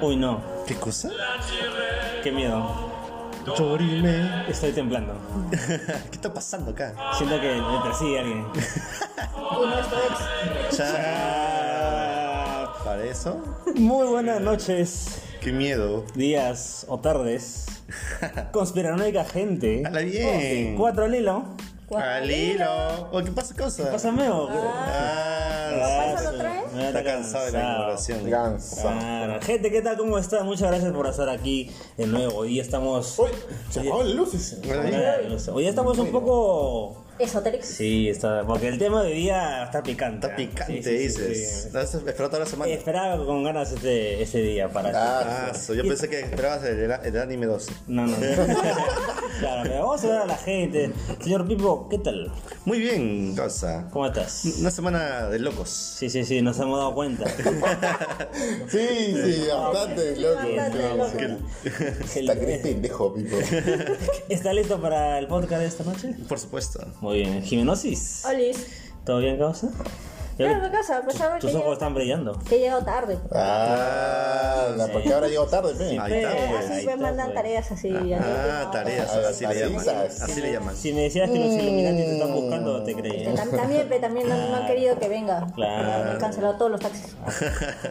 Uy, no. ¿Qué cosa? Qué miedo. Chorime. Estoy temblando. ¿Qué está pasando acá? Siento que me persigue alguien. Uno es tu ex. Ya. Para eso. Muy buenas noches, Qué miedo. días o tardes. Conspiranoica gente. Hala bien. Cuatro al hilo. Al hilo. Oh, ¿Qué pasa, cosa? Pásame o Ah, ¿Pasa lo traes? Me voy a está estar cansado de la inauguración. Gansa. Claro. Gente, ¿qué tal? ¿Cómo están? Muchas gracias por estar aquí de nuevo. Hoy día estamos. Uy, se apagaron las luces. Bueno, ahí. Claro, no sé. Hoy día estamos un poco. Esotéricos. Sí, está. Porque el tema de hoy día está picante. Está ¿eh? picante, Sí, sí, sí, dices. sí. Has esperado toda la semana. Esperaba con ganas este, este día para. Ah, so, yo pensé que esperabas el, el anime 12. No, no. claro, pero vamos a ver a la gente. Señor Pipo, ¿qué tal? Muy bien, cosa. ¿Cómo estás? Una semana de locos. Sí, sí, sí, nos hemos dado cuenta. Sí, sí, bastante, Sí, loco. bastante, Sí, loco. El- Está que eres pendejo, Pipo. ¿Está listo para el podcast de esta noche? Por supuesto. Muy bien, Jimenosis. Olis. ¿Todo bien, causa? Claro, me casa, a pesar de Tus que, ojos llego- están brillando. que he llegado tarde. Ah, la- porque ahora llego tarde, pe. Ahí está, Eh, pues. así ahí me está, mandan pues. tareas así. Ah, tareas, Ah, así le tareas. llaman. Así le llaman. Si me decías que los Illuminati te están buscando, te creía. Tam- También, pero también no, no han querido que venga. Claro. Me han cancelado todos los taxis.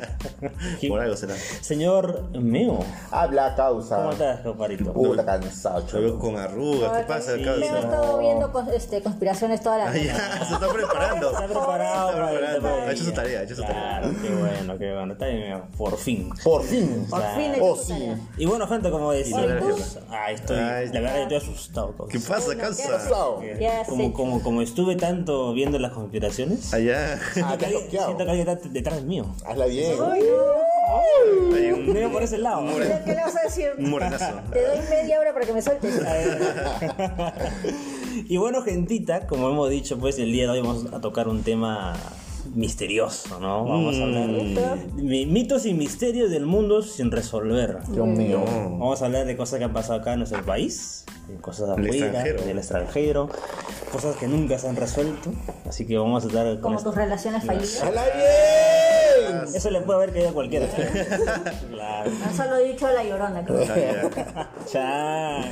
Por algo será. Señor mío, Habla Ah. ¿cómo causa. estás, comparito? Puta cansado, Lo chulo. veo con arrugas. ¿Qué pasa, sí. Me he causa? estado viendo con- este, conspiraciones toda la Ah, vida. ya, se está preparando. Está preparado Está para el preparando. tema de Ha hecho hoy su día. tarea, ha hecho su tarea. Claro, qué bueno, qué bueno. Está bien, mira, por fin. Por fin. Por fin he Oh, hecho tu sí. tarea. Y bueno, gente, como decía, Hola, ¿tú? ah, estoy, Ay. la verdad, estoy asustado. causa. ¿Qué pasa, causa? Cansado. Ya sé. Como, como, como estuve tanto viendo las conspiraciones, Allá Ah, siento, que te has alguien, siento que bloqueado. alguien está detrás mío. Hazla bien. hay un Veo por ese lado. Mira, ¿Qué le vas a decir? Mm. un morenazo. Te doy media hora para que me sueltes. y bueno, gentita, como hemos dicho, pues el día de hoy vamos a tocar un tema misterioso, ¿no? Vamos a hablar Mm. de mitos y misterios del mundo sin resolver. Dios mío. Oh, Vamos a hablar de cosas que han pasado acá en nuestro país, de cosas Del afuera, extranjero. del extranjero, cosas que nunca se han resuelto. Así que vamos a estar con Como esto. tus relaciones fallidas. Hazla bien. Eso le puede haber caído a cualquiera. claro. No solo he dicho la llorona. creo. Allá. Ya.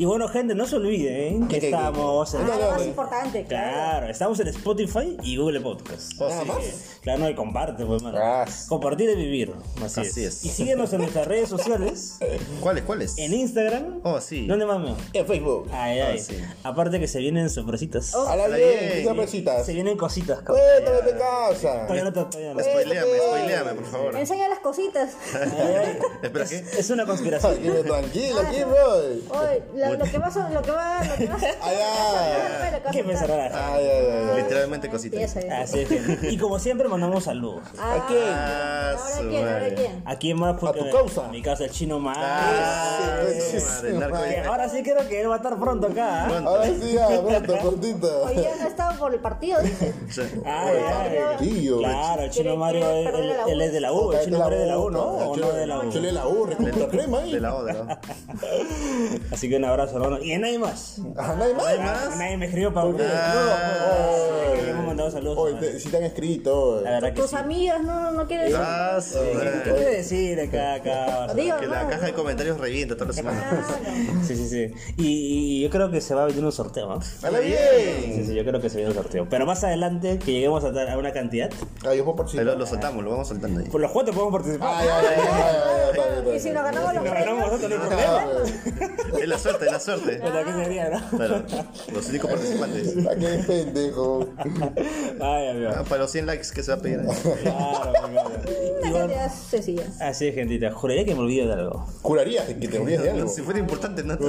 Y bueno, gente, no se olviden que ¿Qué, qué, qué? estamos en Ah, lo más no. importante, claro. Claro, estamos en Spotify y Google Podcast. Oh, Nada sí. más. Claro, no, y comparte, pues, mano. Ah. Compartir es vivir. Así, Así es. es. Y síguenos en nuestras redes sociales, ¿Cuáles, cuáles? en Instagram. Oh, sí. ¿Dónde más, meo? En Facebook. Ay, Ah, ay. sí. Aparte que se vienen sorpresitas. Oh. Hazla hazla bien. bien. Qué sorpresitas. Se vienen cositas, cabrón. Cuéntame de casa. Todavía no, todavía no. Spoileame, spoileame, por favor. Enseña las cositas. Ay, ay. Espera, Es- ¿qué? Es una conspiración. Tranquilo, tranquilo, Ah, aquí voy. Oye, lo, lo que vas a... Lo que va, lo que vas a... Ay, ah, ay. Pero que ¿Qué vas a- pensará la gente? Ay, ay, ay. Literalmente cositas. Empieza eso. Ah, Así es, gente. Y como siempre, mandamos saludos. Ah, ¿A quién? Ah, ¿Ahora su quién? ¿Ahora madre. quién? ¿A quién más? A tu causa. A mi casa, el chino más. Ah, Sí, su madre, el narco sí, Que de- Ahora sí creo que él va a estar pronto acá. ¿ah? Ahora sí, ya, pronto, cortito. Hoy día no he estado por el partido, dice. Ay, ay. Tío, Ah, Claro, el chino ¿Quiere- Mario quiere él, perder él- la U? él es de la U, el chino Mario es de la U, ¿no? ¿O no de la U? Chile de la U, recuperó crema ahí. De la O, de la O. Así que un abrazo, hermano. Y a nadie más. Ah, nadie más. Ah, Nadie me escribió para Porque- Ah, que le hemos mandado saludos. Oye, hermano. te- si te han escrito. eh. La verdad que Tus sí. amigas no, no quieren decir. Ah, su ¿Qué madre. quiere decir acá, acá? Digo, Que no. la caja de comentarios revienta toda la Ah, semana. Sí, sí, sí. Y, y yo creo que se va a venir un sorteo, ¿no? Sí, ¡Hala bien! sí, yo creo que se viene un sorteo. Pero más adelante, que lleguemos a, ta- a una cantidad, Ah, yo puedo Ahí participar. Lo, lo soltamos, lo vamos soltando ahí. por los cuatro podemos participar. Ay, ay, ay, ay, ay, ay, ay, Y si nos ganamos los Nos ganamos premios. nosotros, Ah, no hay problema. Ah, Es la suerte, es la suerte. ¿Verdad que sería, no? Claro, los únicos participantes. ¿Para qué pendejo? Ay, amigo. Ah, para los 100 likes que se va a pedir. Claro, amigo. Una cantidad sencilla. Así es, gentita. Juraría que me olvidé de algo. Jurarías que te olvides de algo. Si fuera importante, no Como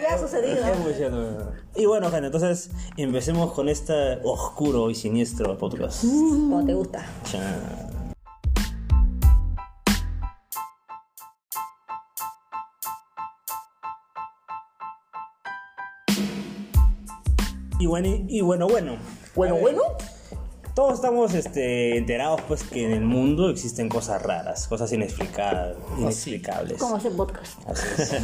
ya ha sucedido. Es muy cierto. Y bueno, gente, entonces empecemos con este oscuro y siniestro podcast. Como te gusta. Cha. Y bueno, y bueno, bueno. Bueno, bueno. Todos estamos este, enterados pues que en el mundo existen cosas raras, cosas inexplicadas, inexplicables. Como ese podcast. Así es.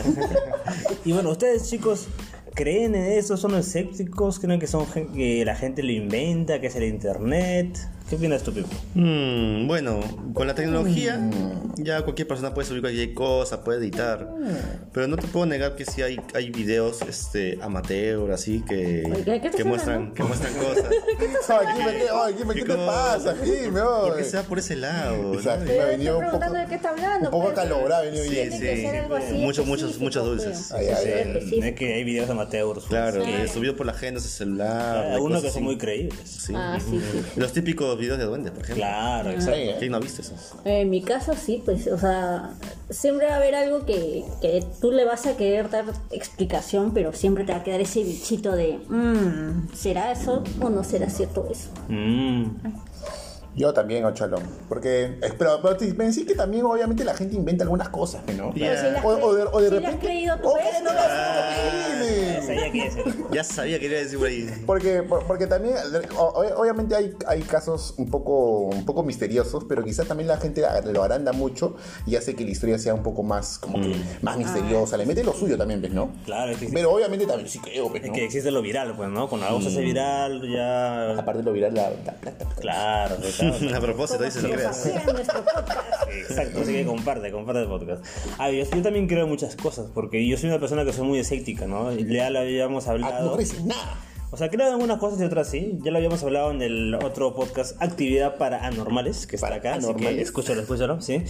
y bueno, ustedes chicos, ¿creen en eso? ¿Son escépticos? ¿Creen que son gen- que la gente lo inventa? ¿Que es el internet? ¿Qué opinas tú, Pipo? Mm, bueno, con la tecnología Mm. ya cualquier persona puede subir cualquier cosa, puede editar. Mm. Pero no te puedo negar que sí hay, hay videos este, amateur, así, que, Oye, ¿qué- qué estás que, muestran, hablando? que muestran cosas. Ay, Jimmy, ¿qué, ay, Jimmy, ¿qué te Chicos, pasa, Jimmy? ¿Por qué ay? se va por ese lado? no? Exacto, me ha Pero estoy venido un poco, preguntando de qué está hablando. un poco pero- calorado, ha venido Sí, bien. Tiene que sí. ser algo así Muchos, muchos, específico, muchos dulces. creo. Ay, ay, ay. específico. Eh, Es que hay videos amateurs. pues Claro, pues, que subido por la agenda su celular. de Algunos cosas que son así. muy creíbles. Sí. Ah, sí, sí. Los típicos videos de duendes, por ejemplo. Claro, exacto. Ay, ay. ¿Quién no ha visto eso? En mi caso sí, pues, o sea, siempre va a haber algo que, que tú le vas a querer dar explicación, pero siempre te va a quedar ese bichito de, "Mm, ¿será eso o no será cierto eso? Mm. Yo también, Ocholón. Porque, es- pero, pero te- pensé que también, obviamente, la gente inventa algunas cosas, ¿no? Ya. Pero si las O, o de, o de si las repente. has creído tú Ok, eres. no las creí. Sabía que ese. Ya sabía que iba a decir por ahí. Porque, por- porque también, o- o- obviamente hay, hay casos un poco, un poco misteriosos, pero quizás también la gente lo agranda mucho y hace que la historia sea un poco más, como que, más misteriosa. Le mete lo suyo también, ¿ves, no? Claro, es que, Pero obviamente también sí creo, ¿ves, es no? que existe lo viral, pues, ¿no? Cuando algo se Mm. hace viral, ya. Aparte lo viral la, la plata. pues. Claro, pues, claro. A propósito, dices, no Como creas. hacía en nuestro podcast. Exacto, así que comparte, comparte el podcast. Ah, yo, yo también creo muchas cosas, porque yo soy una persona que soy muy escéptica, ¿no? Ya lo habíamos Ah, no hablado. crees en nada. O sea, creo en algunas cosas y otras sí. Ya lo habíamos hablado en el otro podcast, Actividad para Anormales, que está acá. Así que Anormales. escúchalo, escúchalo, sí.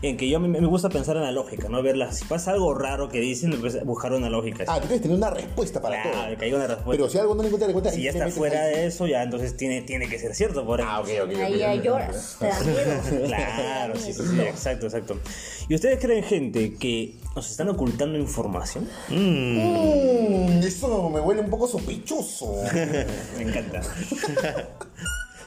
En que yo me, me gusta pensar en la lógica, ¿no? Verla. Si pasa algo raro que dicen, pues buscar una lógica. Ah, tú quieres tener una respuesta para Claro, todo. que hay una respuesta. Pero si algo no le encuentras, le encuentras si y ya te está metes fuera ahí. de eso, ya entonces tiene, tiene que ser cierto, por Ah, ok, ok. Ahí ya lloras, te da miedo. Claro, sí, sí, sí, exacto, exacto. ¿Y ustedes creen, gente, que nos están ocultando información? Mmm, eso me huele un poco sospechoso. Me encanta.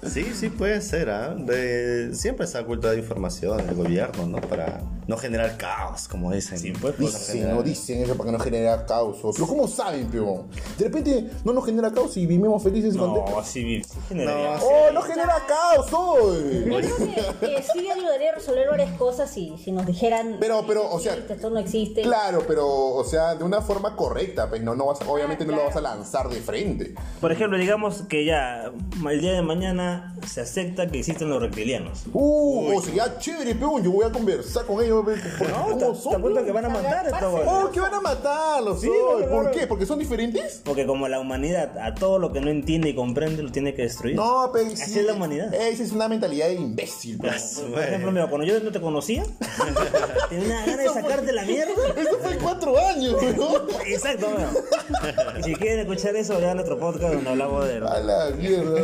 Sí, sí puede ser, ¿ah? De- Siempre está oculta de información del gobierno, ¿no? Para no generar caos, como dicen. Sí, pues. Dicen, no dicen eso para que no genera caos. Pero ¿cómo saben, peón? De repente no nos genera caos y vivimos felices y No, contentos. sí, sí generaría. No, ¡Oh, no genera caos hoy! Yo creo que, que sí ayudaría a resolver varias cosas si, si nos dijeran. Pero, pero, o sea, "Existe, Esto no existe. Claro, pero, o sea, de una forma correcta, pues no, no vas, obviamente no lo vas a lanzar de frente. Por ejemplo, digamos que ya el día de mañana se acepta que existen los reptilianos. Uh, o sea, chévere, peón, yo voy a conversar con ellos, pe- porque ¿cómo ¿Te son? apuesto que van a matar a esta bola? Oh, que van a matarlos, Sí, hoy. claro, ¿Por claro. qué? ¿Porque son diferentes? Porque como la humanidad a todo lo que no entiende y comprende lo tiene que destruir. No, pero Así es la humanidad. Esa es una mentalidad de imbécil, pe. Por ejemplo, mira, cuando yo no te conocía, tenía una gana de sacarte la mierda. Esto fue cuatro años, weón. Exacto, bueno. Si quieren escuchar eso, vean otro podcast donde hablamos de... A la mierda.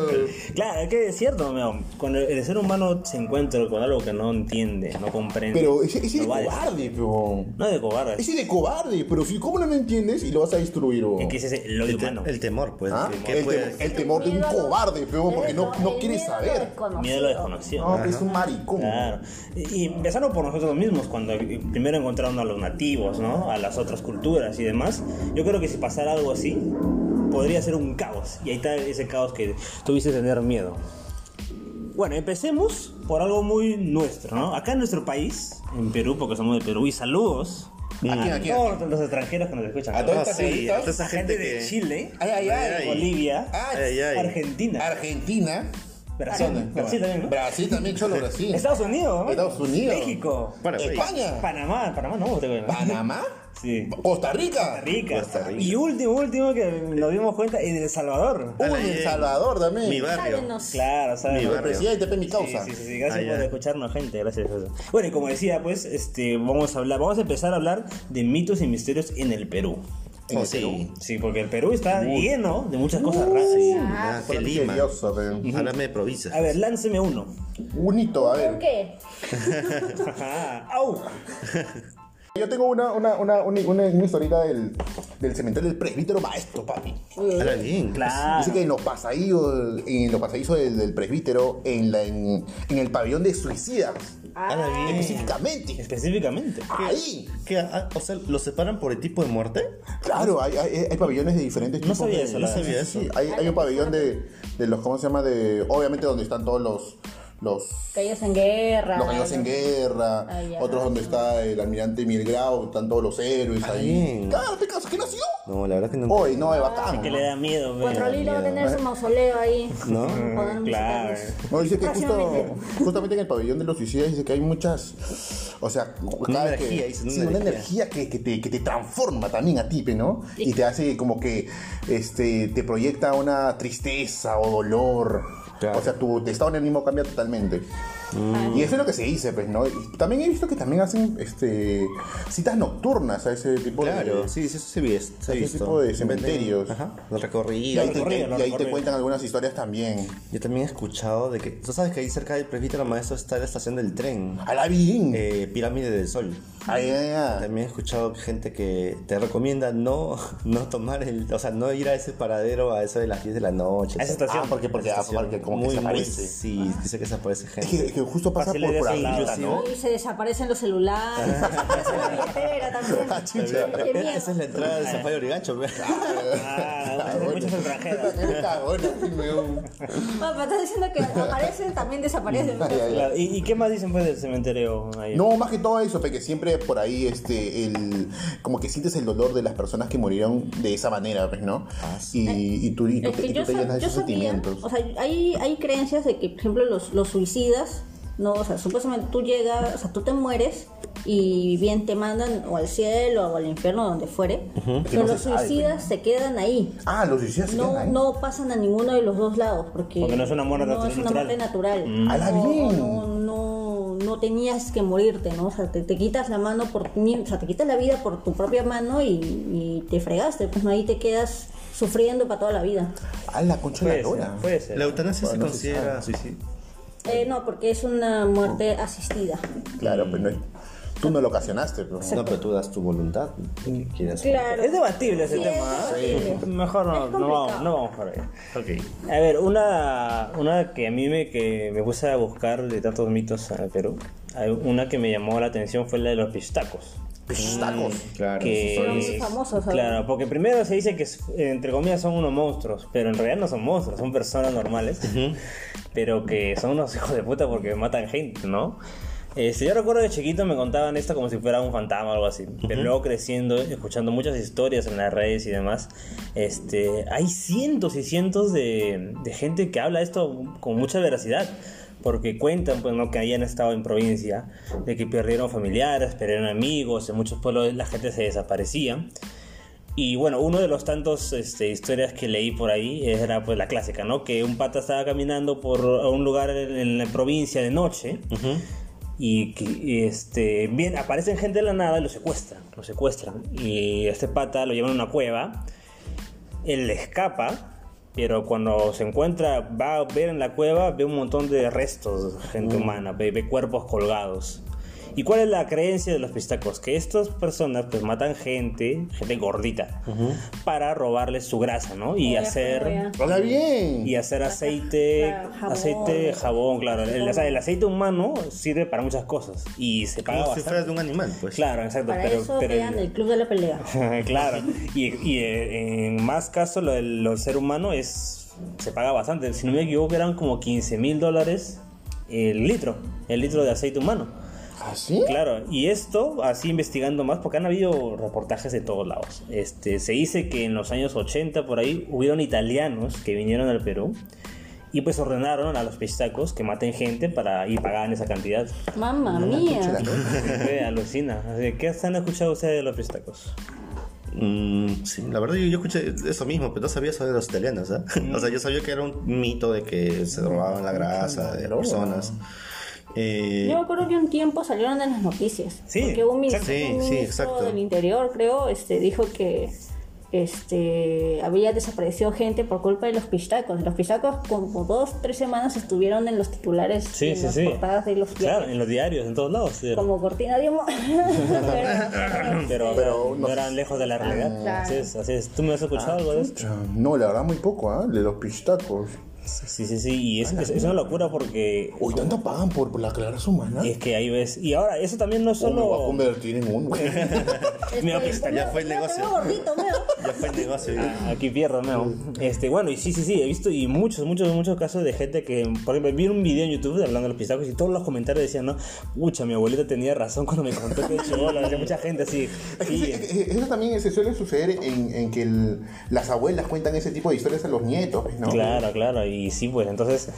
Claro, es que es cierto, amigo. Cuando el ser humano se encuentra con algo que no entiende, no comprende. Pero ese, ese de no va a decir- cobarde, weón. No es de cobarde. Ese de cobarde, pero si cómo no lo entiendes y lo vas a destruir, weón. Es que ese es el Este, odio humano. El temor, pues. ¿Ah? que- que El, puede- temor, el temor de un Miedo a lo- cobarde, weón, porque no, Eso, no el quiere miedo a lo saber. desconocido. Miedo a lo desconocido. No, que es un maricón. Claro. Y, y empezando por nosotros mismos, cuando eh, primero encontraron a los nativos, ¿no? A las otras culturas y demás. Yo creo que si pasara algo así, podría ser un caos. Y ahí está ese caos que tuviste tener miedo. Bueno, empecemos por algo muy nuestro, ¿no? Acá en nuestro país, en Perú, porque somos de Perú, y saludos. ¿A quién, a quién, a todos los extranjeros que nos escuchan. ¿A toda Ah, toda esta sí, gente? a toda esa gente gente de que- Chile, Ay, ay, ay. Ay, Bolivia, Ay, ay, ay. Argentina, Argentina. Brasil, Bueno, Brasil también, ¿no? Brasil también, Cholo Brasil. Estados Unidos, ¿no? Estados Unidos. México, Paraguay. España. Panamá, Panamá no, usted, ¿no? Panamá. Sí. Costa Rica. Rica. Costa Rica. Y último, último que nos dimos cuenta, en El Salvador. Uy, El Salvador también. pues, Mi barrio. Sábenos. Claro, ¿sabes? Mi El presidente, pe, mi Sí, causa. sí, sí, sí, gracias Ah, por ya. escucharnos, gente, gracias por eso. Bueno, y como decía, pues, este, vamos a hablar, vamos a empezar a hablar de mitos y misterios en el Perú. En Oh, el Perú. sí. Sí, porque el Perú está lleno de muchas cosas raras. Ah, que Qué Lima. misterioso, pe. Háblame de provincias. A ver, lánceme uno. Un hito, a ver. ¿Con qué? Ajá. ¡Au! Yo tengo una, una, una, una, una, una historita del, del cementerio del presbítero maestro, papi. Habla bien. Claro. Dice que en los pasadizos, en los pasadizos del, del presbítero, en, la, en, en el pabellón de suicidas, Habla Eh. bien. específicamente. Específicamente. Ahí. ¿Qué? Ah, O sea, ¿lo separan por el tipo de muerte? Claro, hay, hay, hay pabellones de diferentes No tipos. sabía de- eso, No la sabía eso. Ah, Sí, hay, hay un pabellón de, de los, ¿cómo se llama? De, obviamente donde están todos los, los, Caídos en guerra. los caídos en guerra, Ay, ya. otros donde está el almirante Mil Grau, están todos los héroes ahí. bien. Claro, Picasso, ¿qué nació? No, la verdad que no. Hoy, no, es bacán. Que ¿no? le da miedo, güey. Cuatro Lilo va a tener su mausoleo ahí. ¿No? Con poder Mm, Claro. visitarnos. No, dice que Próximamente. justo, justamente en el pabellón de los suicidas dice que hay muchas. O sea, cada que- energía, dice, una sí, una energía. energía que, que te, que te transforma también a ti, pe, ¿no? Y te hace como que este, te proyecta una tristeza o dolor. Claro. O sea, tu tu estado de ánimo cambia totalmente. Y eso es lo que se dice, pues, ¿no? Y también he visto que también hacen este, citas nocturnas a ese tipo Claro, de. eh, sí, sí, eso se ve. se ha Ese visto. tipo de cementerios. Ajá, los Y ahí, recorridos. te, Recorrido, y ahí te recorrido. cuentan algunas historias también. Yo también he escuchado de que. Tú sabes que ahí cerca del presbítero maestro está la estación del tren. A la bien. eh, Pirámide del Sol. Ay, ay, ay. También he escuchado gente que te recomienda no, no tomar el. O sea, no ir a ese paradero a eso de las 10 de la noche. A esa tal. estación. Ah, porque, porque, ah, porque como que Muy, se muy- aparece. Sí, dice que se aparece gente. Es que, es que justo pasa Pasteles por, por de aceite, arriba, ¿no? Y se desaparecen los celulares, se desaparece la billetera también. Ah, chucha. Qué miedo. Esa es la entrada del Safari Origancho. pe. Ah, muchos extranjeros. Está bueno, sí, weón. Bueno, pero estás diciendo que aparecen, también desaparecen. Ay, ay, ay. Claro, ¿Y, y qué más dicen pues del cementerio? ahí? No, más que todo eso, pe, que siempre por ahí, este, el, como que sientes el dolor de las personas que murieron de esa manera, pues, ¿no? Ah, Y, y tú, y tú, Eh, Es que y tú yo, te sab- llenas de yo esos sabía, sentimientos. o sea, hay, hay creencias de que, por ejemplo, los, los suicidas, no, o sea, supuestamente tú llegas, o sea, tú te mueres y bien te mandan o al cielo o al infierno, donde fuere, Que no pero se los sabe, pues. suicidas se quedan ahí. ah, los suicidas se quedan No, ahí. no pasan a ninguno de los dos lados porque, Porque no es una muerte Mm. no es una muerte natural. A la O- o bien. no, no, no tenías que morirte, ¿no? O sea, te, te quitas la mano por tu mie- o sea, te quitas la vida por tu propia mano y, y te fregaste, pues no ahí te quedas sufriendo para toda la vida. A la concha de Puede la ser, lora. puede ser. La eutanasia se Ah, Bueno, sí, considera suicidio. Eh, no, porque es una muerte asistida. Claro, pues no es- Tú no lo ocasionaste, pues, pero. No, pero tú das tu voluntad. que quieras. Claro. Es debatible ese Sí, tema. es ¿eh? debatible. Mejor no, no, vamos, Es complicado. no vamos por ahí. Ok. A ver, una, una que a mí me, que me gusta buscar de tantos mitos al Perú, hay una que me llamó la atención fue la de los pistacos. pues, Pistacos. Claro. que, son muy famosos, ¿sabes? Claro, porque primero se dice que es- entre comillas son unos monstruos, pero en realidad no son monstruos, son personas normales, pero que son unos hijos de puta porque matan gente, ¿no? Este, yo recuerdo de chiquito me contaban esto como si fuera un fantasma o algo así, pero luego creciendo, escuchando muchas historias en las redes y demás, este, hay cientos y cientos de, de gente que habla esto con mucha veracidad. Porque cuentan, pues, ¿no? que habían estado en provincia, de que perdieron familiares, perdieron amigos, en muchos pueblos la gente se desaparecía. Y bueno, uno de los tantos este, historias que leí por ahí era pues la clásica, ¿no? Que un pata estaba caminando por un lugar en, en la provincia de noche y que y, este, bien, aparecen gente de la nada y lo secuestran, lo secuestran. Y este pata lo llevan a una cueva, él escapa, pero cuando se encuentra, va a ver en la cueva, ve un montón de restos de gente humana, ve, ve cuerpos colgados. ¿Y cuál es la creencia de los pistacos? Que estas personas pues matan gente, gente gordita, para robarles su grasa, ¿no? Y Ya, hacer... ya. Habla bien. Y hacer aceite, Claro, jabón. aceite, jabón, claro. El, o sea, el aceite humano sirve para muchas cosas y se paga Como si bastante. fueras de un animal, pues. Claro, exacto. Para pero, eso pero vean el- el club de la pelea. claro. Y, y, eh, en más casos, lo del lo del ser humano es se paga bastante. Si no me equivoco, eran como 15 mil dólares el litro, el litro de aceite humano. ¿Ah, sí? Claro, y esto, así investigando más, porque han habido reportajes de todos lados. Este, se dice que en los años 80 por ahí hubieron italianos que vinieron al Perú y pues ordenaron a los pistacos que maten gente para y pagaban esa cantidad. Mamma Concha mía. de la lora. Que alucina. Así que, ¿Qué han escuchado ustedes de los pistacos? Mm, sí, la verdad yo, yo escuché eso mismo, pero no sabía eso de los italianos, ¿ah? O sea, yo sabía que era un mito de que se robaban la grasa de las personas. Eh, Yo me acuerdo que un tiempo salieron en las noticias. Sí, porque un exacto. ministro, Sí, un sí, ministro exacto. del interior, creo, este, dijo que este, había desaparecido gente por culpa de los pistacos. Los pistacos como dos, tres semanas estuvieron en los titulares y en las portadas de los Claro, diarios. en los diarios, en todos lados. sí. Como este, cortina de humo. Pero- Pero, Pero no no- eran lejos de la realidad. Claro. Así es, así es. ¿Tú me has escuchado algo de esto? No, la verdad muy poco, ¿ah? De los pistacos. Sí, sí, sí. Y es, es- es una locura porque. Uy, tanto pagan por, por la clareza humana. Y es que ahí ves. Y ahora, eso también no es O me voy a solo. convertir en un güey. Mira, pues, este, ya fue el negocio. gordito, meo. Ya fue el negocio. ya. Aquí pierdo, Meo. Este, bueno, y sí, sí, sí, he visto y muchos, muchos, muchos casos de gente que, por ejemplo, vi un video en YouTube de hablando de los pistacos y todos los comentarios decían, no, pucha, mi abuelita tenía razón cuando me contó que chivola, decía mucha gente así. Es que sí, se- eh, Eso también se suele suceder en, en que el- las abuelas cuentan ese tipo de historias a los nietos, pues, ¿no? Claro, claro, y sí, pues entonces,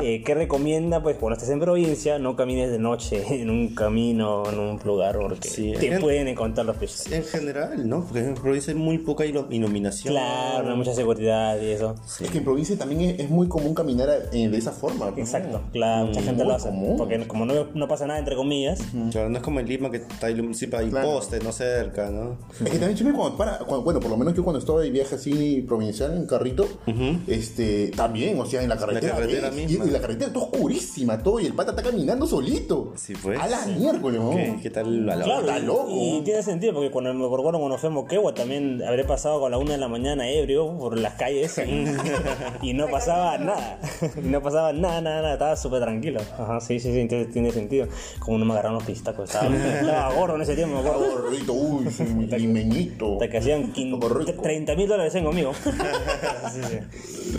eh, ¿qué recomienda? Pues cuando estés en provincia, no camines de noche en un camino, en un lugar, porque Sí, te en- pueden encontrar los pistacos. En general, ¿no? Porque en provincia hay muy poca ilo- iluminación. Claro, no hay mucha seguridad y eso. Es que en provincia también es, es muy común caminar eh, de esa forma. pues, ¿no? Exacto, claro, mucha gente muy lo hace. común. Porque como no, no pasa nada, entre comillas, Claro, no es como en Lima que está ilum- siempre hay Claro. postes, no cerca, ¿no? Es que también siempre cuando para, cuando- bueno, por lo menos yo cuando estaba de viaje así provincial en carrito, este, también, o sea, en la carretera. carretera ¿ves? misma. Y, y la carretera está oscurísima todo y el pata está caminando solito. Sí, pues. A la miércoles, ¿no? ¿Qué, qué tal el valor? Claro, Está y- loco. Y, tiene sentido, porque cuando me recuerdo cuando fue a Moquegua también habré pasado con la una de la mañana ebrio por las calles y, y no pasaba nada. Y no pasaba nada, nada, nada, estaba súper tranquilo. Ajá, sí, sí, sí, entonces tiene sentido. Como no me agarraron los pistacos, estaba, estaba gordo en ese tiempo, me acuerdo. Gordito, uy, sí, mi limeñito. Hasta que hacían Como rico. 30 mil dólares en conmigo. Sí, sí.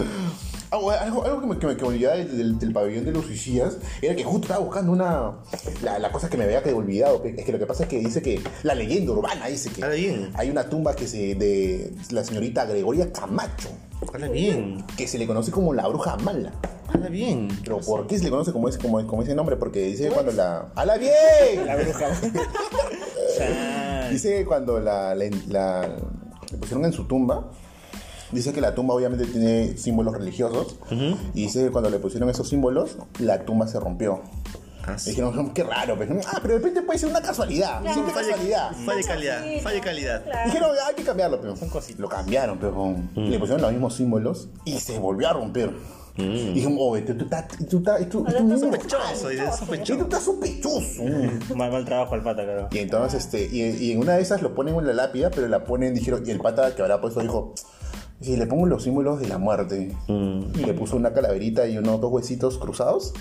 Ah, bueno, algo, algo que me, que me- que me olvidaba del, del- del pabellón de los suicidas era que justo estaba buscando una. La, la cosa que me había que olvidado. pe, Es que lo que pasa es que dice que. La leyenda urbana dice que. Ah, bien. Hay una tumba que se. de la señorita Gregoria Camacho. Habla bien, Que se le conoce como la bruja mala. habla bien. Pero ¿por qué se le conoce como ese, como, como ese nombre? Porque dice que cuando la. ¡Hala bien! La bruja. Chan. Dice que cuando la, la- la- le pusieron en su tumba, dice que la tumba obviamente tiene símbolos religiosos. Y dice que cuando le pusieron esos símbolos, la tumba se rompió. Ah, sí. Dijeron, "Mm, qué raro. pues". Ah, pero de repente puede ser una casualidad, simple Falla, casualidad. falla calidad, falla calidad. Dijeron, "Ah, hay que cambiarlo, pero lo cambiaron, pero Mm. le pusieron los mismos símbolos y se volvió a romper. Mm. Dijeron, oye, tú, tú, estás- tú, estás- tú, tú mismo- Sospechoso, y de tú sospechoso. estás sospechoso. Mal, mal trabajo al pata, claro. Y entonces, este, y, y en una de esas lo ponen en la lápida, pero la ponen, dijeron, y el pata que habrá puesto dijo, si le pongo los símbolos de la muerte, Mm. y le puso una calaverita y unos dos huesitos cruzados,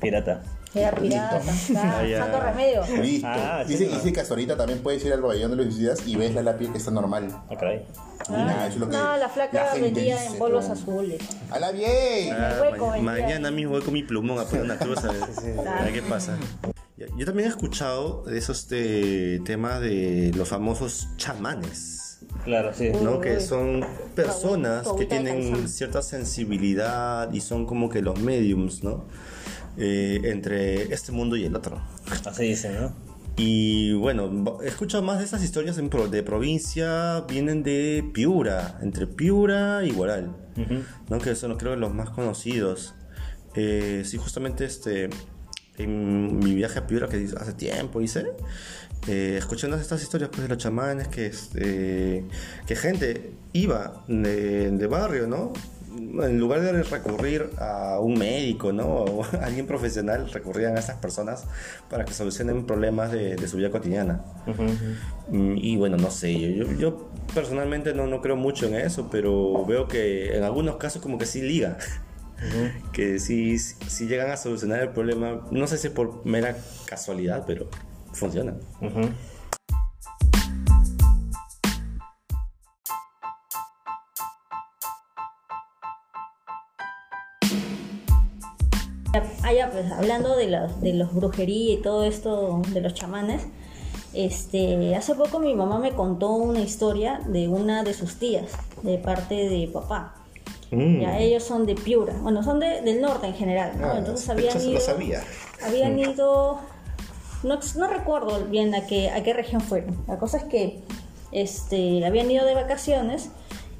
Pirata. Era pirata, Ah, ya. está, santo remedio. listo. Ah, dice, sí. dice que hasta ahorita también puedes ir al pabellón de los suicidas y ves la lápida que está normal. Ah, caray. Y nada, eso es lo que No, la flaca gente vendía dice, en bolos pero- azules. ¡Hala bien! Ah, El hueco, ma- el mañana mismo voy con mi plumón a poner una cruz a ver, a ver qué pasa. Ya, Yo también he escuchado de esos este, temas de los famosos chamanes, Claro, sí. ¿no? Que Uy. son personas Tu que agüita de tienen calzón. cierta sensibilidad y son como que los mediums, ¿no? Eh, entre este mundo y el otro. Así dicen, ¿no? Y bueno, he escuchado más de esas historias en pro- de provincia, vienen de Piura, entre Piura y Guaral, ¿no? que son creo los más conocidos. Eh, sí, justamente este, en mi viaje a Piura, que hace tiempo hice, eh, escuché unas de estas historias pues, de los chamanes, que, este, que gente iba de, de barrio, ¿no? En lugar de recurrir a un médico, ¿no? O a alguien profesional, recurrían a estas personas para que solucionen problemas de, de su vida cotidiana. Mm, Y bueno, no sé, yo, yo- yo personalmente no, no creo mucho en eso, pero veo que en algunos casos como que sí liga. Que sí, sí llegan a solucionar el problema, no sé si por mera casualidad, pero funciona. Ah, ya, pues hablando de, las- de los brujería y todo esto de los chamanes, este, hace poco mi mamá me contó una historia de una de sus tías, de parte de papá. Ya, ellos son de Piura, bueno, son de- del norte en general, ¿no? Mm. Ah, Entonces sospechoso, habían ido, lo sabía. Mm. habían ido, no, no recuerdo bien a qué, a qué región fueron. La cosa es que este, habían ido de vacaciones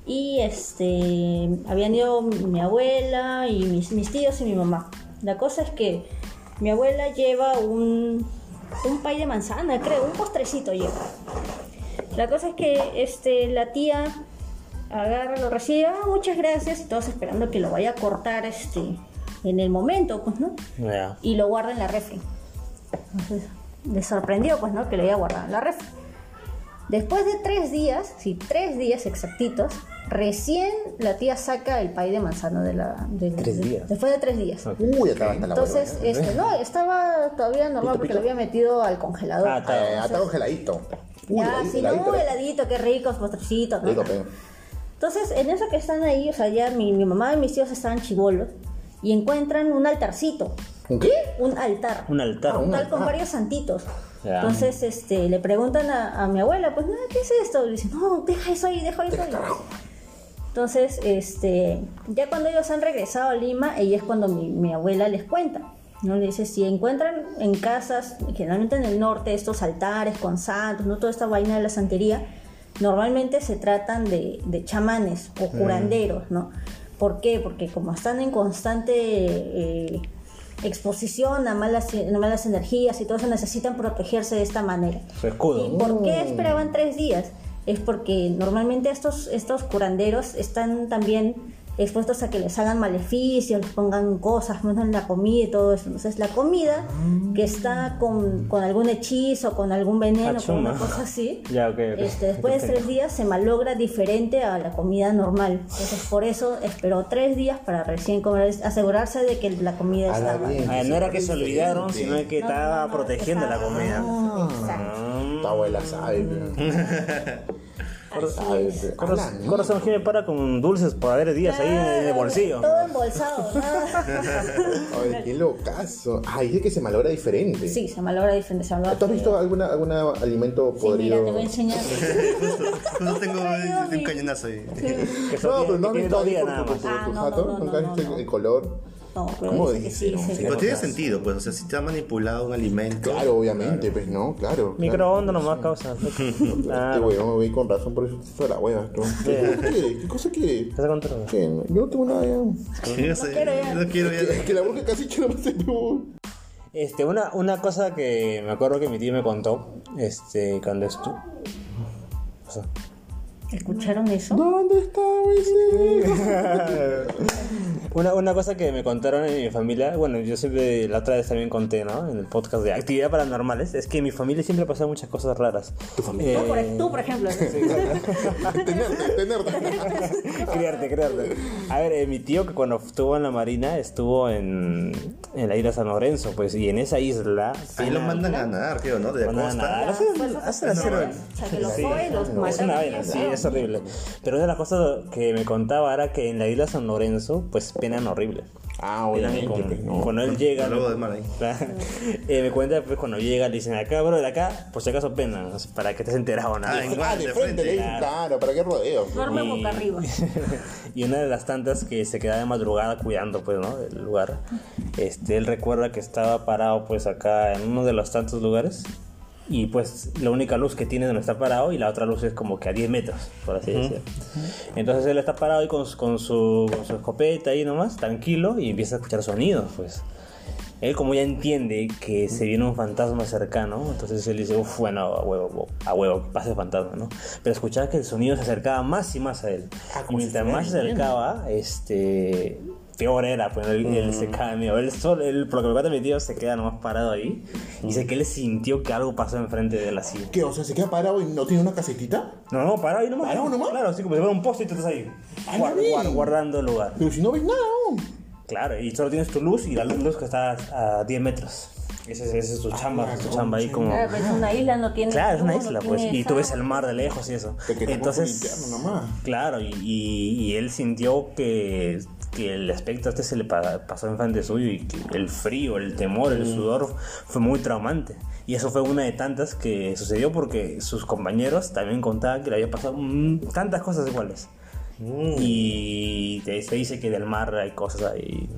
y este, habían ido mi abuela y mis, mis tíos y mi mamá. La cosa es que mi abuela lleva un, un pay de manzana, creo, un postrecito lleva. La cosa es que este, la tía agarra, lo recibe, "Ah, muchas gracias, y todos esperando que lo vaya a cortar este, en el momento, pues, ¿no? Ya. y lo guarda en la refri. Entonces, le sorprendió, pues, ¿no? Que lo había guardado en la refri. Después de tres días, sí, tres días exactitos, recién la tía saca el pay de manzano de la. de- Tres de- días. Después de tres días. Uy, acá hasta Ah, la ¿eh? Entonces, huevona. este, no, estaba todavía normal Pito, porque pito. lo había metido al congelador. Ah, está. Eh, Atado geladito. Uy, ya, heladito, ¿eh? si no, heladito, heladito, qué ricos, postrecitos. ¿no? Rico, pe. Entonces, en eso que están ahí, o sea, ya mi, mi mamá y mis tíos estaban chivolos y encuentran un altarcito, ¿Un qué? un altar. Un altar. Un altar con Ah. varios santitos. Ya. Entonces, este, le preguntan a, a mi abuela, pues, no, ¿qué es esto? Le dicen, no, deja eso ahí, deja eso ahí. Entonces, este, ya cuando ellos han regresado a Lima, ella es cuando mi, mi abuela les cuenta. ¿no? Le dice, si encuentran en casas, generalmente en el norte, estos altares con santos, ¿no? toda esta vaina de la santería, normalmente se tratan de, de chamanes o curanderos, ¿no? ¿Por qué? Porque como están en constante eh, exposición a malas, a malas energías y todo eso, necesitan protegerse de esta manera. Su escudo. ¿Y por qué esperaban tres días? Es porque normalmente estos, estos curanderos están también expuestos a que les hagan maleficios, les pongan cosas, ¿no? en la comida y todo eso. Entonces la comida Ah. que está con, con algún hechizo, con algún veneno, con Achuma. una cosa así, Ya, ok, ok. este, después de tres días se malogra diferente a la comida normal. Entonces por eso esperó tres días para recién comer, asegurarse de que la comida A la estaba... bien. Ah, no era que se olvidaron, Diferente. sino que No, estaba no, no, protegiendo la estaba- comida. Ah. Exacto. Mm. Tu abuela sabe, pe. Sabe, pe. Con Habla, razón- con razón Jimmy para con dulces por haber días ahí en el Claro, bolsillo. Todo embolsado, nada. Ay, qué locazo. Ay, dice que se malogra diferente. Sí, se malogra diferente. Se malogra ¿Tú has visto alguna, algún alimento Sí, mira, podrido? te voy a enseñar. Justo, justo tengo Ay, un Dios. cañonazo ahí. Que son no, días- pero no que has tienen visto dos ahí días por, nada por, por más. Ah, tu no, jato, no, no, nunca has no, visto no. el color. No, pero ¿Cómo dice que sí, dijeron? dice que Pero tiene Cosas. sentido, pues, o sea, si te ha manipulado un alimento. Claro, obviamente, pues no, claro. claro. Microondas nomás causa. Este Claro. huevón me voy con razón por eso te hizo la hueva. tú. ¿Qué cosa quiere? ¿Qué cosa quiere? ¿Estás con todo? ¿Qué? Yo no tengo nada ya. No, sé, quiero ya. no quiero ya. Es que la boca casi que no me hace huevón. Este, una, una cosa que me acuerdo que mi tío me contó, este, cuando estuvo. ¿Escucharon eso? ¿Dónde está ese? Una, una cosa que me contaron en mi familia, bueno, yo siempre la otra vez también conté, ¿no? En el podcast de actividad paranormales, es que en mi familia siempre pasan muchas cosas raras. Eh, ¿Tu familia? No, por, tú, por ejemplo. Tenerte, tenerte. Creerte, creerte. A ver, eh, mi tío que cuando estuvo en la marina estuvo en, en la isla San Lorenzo, pues, y en esa isla. Ahí lo ah, mandan a nadar, creo, ¿no? De la mandan a nadar. costa. Hacen- hacen así, O sea, que los Sí. jóvenes los Es una matan. vaina, sí, es horrible. Pero una de las cosas que me contaba era que en la isla San Lorenzo, pues penan horrible. Ah, Penan obviamente, con- pues no. cuando él llega. Con algo de mar ahí. Eh, me cuenta pues cuando llega, le dicen acá, bro, de acá, por si acaso penan, o sea, para que estés enterado, ¿no? Ah, en Ah, guante, de frente, le dicen, claro, ¿para qué rodeo? Duerme boca arriba. y una de las tantas que se quedaba de madrugada cuidando, pues, ¿no? El lugar. Este, él recuerda que estaba parado, pues, acá en uno de los tantos lugares. Y pues la única luz que tiene es donde está parado y la otra luz es como que a 10 metros, por así decirlo. Entonces él está parado ahí con, su- con, su, con su escopeta ahí nomás, tranquilo, y empieza a escuchar sonidos, pues. Él como ya entiende que se viene un fantasma cercano, entonces él dice, uff, bueno, a huevo, a huevo, que pase el fantasma, ¿no? Pero escuchaba que el sonido se acercaba más y más a él. Ah, y mientras más se acercaba, este, peor era, pues él, él Mm. se cae miedo. Él solo, él, por lo que me cuenta mi tío, se queda nomás parado ahí. Mm. Y dice que él sintió que algo pasó enfrente de él así. ¿Qué? O sea, ¿se queda parado y no tiene una casetita? No, no, parado ahí nomás. ¿Parado nomás? Claro, así como si fuera un poste y tú estás ahí. Ah, guar- la vi. guar- guardando el lugar. Pero si no ves nada, ¿no? Claro, y solo tienes tu luz y la luz que está a 10 metros. Ese es, esa es tu chamba, tu chamba ahí como... Claro, pero es una isla, no tiene. Claro, es una no isla, tiene pues. Y tú esa- ves el mar de lejos y eso. Te quedas Entonces, con un interno nomás. claro, y, y- y él sintió que, que el espectro este se le pa- pasó enfrente suyo y que el frío, el temor, el sudor fue muy traumante. Y eso fue una de tantas que sucedió porque sus compañeros también contaban que le había pasado mm, tantas cosas iguales. Mm. Y te, se dice que del mar hay cosas ahí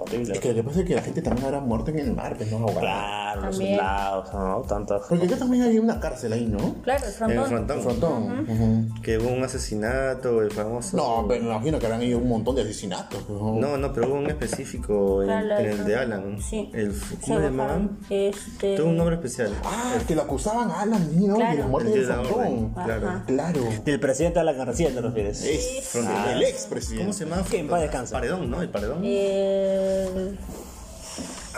horribles. Es que lo que pasa es que la gente también habrá muerto en el mar, pues no, ahogada. Claro, los También. helados, ¿no? Tantas Porque acá también hay una cárcel ahí, ¿no? Claro, En el el frontón. frontón. El frontón. Ujú. Que hubo un asesinato, el famoso. No, pero me imagino que habrán ido un montón de asesinatos. pues, ¿no? No, no, pero hubo un específico en, Claro, en el el- de Alan. Sí. El, Se ¿Cómo le bajaron, llamaban? Este. Tuvo un nombre especial. Ah, que lo acusaban a Alan, ¿no? Claro. De la muerte El del de la frontón. orden. Claro. Ajá. Claro. Del presidente a la garcía te refieres. Es Frontera. el expresidente. ¿Cómo se llama? Que en paz descanse. Paredón, ¿no? El paredón. El...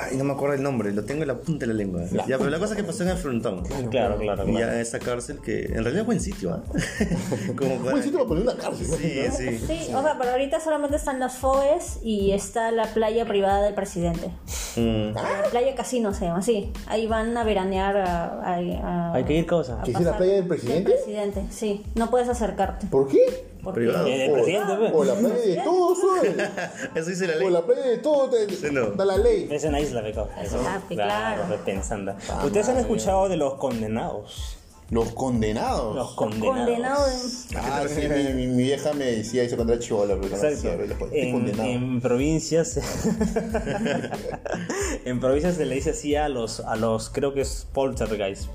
Ay, no me acuerdo el nombre, lo tengo en la punta de la lengua. La ya, pero la cosa es que pasó en el frontón. Claro, claro, Y claro. ya esa cárcel que en realidad es buen sitio, ¿ah? Como para- Buen sitio para poner una cárcel. Sí, ¿no? sí. Sí, o sea, pero ahorita solamente están las FOES y está la playa privada del presidente. Mm. La playa casino se llama, sí. Ahí van a veranear a... a- a- Hay que ir causa. a ¿Que es la pasar- playa del presidente? presidente, sí. No puedes acercarte. ¿Por qué? porque- Privado. Eh, del O- presidente, pues. O la playa de todos, oye. Eso dice la ley. O la playa de todos, te- Sí, no. da la ley. Es en la isla, pecado. Eso. Ah, pe- claro. pe- pensando. Ustedes han escuchado de los condenados. Los condenados. Los condenados. Condenado de- Ah, sí, mi, mi- mi vieja me decía eso cuando era chivola, pero no Exacto. hacía, pero después, estoy En, condenado. en provincias en provincias se le dice así a los a los creo que es poltergeist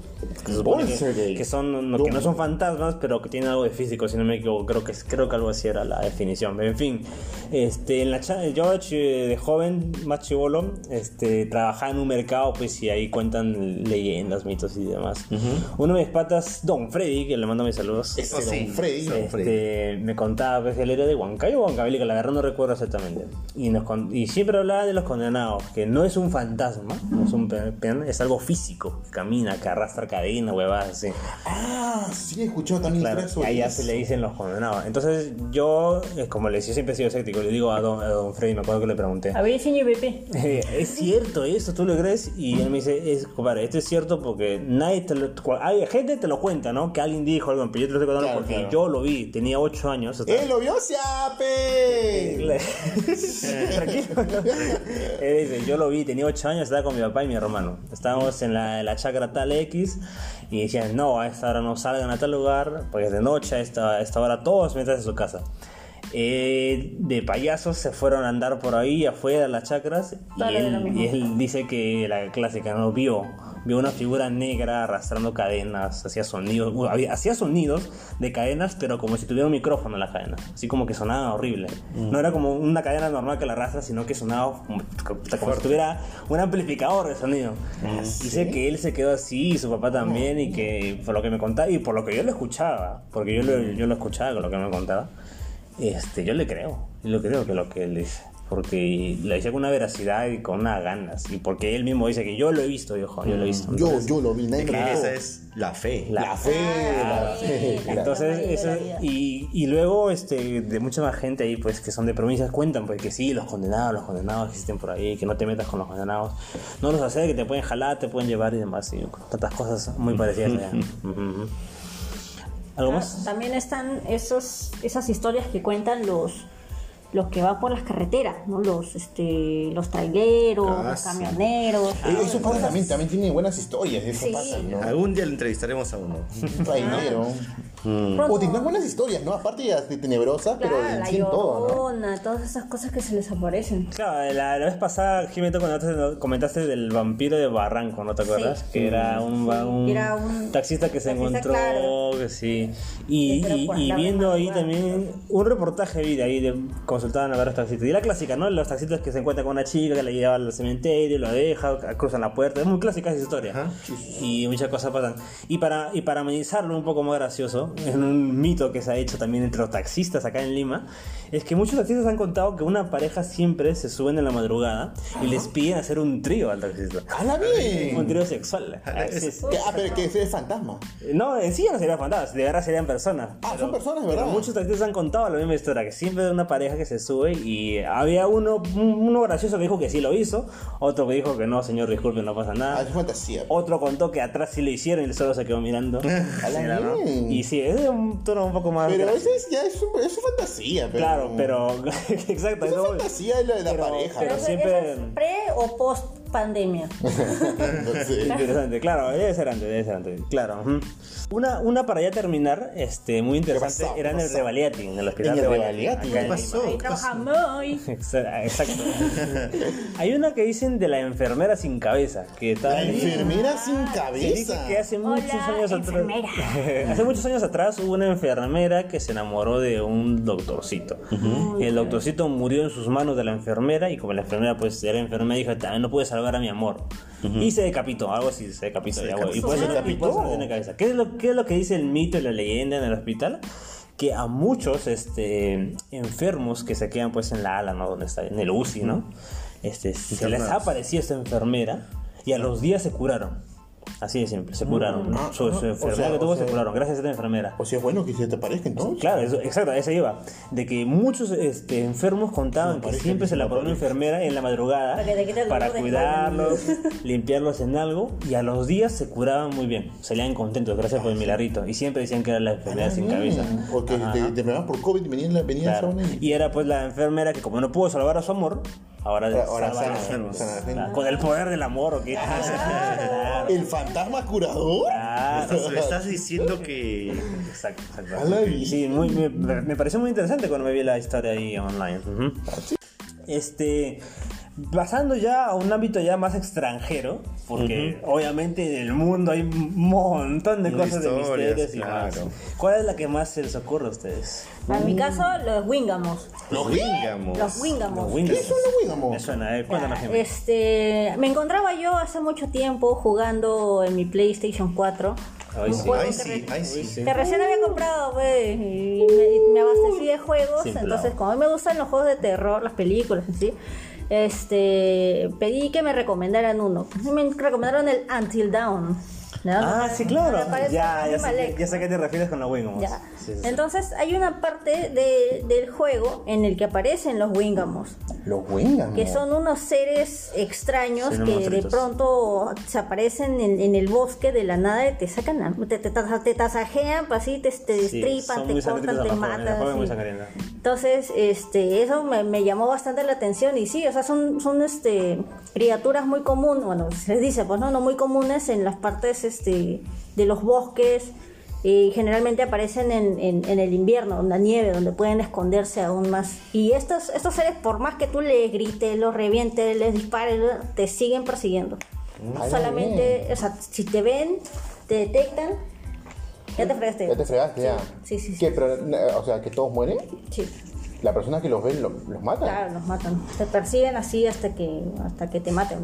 que, se supone que- Poltergeist. que son no, que no son fantasmas pero que tienen algo de físico si no me equivoco creo que es- creo que algo así era la definición en fin este en la cha- yo eh, de joven más chivolo este trabajaba en un mercado pues y ahí cuentan leyendas mitos y demás uno de mis patas Don Freddy que le mando mis saludos Ese Oh, don sí. Freddy. Sí. este, me contaba pues, que él era de Huancayo o Huancavelica, la verdad no recuerdo exactamente. Y, nos con- y siempre hablaba de los condenados, que no es un fantasma, no es, un pe- pe- es algo físico, que camina, que arrastra cadena, huevadas así. Ah, sí, he escuchado también Claro, historias sobre ahí ya eso. se le dicen los condenados. Entonces yo, eh, como le decía, siempre he sido escéptico, le digo a don, a don Freddy, me acuerdo que le pregunté. A ver, señor BP. Eh, es cierto esto, tú lo crees y él me dice, es, compadre, esto es cierto porque nadie te lo, cua- hay gente te lo cuenta, ¿no? Que alguien dijo algo, pero yo te lo estoy contando Claro, porque claro. yo lo vi, tenía 8 años. estaba- ¡Eh, lo vio Siape! Tranquilo. Él Eh, dice, yo lo vi, tenía 8 años, estaba con mi papá y mi hermano. Estábamos en la, en la chacra tal X y decían, no, a esta hora no salgan a tal lugar, porque es de noche, a esta, a esta hora todos metan en su casa. Eh, de payasos se fueron a andar por ahí afuera de las chacras Claro, y era lo él, mismo. y él dice que la clásica no vio vio una figura negra arrastrando cadenas hacía sonidos bueno, había- hacía sonidos de cadenas pero como si tuviera un micrófono en la cadena así como que sonaba horrible no era como una cadena normal que la arrastra sino que sonaba como, como si tuviera un amplificador de sonido dice que él se quedó así y su papá también y que por lo que me contaba y por lo que yo lo escuchaba porque yo lo, yo lo escuchaba con lo que me contaba este, yo le creo, yo le creo que lo que él dice. Porque lo dice con una veracidad y con unas ganas. Y porque él mismo dice que yo lo he visto, viejo, yo lo he visto. Yo, yo lo vi, nadie Que me lo esa contó. es la fe. La- La fe, Ah, la fe. Eh, Claro. Entonces, Maravilla eso- de la vida. y, y luego este, de mucha más gente ahí, pues que son de provincias, cuentan pues que sí, los condenados, los condenados existen por ahí, que no te metas con los condenados, no los haces, que te pueden jalar, te pueden llevar y demás, y tantas cosas muy parecidas allá. Ujú. ¿Algo Ah, más? También están esos, esas historias que cuentan los los que van por las carreteras, ¿no? Los este los traileros, Ah, los sí. camioneros. Ah, Ah, Eh, Esos patas también, también tienen buenas historias, eso Sí. pasa, ¿no? Algún día le entrevistaremos a uno. Trainero. Pronto- O tendrán buenas historias, ¿no? Aparte ya de tenebrosas, Claro, pero en la sí en todo, llorona, todas esas cosas que se les aparecen. Claro, la, la vez pasada, Jimena, cuando te- comentaste del vampiro de Barranco, ¿no te acuerdas? Que era un, va- sí, un era un taxista que se taxista, encontró, claro. que sí. Y, Que se lo y- fue a y la viendo ahí madrugada. también un reportaje vi de ahí, de, consultaban a varios taxistas. Y la clásica, ¿no? Los taxistas que se encuentran con una chica que la lleva al cementerio, la deja, cruzan la puerta. Es muy clásica esa historia. Y muchas cosas pasan. Y para, y para amenizarlo un poco más gracioso, en un mito que se ha hecho también entre los taxistas acá en Lima, es que muchos taxistas han contado que una pareja siempre se suben en la madrugada y les piden hacer un trío al taxista. ¿no? ¡Hala bien! Un trío sexual. Así es. Que- Ah, pero que ese es fantasma. Eh, No, en sí ya no serían fantasmas, de verdad serían personas. Ah, son personas, de Pero verdad. muchos taxistas han contado la misma historia, que siempre era una pareja que se sube y había uno, uno gracioso que dijo que sí lo hizo, otro que dijo que no, señor, disculpe, no pasa Ah, nada. es fantasía. Otro contó que atrás sí lo hicieron y él solo se quedó mirando. Así era, ¿no? bien. Y sí, es un tono un poco más... Pero eso es, ya es, un- eso es fantasía, pero... Claro, pero... Exacto. Esa no- fantasía es la de la pero- pero pareja. ¿no? Entonces, siempre- ¿eso es pre o post pandemia. Entonces, Interesante, claro, debe ser antes, debe ser antes, claro. ujú. Una, una para ya terminar, este, muy interesante, pasó? ¿Qué era en el pasó? Revaliati, en el hospital En el Revaliati, Revaliati, acá en ¿qué Lima. pasó? Ahí trabajamos. Exa- Exacto. Hay una que dicen de la enfermera sin cabeza, que está La enfermera sin que dice cabeza. que hace muchos Hola, años atrás. enfermera. hace muchos años atrás hubo una enfermera que se enamoró de un doctorcito. El doctorcito murió en sus manos de la enfermera y como la enfermera pues era enfermera dijo, también no puede salvar a mi amor. Y se decapitó, algo así, se decapitó. Se ya, güey. Y decapitó. por eso Se no- y por eso no tiene cabeza. ¿Qué es, lo, ¿Qué es lo que dice el mito y la leyenda en el hospital? Que a muchos este, enfermos que se quedan pues en la ala, ¿no? Donde está, en el UCI, ¿no? este, se les Internadas. apareció esta enfermera y a los días se curaron. Así de simple, se curaron. Ah, su, su ah, o enfermedad sea, que o tuvo sea- se curaron, gracias a esta enfermera. O sea, es bueno que se te aparezca entonces. Claro, eso, exacto, a eso iba. De que muchos este, enfermos contaban que parece, siempre se me la ponía una parece. enfermera en la madrugada Para que te quite el para dolor de espalda. cuidarlos, limpiarlos en algo y a los días se curaban muy bien. Salían contentos, gracias por el milarito. Y siempre decían que era la enfermedad sin cabeza. Porque Ajá. te, te enfermaban por COVID y venían la, venía Claro. esa una y- Y era pues la enfermera que como no pudo salvar a su amor, ahora, salva Ahora a sana, los enfermos. sana, sana. Claro, Con el poder del amor o qué. Claro. ¿El fantasma curador? Claro. Entonces, me estás diciendo que. Exacto, exacto. Ala, y- Sí, muy- me, me pareció muy interesante cuando me vi la historia ahí online. Ujú. Este, pasando ya a un ámbito ya más extranjero, porque obviamente en el mundo hay un montón de De cosas de historias, misterios y más. claro. ¿Cuál es la que más se les ocurre a ustedes? En mi caso, los Wingamos. ¿Los Wingamos. Los Wingamos. Windows. ¿Qué son los Wingamos? Me suena, eh. a ver, cuéntanos. Jimmy. Este, me encontraba yo hace mucho tiempo jugando en mi PlayStation 4. Ay, un sí. juego Ay, que sí, re- ay, sí. Sí. Que recién había comprado, pues, y me, me abastecí de juegos. Sin entonces, plan. como a mí me gustan los juegos de terror, las películas, así, este, pedí que me recomendaran uno. Y Me recomendaron el Until Dawn. ¿no? Ah, sí, claro. Me parece Ya, ya, sé, Malek. ya sé a qué te refieres con los Wingamos. Ya. Sí, sí, sí. Entonces hay una parte de- del juego en el que aparecen los Wingamos, Los Wingamos. que son unos seres extraños Sí, unos que de monstruitos. pronto se aparecen en, en el bosque de la nada y te sacan, a- te, te, tasa- te tasajean, pues, así te, te Sí, destripan, son te muy cortan, sangrientos te los jóvenes, los matan. jóvenes muy sí. sangrientos. Entonces, este, eso me, me llamó bastante la atención y sí, o sea, son, son este, criaturas muy comunes, bueno, se les dice, pues no, no muy comunes en las partes este, de los bosques eh, y generalmente aparecen en, en- en el invierno, en la nieve, donde pueden esconderse aún más. Y estos, estos seres, por más que tú les grites, los revientes, les dispares, te siguen persiguiendo. Ah, Solamente, o sea, si te ven, te detectan, ya te fregaste. Ya te fregaste, ya. Sí, sí, sí. ¿Qué, pero, eh, o sea, que todos mueren. Sí. La persona que los ve lo- los mata. Claro, los matan. Te persiguen así hasta que hasta que te maten.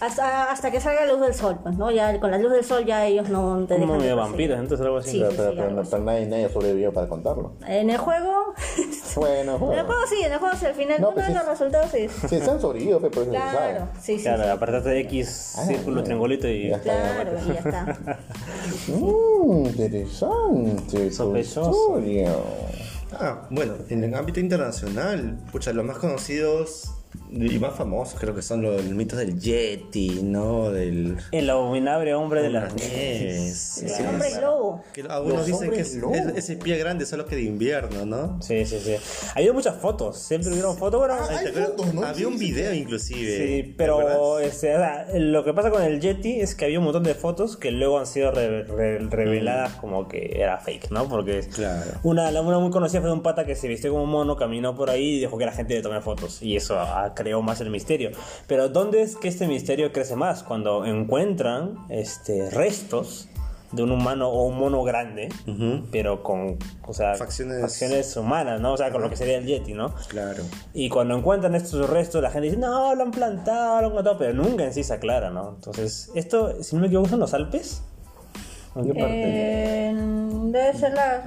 hasta, hasta que salga la luz del sol, pues, ¿no? Ya con la luz del sol ya ellos no Como te dejan. de medio perseguir. vampiros, entonces algo así. Sí. Pero, pero- pero algo no- así. pero nadie, nadie sobrevivió para contarlo. En el juego. Bueno, En el bueno. juego sí, en el juego sí, al final No, uno pues de sí. los resultados es. Sí, se han sobrevivido, pero eso se sabe. Claro, sí, sí. Claro, apartaste X, Ah, círculo, bueno. triangulito y. Ya. Claro, y ya está. Mm, interesante. tu Sospechoso. historia. Ah, bueno, en el ámbito internacional, pucha, los más conocidos y más famosos creo que son los mitos del Yeti, ¿no? Del. El abominable hombre de las nieves. El hombre lobo. Que algunos Los dicen que hombres es, lobo. es, es el pie grande, solo que de invierno, ¿no? Sí, sí, sí. Ha habido muchas fotos, siempre hubieron fotos, bueno, Ah, hay sí, fotos, ¿no? Había un video inclusive. ¿te pero acuerdas? este, o sea, lo que pasa con el Yeti es que había un montón de fotos que luego han sido re- re- reveladas como que era fake, ¿no? Porque Claro. una, la- una muy conocida fue de un pata que se vistió como mono, caminó por ahí y dejó que la gente le tome fotos. Y eso ah, creó más el misterio. Pero ¿dónde es que este misterio crece más? Cuando encuentran este, restos de un humano o un mono grande, pero con o sea, Facciones- facciones humanas, ¿no? O sea, con lo que sería el Yeti, ¿no? Claro. Y cuando encuentran estos restos, la gente dice, no, lo han plantado, lo han plantado, pero nunca en sí se aclara, ¿no? Entonces, esto, si no me equivoco, son los Alpes. ¿En qué parte? Eh, debe ser la.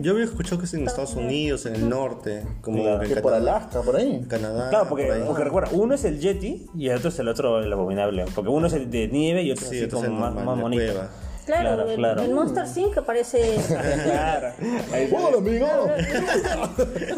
Yo había escuchado que es en Estados Unidos, en el norte, como Claro. en Que por Canadá. Alaska, por ahí. Canadá, claro, porque, por ahí. porque recuerda, uno es el Yeti y el otro es el otro, el abominable. Porque uno es el de nieve y otro Sí, es así otro es como el más, normal, más de bonito. cueva. Claro, claro, el, claro. el Monster Sync aparece. Claro. Ahí- ¡Hola, amigo!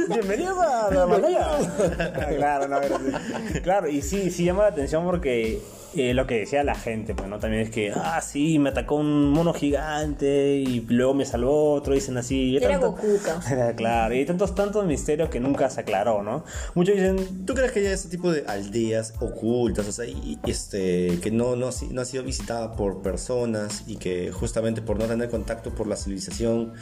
Bienvenidos a la Malaya. claro, no, pero sí. Claro, y sí, sí llama la atención porque eh, lo que decía la gente, pues, ¿no? También es que, ah, sí, me atacó un mono gigante y luego me salvó otro, dicen así. y Era Goku, pues. caos. Era, claro, y hay tantos, tantos misterios que nunca se aclaró, ¿no? Muchos dicen, ¿Tú crees que hay ese tipo de aldeas ocultas, o sea, y- y, este, que no, no, ha si- no ha sido visitada por personas y que justamente por no tener contacto por la civilización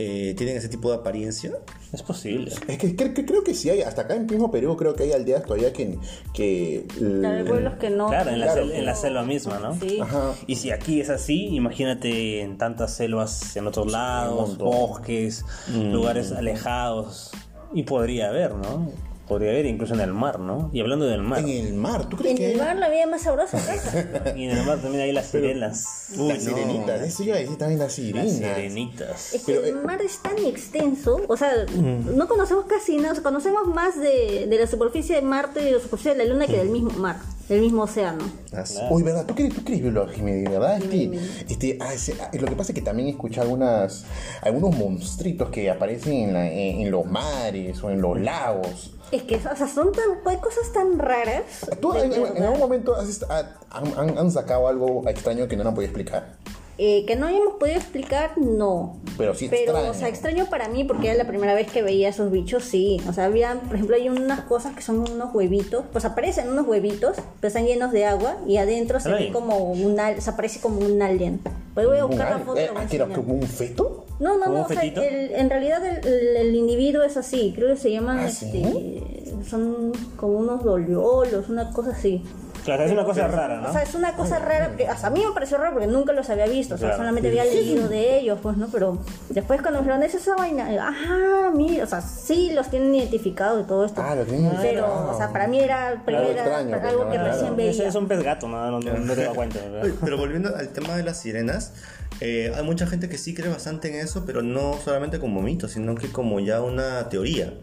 eh, tienen ese tipo de apariencia? es posible. Es que, cre- que creo que sí hay, hasta acá en mismo Perú creo que hay aldeas todavía que... que Claro, hay pueblos que no. Claro, en la, Claro. sel- en la selva misma, ¿no? Sí. Ajá. Y si aquí es así, imagínate en tantas selvas, en otros lados, montón. Mm. bosques, lugares alejados. Y podría haber, ¿no? podría haber incluso en el mar, ¿no? Y hablando del mar, En el mar, ¿tú crees En que.? el bar la vida es más sabrosa, casa. y en el mar también hay las sirenas, no. Uy, las sirenitas, eso iba a decir también las las sirenitas. sirenitas. Es que Pero, eh, Mm. el mar es tan extenso, o sea, no conocemos casi nada, o sea, conocemos más de, de la superficie de Marte y de la superficie de la Luna que Mm. del mismo mar, del mismo océano. Así. Uy, ¿verdad? ¿Tú crees, tú crees biología, ¿verdad? Este, Jimmy. este, ah, ese- ah, lo que pasa es que también escuché algunas, algunos monstruitos que aparecen en, la- en- en los mares o en los lagos. Es que, o sea, son tan, hay cosas tan raras. ¿Tú de en, en- en verdad, algún momento has est- ah, han, han- han sacado algo extraño que no nos podía explicar? eh, que no hayamos podido explicar, no. Pero sí Pero, extraño. o sea, extraño para mí porque era la primera vez que veía esos bichos, sí. O sea, había, por ejemplo, hay unas cosas que son unos huevitos, pues aparecen unos huevitos, pero están llenos de agua y adentro se ve Caray. como un alien, se aparece como un alien. Pues voy a ¿Un buscar la alien? foto. y Eh, la voy a ah, que era enseñar. como un feto? No, no, ¿Como no, un o sea, fetito? el- en realidad el, el- el individuo es así, creo que se llaman, ¿Ah, este, sí? son como unos doliolos, una cosa así. Claro, es una cosa rara, ¿no? O sea, es una cosa rara, que hasta a mí me pareció raro porque nunca los había visto, o sea, Claro. solamente había leído de ellos, pues, ¿no? Pero después cuando me dijeron, ¿es esa vaina? yo, Ajá, mira, o sea, sí los tienen identificados y todo esto. Ah, lo tienen Pero, identificado. o sea, para mí era primera, extraño, pues, algo ¿no? que Claro. recién veía. Es, es un pez gato, no, no, no, no te das cuenta. ¿verdad? Oye, Pero volviendo al tema de las sirenas, eh, hay mucha gente que sí cree bastante en eso, pero no solamente como mito, sino que como ya una teoría.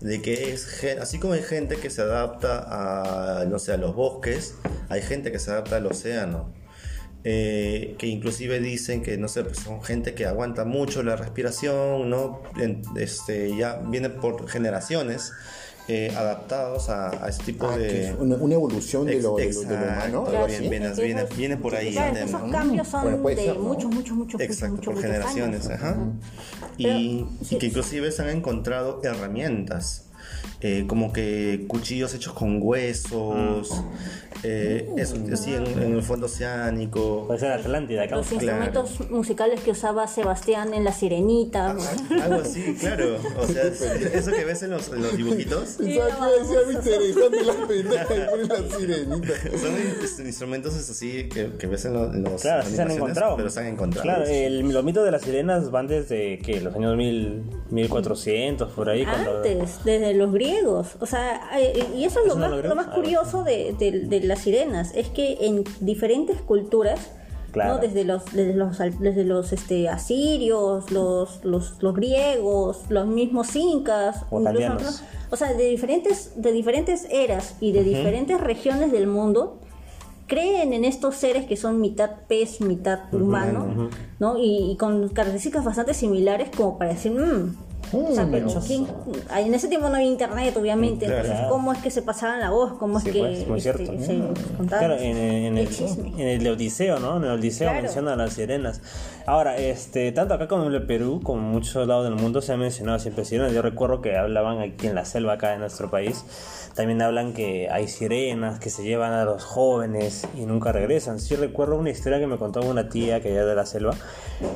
De que es gen- así como hay gente que se adapta a, no sé, a los bosques, hay gente que se adapta al océano. Eh, que inclusive dicen que, no sé, pues son gente que aguanta mucho la respiración, ¿no? En- este, ya viene por generaciones eh, adaptados a, a ese tipo Ah, que de... es una, una evolución de lo, de lo- de lo ah, humano. Exacto, algo bien, así. bien. Viene- Esos- viene- viene por ahí claro, el esos tema, ¿no? cambios son Bueno, puede de ser, ¿no? muchos, muchos, muchos, Exacto, muchos, por muchos años. generaciones, ajá. Y, y que inclusive se han encontrado herramientas, eh, como que cuchillos hechos con huesos, eh, eso, Mm. sí, en, en el fondo oceánico. Puede ser Atlántida, acá. Los instrumentos musicales que usaba Sebastián en La Sirenita. ¿no? Ah, ah. Algo así, claro. O sea, es- eso que ves en los, en los dibujitos Pensaba que decía muy interesante la pendeja y ponen la sirenita. son in- instrumentos es así que, que ves en los. en los Claro, sí se han animaciones, encontrado. Pero se han encontrado. Claro, el, los mitos de las sirenas van desde que los años mil, 1400, por ahí. cuando- Antes, desde los griegos. O sea, eh, y eso es lo ¿Eso no más, lo lo griegos? más Ah, curioso de, de- de las sirenas, es que en diferentes culturas, Claro. ¿no? desde los, desde los, al- desde los este, asirios, los, los, los griegos, los mismos incas, Wakandianos. otros- o sea, de diferentes, de diferentes eras y de diferentes regiones del mundo, creen en estos seres que son mitad pez, mitad humano, ¿no? Y, y con características bastante similares como para decir, "Mm, Uh, o sea, pero ¿quién- ay, en ese tiempo no había internet, obviamente, Claro. entonces, ¿cómo es que se pasaban la voz? ¿Cómo es Sí, que pues, muy este, cierto. se contaban? Claro, en, en El el, chisme. en el Odiseo, ¿no? En el Odiseo Claro. menciona a las sirenas. Ahora, este, tanto acá como en el Perú, como en muchos lados del mundo, se han mencionado siempre sirenas. Yo recuerdo que hablaban aquí en la selva, acá en nuestro país, también hablan que hay sirenas que se llevan a los jóvenes y nunca regresan. Sí recuerdo una historia que me contó una tía que era de la selva,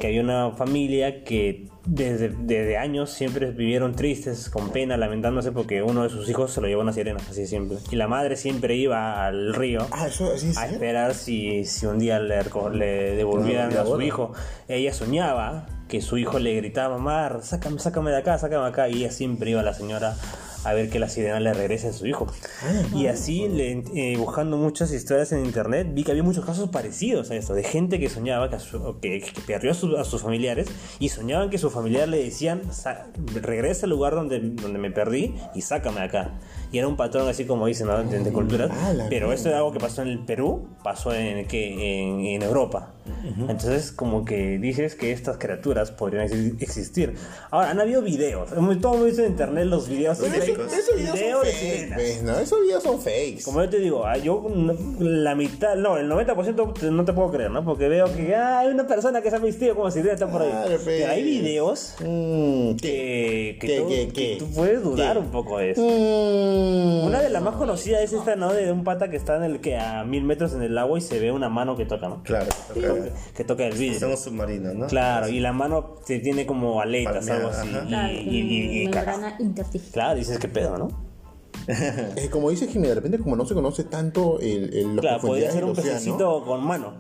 que había una familia que desde, desde años siempre vivieron tristes, con pena, lamentándose porque uno de sus hijos se lo llevó una sirena, así siempre. Y la madre siempre iba al río Ah, eso sí, sí. a esperar si, si un día le, reco- le devolvían No, a su bueno. hijo. Ella soñaba que su hijo le gritaba, Mar, sácame, sácame de acá, sácame de acá. Y ella siempre iba a la señora a ver que la sirena le regrese a su hijo. Ah, Y así, le- eh, buscando muchas historias en internet, vi que había muchos casos parecidos a esto, de gente que soñaba, que, a su- que, que perdió a, su- a sus familiares y soñaban que su familiar le decían, "Sa- regresa al lugar donde, donde me perdí y sácame de acá. Y era un patrón así como dicen, ¿no? De, de culturas. Ah, la Pero esto era algo que pasó en el Perú, pasó en, que en, en Europa. Entonces, como que dices que estas criaturas podrían exi- existir. Ahora, han habido videos. Hemos- Todo hemos visto en internet los videos. Pero eso- Sirenicos. esos videos Video son de fakes, sirenas. pues, ¿no? Esos videos son fakes. Como yo te digo, ah, yo no- la mitad, no, el 90% te- no te puedo creer, ¿no? Porque veo que ah, hay una persona que se ha vestido como si está por ahí. Claro, pues. Pero hay videos Mm, ¿qué? que, que ¿Qué, tú, qué, que qué? tú puedes dudar ¿Qué? un poco de eso. Mm. Una de las más conocidas es esta, ¿no? De un pata que está en el que a mil metros en el agua y se ve una mano que toca, ¿no? Claro, Que- Que toca el vidrio. Somos submarinos, ¿no? Claro, y la mano te tiene como aletas, Palmeada, algo así. ajá. Y, y, y- y- membrana carajo. interdigital. Claro, dices que pedo, ¿no? Eh, como dice Jimmy, de repente como no se conoce tanto el, el las Claro, podría profundidades ser del un océano, pececito con mano.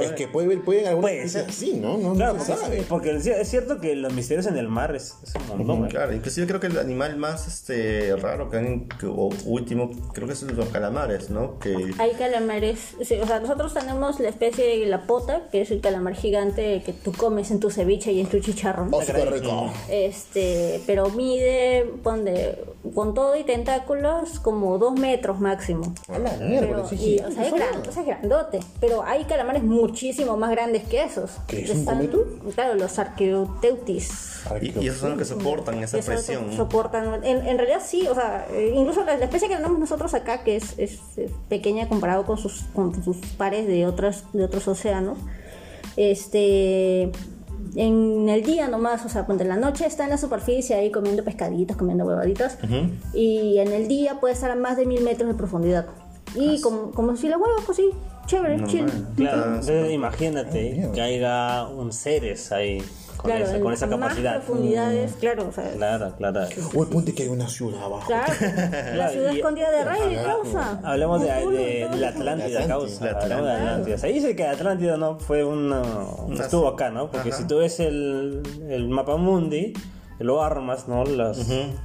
Es que puede ver, pueden algunas Puede cosas ser. así, ¿no? No, Claro, Pues no se porque, sabe. porque es es cierto que los misterios en el mar es, es un montón. ¿eh? Claro, inclusive creo que el animal más este raro que han, que- o último, creo que es los calamares, ¿no? Que Hay calamares, sí, o sea, nosotros tenemos la especie de la pota, que es el calamar gigante que tú comes en tu ceviche y en tu chicharrón. Oh, súper rico. Este, pero mide, ponle, con todo y tentáculos, como dos metros máximo. A la Pero, mierda, sí, y, sí. o sea, es, gran- o sea, es grandote, pero hay calamares muchísimo más grandes que esos. ¿Qué es un Están- cometo? Claro, los arqueoteutis. y, y esos son los que soportan esa Eso presión. so- soportan. En, en realidad sí, o sea, eh, incluso la, la especie que tenemos nosotros acá, que es, es, eh, pequeña comparado con sus, con sus pares de, otras, de otros océanos, este, en el día nomás, o sea, cuando en la noche está en la superficie ahí comiendo pescaditos, comiendo huevaditas, y en el día puede estar a más de mil metros de profundidad. Y como, como si la hueva, pues sí, chévere, Normal. chill. Ah, Claro, Claro. entonces imagínate mierda. que haya un Ceres ahí con Claro, esa, en- con esa más capacidad. profundidades, claro, o sea, Claro, claro. Uy, ponte que hay una ciudad abajo. claro, la ciudad y- escondida de Rey de causa. Hablamos de, Cthulhu, de causa. la Atlántida, Atlántida. causa. La Hablamos de Atlántida. Atlántida. Se dice que Atlántida no fue una. Una- Estuvo acá, ¿no? Porque Ajá. si tú ves el, el mapa mundi, lo armas, ¿no? Las,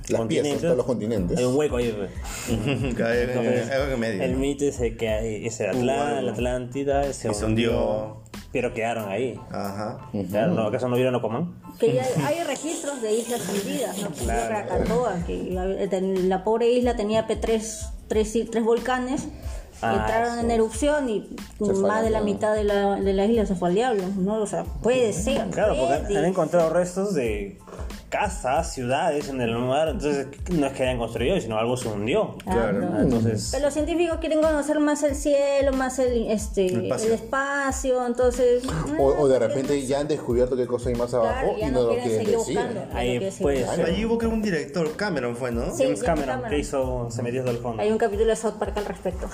Las piezas, todos los continentes. Hay un hueco ahí, güey. Cae en- Entonces, algo en medio. El mito es de que hay- es el Hubo Atlán- algo. la Atlántida se, Y se hundió. Pero quedaron ahí. Ajá. Claro, ¿no? ¿Acaso no vieron Aquaman? Que ya hay registros de islas hundidas, ¿no? Por ejemplo, Krakatoa, que la, la pobre isla tenía pe- tres, tres, i- tres volcanes, Ah, entraron eso. en erupción y fue más al de la diablo. mitad de la, de la isla se fue al diablo, ¿no? O sea, puede ser. Claro, porque han- puede. han encontrado restos de casas, ciudades en el mar. Entonces, no es que hayan construido, sino algo se hundió. Ah, Claro. no. Ah, Entonces, Pero los científicos quieren conocer más el cielo, más el, este, el, espacio. espacio. entonces... O, o de ah, repente ya han descubierto qué cosa hay más abajo Claro, ya y no, no lo quieren quieren seguir decir. buscando. ya no Ahí pues, quieren seguir puede buscando. ser. Allí hubo que un director, Cameron fue, ¿no? Sí, James ya Cameron, Cameron. que hizo Se metió del fondo. Hay un capítulo de South Park al respecto.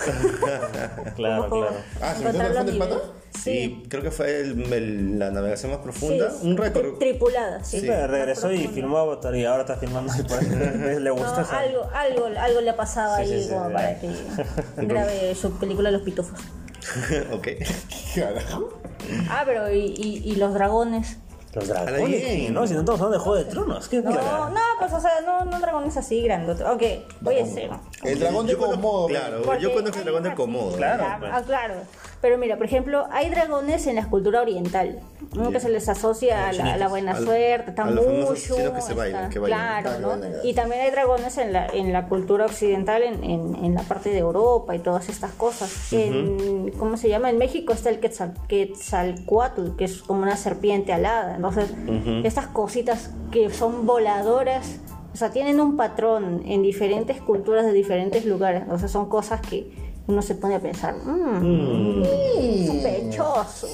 Claro, Ojo, claro. Ah, ¿se metió encontrar en el los fondo el niveles. Sí, creo que fue el- el- la navegación más profunda. Sí, un tri- récord. Tripulada, sí. Sí, pero regresó y filmó Avatar y ahora está filmando. y por ahí Le No, gusta esa- algo, algo, algo le pasaba Sí, ahí sí, sí, como sí. para que grabe su película Los Pitufos. ok. Carajo. Ah, pero y, y- y los dragones. Los A la dragones, bien. ¿no? Si no, todos son de Juego de Tronos. ¿Qué No, claro. no, pues o sea, no, no dragones así grandote. Aunque, oye, cero. El dragón de Yo conozco- Komodo. Claro, Porque yo conozco el hay dragón de una- Komodo. Claro, Ah, pues. ah, claro. Pero mira, por ejemplo, hay dragones en la escultura oriental, ¿no? que Bien. se les asocia a la, a la buena Al- suerte, a los famosos tamushu, chinos que se bailan, está- que bailan. Ah, Claro, que ¿no? bailan, claro. Y también hay dragones en la, en la cultura occidental, en, en- en la parte de Europa y todas estas cosas. En- ¿Cómo se llama? En México está el quetzal, quetzalcoatl, que es como una serpiente alada. Entonces, estas cositas que son voladoras, o sea, tienen un patrón en diferentes culturas de diferentes lugares. Entonces, son cosas que uno se pone a pensar, "Mm, mm, sospechoso.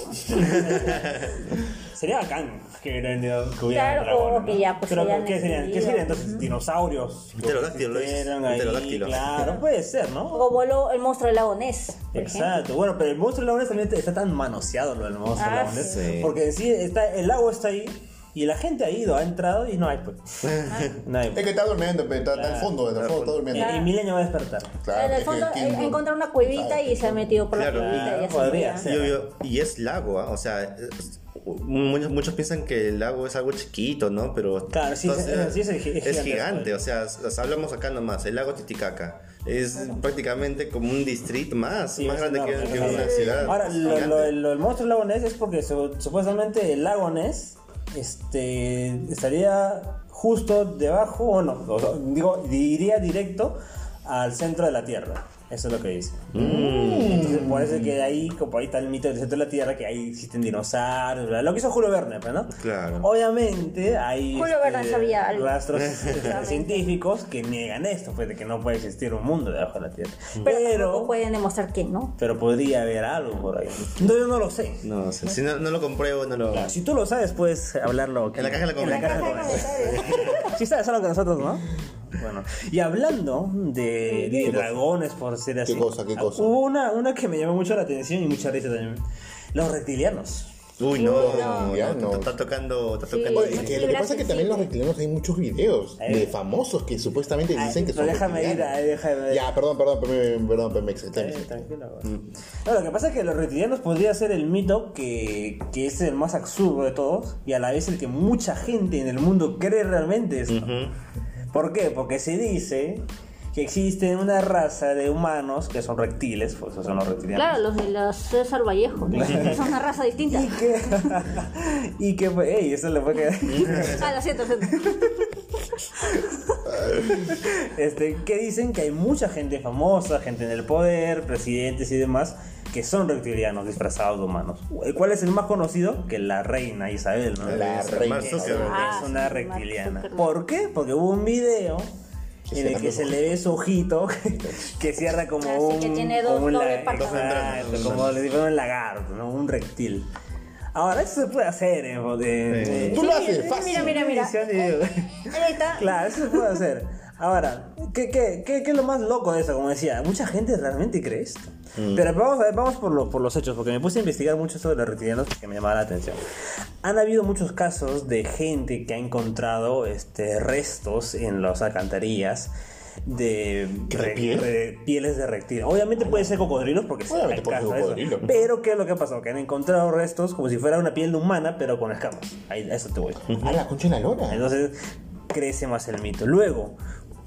Sería bacán que hubieran que hubiera Claro, dragones, o que ¿no? ya, pues, Pero, hayan ¿qué serían? ¿Qué extinguido. serían entonces? ¿Dinosaurios? Pterodáctilos, Que existieron Luis. ahí, Pterodáctilos. Claro, puede ser, ¿no? O voló el monstruo del lago Ness, por ejemplo. Exacto, bueno, pero el monstruo del lago Ness también está tan manoseado lo del monstruo del Ah, lago Ness, sí. porque en sí está, el lago está ahí y la gente ha ido, ha entrado y no hay pues. Ah. No hay, Es pues. que está durmiendo, pero está, está al fondo, está al fondo, está Y, durmiendo. y Milenio va a despertar. Claro, en es el que fondo eh, el él tiempo- encontró una cuevita y se ha metido por Claro. la cuevita y Ah, ya se podría fue. ser. Y, obvio- y es lago, ¿ah? o sea, es- muchos, muchos piensan que el lago es algo chiquito, ¿no? Pero Claro, sí, entonces, es- sí, es gi- es pues. gigantesco. es gigante, o sea, s- s- hablamos acá nomás, el lago Titicaca es prácticamente como un distrito más, Sí, más es grande que, enorme, que es una enorme. ciudad. Ahora, es lo, gigante. lo- lo- el monstruo del lago Ness es porque su- supuestamente el lago Ness este, estaría justo debajo, o no, o sea, digo, iría directo al centro de la Tierra. Eso es lo que dice. Mm. Entonces, por eso es que de ahí, como ahí está el mito del centro de la Tierra, que ahí existen dinosaurios, bla, lo que hizo Julio Verne, pues, ¿no? Claro. Obviamente, hay Julio Verne sabía algo. rastros este, científicos que niegan esto, pues, de que no puede existir un mundo debajo de la Tierra. Pero, No pueden demostrar que no. pero podría haber algo por ahí. No, yo no lo sé. No, o sea, si no, no lo compruebo, no lo... Si tú lo sabes, puedes hablarlo aquí. En la caja de la En caja de comentarios. comentarios. Sí sabes algo que nosotros, ¿no? Bueno, y hablando de, de dragones, por ser así. cosa, qué cosa? Hubo una, una que me llamó mucho la atención y mucha risa también. Los reptilianos. Uy, no, no, no, ya está- no. Está tocando, está Sí. tocando. Oye, es que lo que pasa es que también en los reptilianos hay muchos videos Eh. de famosos que supuestamente Ay, dicen que pero son déjame ir, reptilianos. ay, déjame- Ya, perdón, perdón, perdón, perdón, perdón, me exalté, me Eh, exalté. tranquilo. No, lo que pasa es que los reptilianos podría ser el mito que, que es el más absurdo de todos y a la vez el que mucha gente en el mundo cree realmente esto. ¿Por qué? Porque se dice que existe una raza de humanos que son reptiles, pues esos son los reptilianos. Claro, los de los César Vallejo. Es una raza distinta. Y que. y que. ¡Ey! Eso le fue que. Ah, lo siento, lo siento. este, que dicen que hay mucha gente famosa, gente en el poder, presidentes y demás, que son reptilianos disfrazados de humanos. ¿Cuál es el más conocido? Que la reina Isabel, ¿no? La Mark reina. Zuckerberg. Ah, es una sí, reptiliana. Mark Zuckerberg. ¿Por qué? Porque hubo un video Que en el cierra que los se le ve su ojito que, que cierra como Así un. Ah, que tiene dos como un doble la- patas. Exacto, Dos membranas, dos como le dijeron un lagarto, ¿no? Un reptil. Ahora, eso se puede hacer. ¿eh? De- Sí. de- Tú lo haces mira, fácil. mira, mira. Eh, edición de video. Ahí está. Claro, eso se puede hacer. Ahora, ¿qué, qué, qué, qué es lo más loco de eso? Como decía, mucha gente realmente cree esto. Mm. Pero vamos a ver, vamos por, lo- por los hechos, porque me puse a investigar mucho sobre los reptilianos que me llamaba la atención. Han habido muchos casos de gente que ha encontrado este, restos en las alcantarillas de ¿De re- piel? re- pieles de reptil. Obviamente puede ser cocodrilos porque sí, Obviamente hay puede ser casos de eso. cocodrilo. Pero ¿qué es lo que ha pasado? Que han encontrado restos como si fuera una piel de humana, pero con escamas. Ahí, a eso te voy. A la concha de la lora. Entonces crece más el mito. Luego,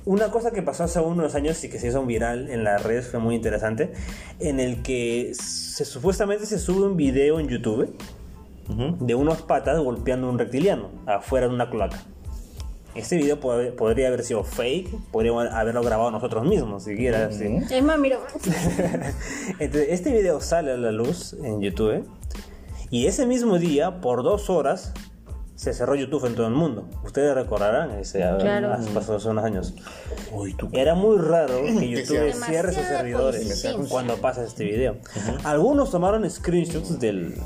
una cosa que pasó hace unos años y que se hizo viral en las redes fue muy interesante, en el que se, supuestamente se sube un video en YouTube de unos patas golpeando a un reptiliano afuera de una cloaca. Este video pod- podría haber sido fake, podríamos haberlo grabado nosotros mismos, si quieras. sí. Es más, mira. Entonces, este video sale a la luz en YouTube y ese mismo día, por dos horas, se cerró YouTube en todo el mundo. Ustedes recordarán, ese, Claro. hace- pasó hace unos años. Mm. Uy, tú. Era muy raro que YouTube sea- cierre sus Demasiada servidores consistencia. cuando pasa este video. Algunos tomaron screenshots del,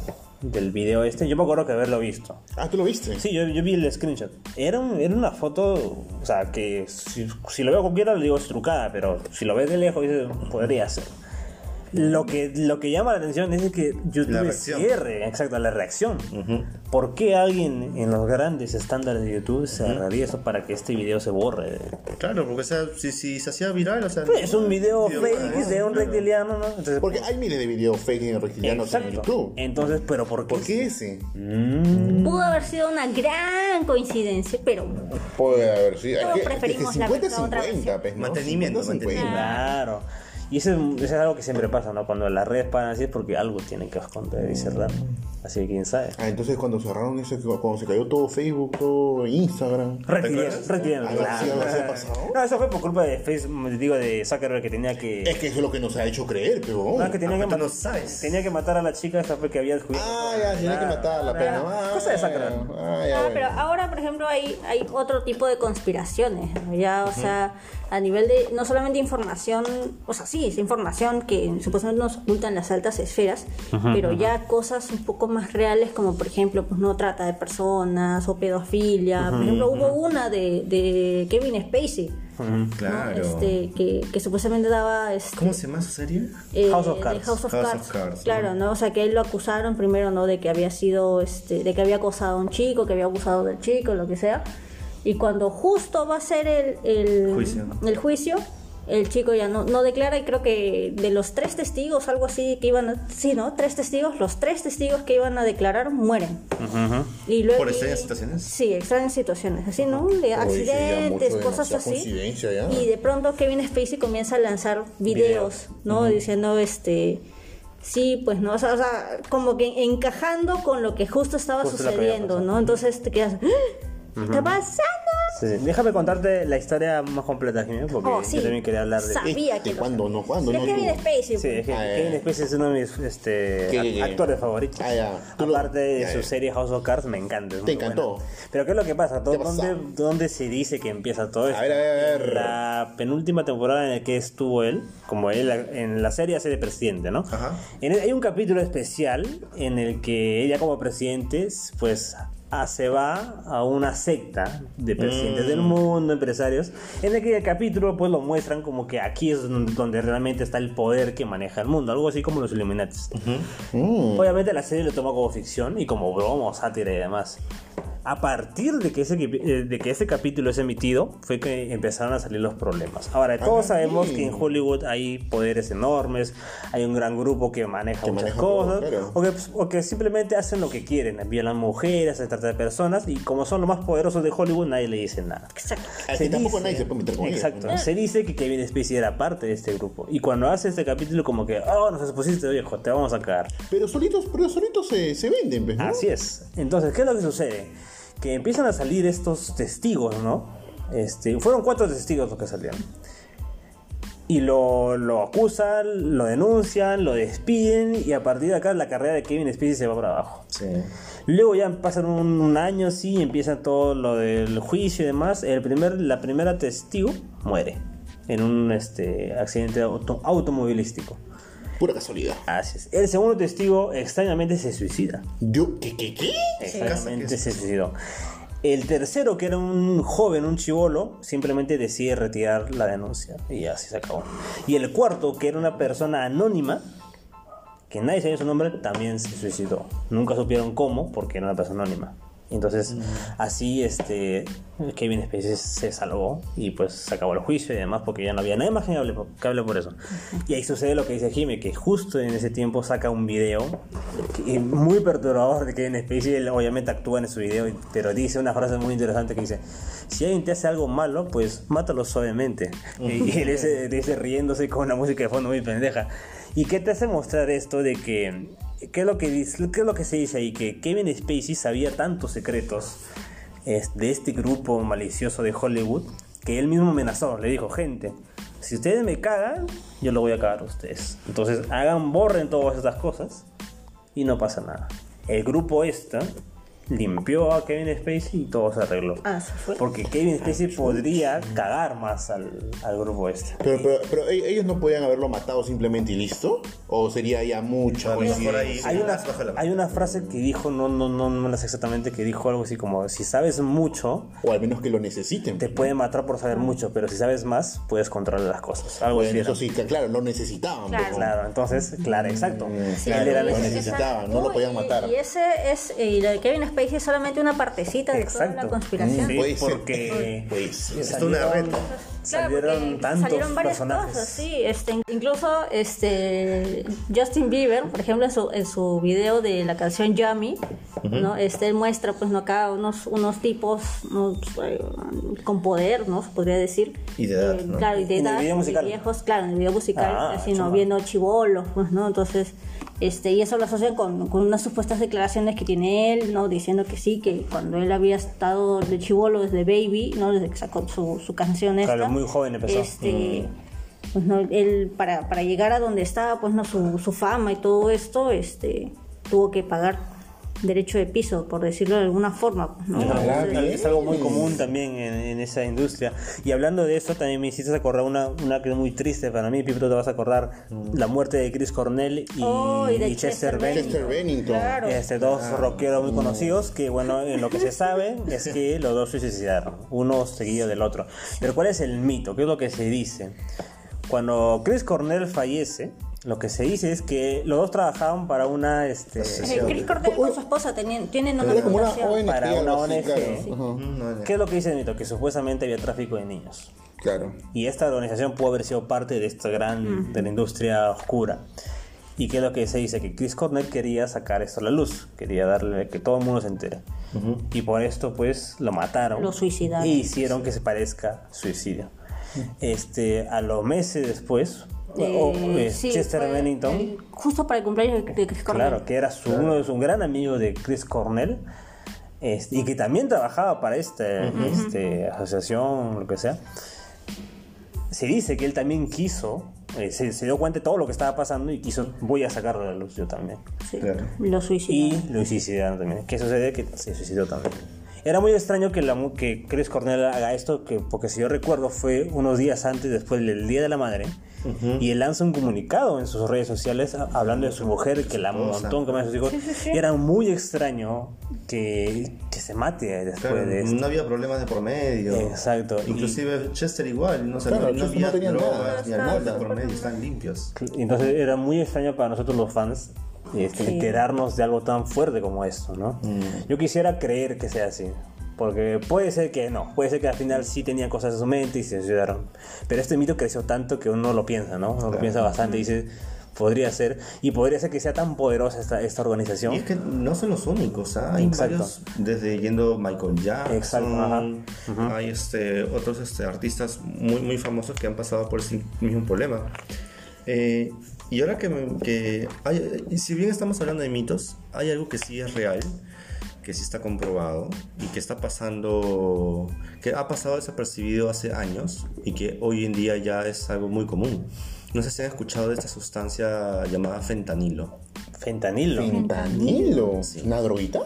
del video este. Yo me acuerdo que haberlo visto. Ah, tú lo viste. Sí, yo, yo vi el screenshot. Era, un- era una foto, o sea, que si, si lo veo a cualquiera le digo es trucada, pero si lo ves de lejos dices, podría ser. Lo que, lo que llama la atención es que La YouTube reacción. cierre, exacto, la reacción. ¿Por qué alguien en los grandes estándares de YouTube cerraría eso para que este video se borre? Claro, porque o sea, si, si se hacía viral, o sea. Pues, Es un video fake para- de un claro. reptiliano, ¿no? Entonces, Porque hay miles de videos fake en reptilianos en exacto. YouTube. Entonces, ¿pero por qué? ¿Por qué ese? Pudo haber sido una gran coincidencia, pero Puede haber sido. Todos Es que- es que preferimos la 50-50, otra pues, ¿no? Mantenimiento, 50-50. Claro. Y eso es, eso es algo que siempre pasa, ¿no? Cuando las redes paran así es porque algo tienen que esconder y cerrar. Así que quién sabe. Ah, entonces cuando cerraron eso, cuando se cayó todo Facebook, todo Instagram. Retiraron, acuerdas? retiraron. Algo así, algo así ha pasado. No, eso fue por culpa de Facebook, digo, de Zuckerberg que tenía que. Es que eso es lo que nos ha hecho creer, pero. no, que tenía Ah, que pero tú matar. no sabes. Tenía que matar a la chica esa fue que había descubierto. Ah, ya, tenía que matarla, Claro. pero. ah, Cosa de ya, Zuckerberg. Ah, ya, Ah, bueno. pero ahora, por ejemplo, hay, hay otro tipo de conspiraciones, ¿no? ya, o sea, a nivel de, no solamente información, o sea, sí, es información que supuestamente nos ocultan las altas esferas, pero ya cosas un poco más reales, como por ejemplo, pues no trata de personas o pedofilia, por ejemplo, hubo una de, de Kevin Spacey, ¿no? Claro. este, que, que supuestamente daba... este, ¿Cómo se llama su serie? eh, House of de Cards. House of House of Cards. Cards, Claro, ¿no? O sea, que él lo acusaron primero, ¿no? De que había sido, este, de que había acosado a un chico, que había abusado del chico, lo que sea. Y cuando justo va a ser el, el Juicio. el juicio, el chico ya no, no declara y creo que de los tres testigos, algo así, que iban a, sí, ¿no? Tres testigos, los tres testigos que iban a declarar mueren. y luego, Por extrañas situaciones. Sí, extrañas situaciones, así, ¿no? De Oye, sí, ya accidentes, mucho, cosas demasiada así. coincidencia, ya. Y de pronto Kevin Spacey comienza a lanzar videos, ¿no? Diciendo, este, sí, pues no, o sea, o sea, como que encajando con lo que justo estaba Justo lo que había sucediendo, pasado. ¿no? Entonces te quedas, ¡Ah! ¿qué está pasando? Sí, sí. Déjame contarte la historia más completa, Jimmy, porque Oh, sí. yo también quería hablar de. Sa- Este, Sabía que lo- ¿Cuándo? ¿No? ¿Cuándo? Es No, Kevin tú. Spacey. Sí, es que Ah, ya, Kevin ya. Spacey es uno de mis este, Que- ac- que- actores favoritos. Ah, ya. Tú lo- Aparte de ya, su ya. serie House of Cards, me encanta. es Te muy buena. encantó. Pero ¿qué es lo que pasa? ¿Dó- ¿Qué pasa? ¿Dónde, dónde se dice que empieza todo esto? ver, a ver, a ver. La penúltima temporada en la que estuvo él, como él en la serie hace de presidente, ¿no? Ajá. En el- hay un capítulo especial en el que ella como presidente, pues ah, se va a una secta de presidentes del mundo, empresarios. En aquel capítulo, pues lo muestran como que aquí es don- donde realmente está el poder que maneja el mundo, algo así como los Illuminatis. Obviamente la serie lo toma como ficción y como broma o sátira y demás. A partir de que, ese, equi- eh, de que ese capítulo es emitido, fue que empezaron a salir los problemas. Ahora, todos Ah, sabemos sí. que en Hollywood hay poderes enormes, hay un gran grupo que maneja Que muchas maneja todo, cosas, claro. o, que, o que simplemente hacen lo que quieren, violan mujeres, se trata de personas, y como son los más poderosos de Hollywood, nadie le dice nada. Exacto. Aquí tampoco nadie se puede meter con ellos, Exacto. ¿no? Se dice que Kevin Spacey era parte de este grupo. Y cuando hace este capítulo, como que, oh, nos expusiste, viejo, te vamos a cagar. Pero solitos, pero solitos se, se venden, pues, ¿no? Así es. Entonces, ¿qué es lo que sucede? Que empiezan a salir estos testigos, ¿no? Este, fueron cuatro testigos los que salieron. Y lo, lo acusan, lo denuncian, lo despiden y a partir de acá la carrera de Kevin Spacey se va para abajo. Luego ya pasan un, un año, sí, empieza todo lo del juicio y demás. El primer, la primera testigo muere en un este, accidente auto- automovilístico. Pura casualidad. Así es. El segundo testigo extrañamente se suicida. Yo, ¿qué, qué, qué? Exactamente, se suicidó. El tercero, que era un joven, un chivolo, simplemente decide retirar la denuncia y así se acabó. Y el cuarto, que era una persona anónima, que nadie sabía su nombre, también se suicidó. Nunca supieron cómo, porque era una persona anónima. Entonces, así este Kevin Spacey se salvó y pues se acabó el juicio y demás, porque ya no había nadie más que hable, por- que hable por eso. Y ahí sucede lo que dice Jimmy, que justo en ese tiempo saca un video que- muy perturbador de Kevin Spacey. Él obviamente actúa en su video, y- pero dice una frase muy interesante que dice: Si alguien te hace algo malo, pues mátalo suavemente. y él dice, dice riéndose con una música de fondo muy pendeja. ¿Y qué te hace mostrar esto de que... ¿Qué es lo que, dice- qué es lo que se dice ahí? Que Kevin Spacey sabía tantos secretos es, de este grupo malicioso de Hollywood que él mismo amenazó. Le dijo, gente, si ustedes me cagan, yo lo voy a cagar a ustedes. Entonces hagan, borren todas estas cosas y no pasa nada. El grupo esta limpió a Kevin Spacey y todo se arregló. Así Ah, fue. Porque Kevin Spacey podría cagar más al, al grupo este. Pero, pero, pero ¿e- ellos no podían haberlo matado simplemente y listo. O sería ya mucha A lo mejor coincidencia. ahí- Pues hay una, más bajo la mano. hay una frase que dijo, no, no, no, no la sé exactamente, que dijo algo así como, si sabes mucho, O al menos que lo necesiten. te pueden matar por saber mucho, pero si sabes más, puedes controlar las cosas. Algo así. Bueno, era. eso sí, que, claro, lo necesitaban. Claro. pues, ¿no? Claro, entonces, claro, exacto. claro, Él era lo la- necesitaba. no lo podían matar. Y, ese es, eh, y lo de Kevin Spacey es solamente una partecita de toda Exacto. la conspiración. Sí, Puede ser. porque Puede ser. Es una salieron- red. Claro, porque salieron tantos salieron varias personajes. cosas, sí. Este, incluso este, Justin Bieber, por ejemplo, en su, en su video de la canción Yummy, ¿no? este, él muestra pues no acá unos, unos tipos unos, eh, con poder, ¿no? Se podría decir. Y de edad, ¿no? Claro, y de En el edad, video y musical. viejos, claro, en el video musical, Ah, así, ¿no? chuma. Viendo chivolos, pues, ¿no? Entonces, este, y eso lo asocian con, con unas supuestas declaraciones que tiene él, ¿no? Diciendo que sí, que cuando él había estado de chivolo desde baby, ¿no? Desde que sacó su, su canción esta. Claro, muy joven empezó. Mm. Este, pues, ¿no? Él, para, para llegar a donde estaba, pues, ¿no? Su, su fama y todo esto, este, tuvo que pagar derecho de piso, por decirlo de alguna forma, pues, ¿no? Es algo- Ah, bien. Es algo muy común también en, en esa industria. Y hablando de eso, también me hiciste acordar una, una que es muy triste para mí, Pipro, te vas a acordar, la muerte de Chris Cornell y, Oh, y de y Chester Chester Bennington. Chester Bennington. Claro. Este, dos rockeros muy conocidos que, bueno, en lo que se sabe es que los dos se suicidaron, uno seguido del otro. Pero ¿cuál es el mito? ¿Qué es lo que se dice? Cuando Chris Cornell fallece, lo que se dice es que los dos trabajaban para una... Este, Eh, Chris Cornell con su esposa tenían, tienen una Era como una relación. ONG. Para una algo así, ONG. Claro. Ajá, ¿Qué es lo que dice el mito? Que supuestamente había tráfico de niños. claro. Y esta organización pudo haber sido parte de esta gran, de la industria oscura. Y que es lo que se dice, que Chris Cornell quería sacar esto a la luz, quería darle que todo el mundo se entere. Y por esto pues lo mataron. Lo suicidaron. Y hicieron que se parezca suicidio. Este, a los meses después, o- Eh, eh, sí, Chester fue Bennington, el- Justo para el cumpleaños de Chris Cornell. claro, que era su, uno de un gran amigo de Chris Cornell, este, y que también trabajaba para este, este, asociación, lo que sea. Se dice que él también quiso, eh, se, se dio cuenta de todo lo que estaba pasando y quiso, voy a sacarlo a la luz yo también. Sí, Claro. Lo suicidó. Y lo suicidaron también. ¿Qué sucede? Que se suicidó también. Era muy extraño que, la, mu- que Chris Cornell haga esto, que, porque si yo recuerdo fue unos días antes, después del Día de la Madre, y él lanza un comunicado en sus redes sociales a- hablando de su mujer, que la ama un esposa. montón, que ama a sus hijos. Sí, sí, sí. Y era muy extraño que, que se mate después Claro, de esto. no había problemas de por medio. Exacto. Inclusive Chester igual, no, se no Claro, Chester había no tenía drogas nada. ni alcohol de por medio, están limpios. Y Entonces era muy extraño para nosotros los fans este, Sí. enterarnos de algo tan fuerte como esto, ¿no? Mm. Yo quisiera creer que sea así. Porque puede ser que no, puede ser que al final sí tenían cosas en su mente y se ayudaron. Pero este mito creció tanto que uno lo piensa, ¿no? Uno lo piensa bastante y dice, podría ser. Y podría ser que sea tan poderosa esta, esta organización. Y es que no son los únicos, ¿ah? hay Exacto. varios, desde yendo Michael Jackson, Exacto, ajá. hay este, otros este, artistas muy, muy famosos que han pasado por ese mismo problema. Eh, y ahora que, me- que hay- y si bien estamos hablando de mitos, hay algo que sí es real, que sí está comprobado y que está pasando, que ha pasado desapercibido hace años y que hoy en día ya es algo muy común. No sé si han escuchado de esta sustancia llamada fentanilo. Fentanilo. ¿Fentanilo? ¿Una droguita?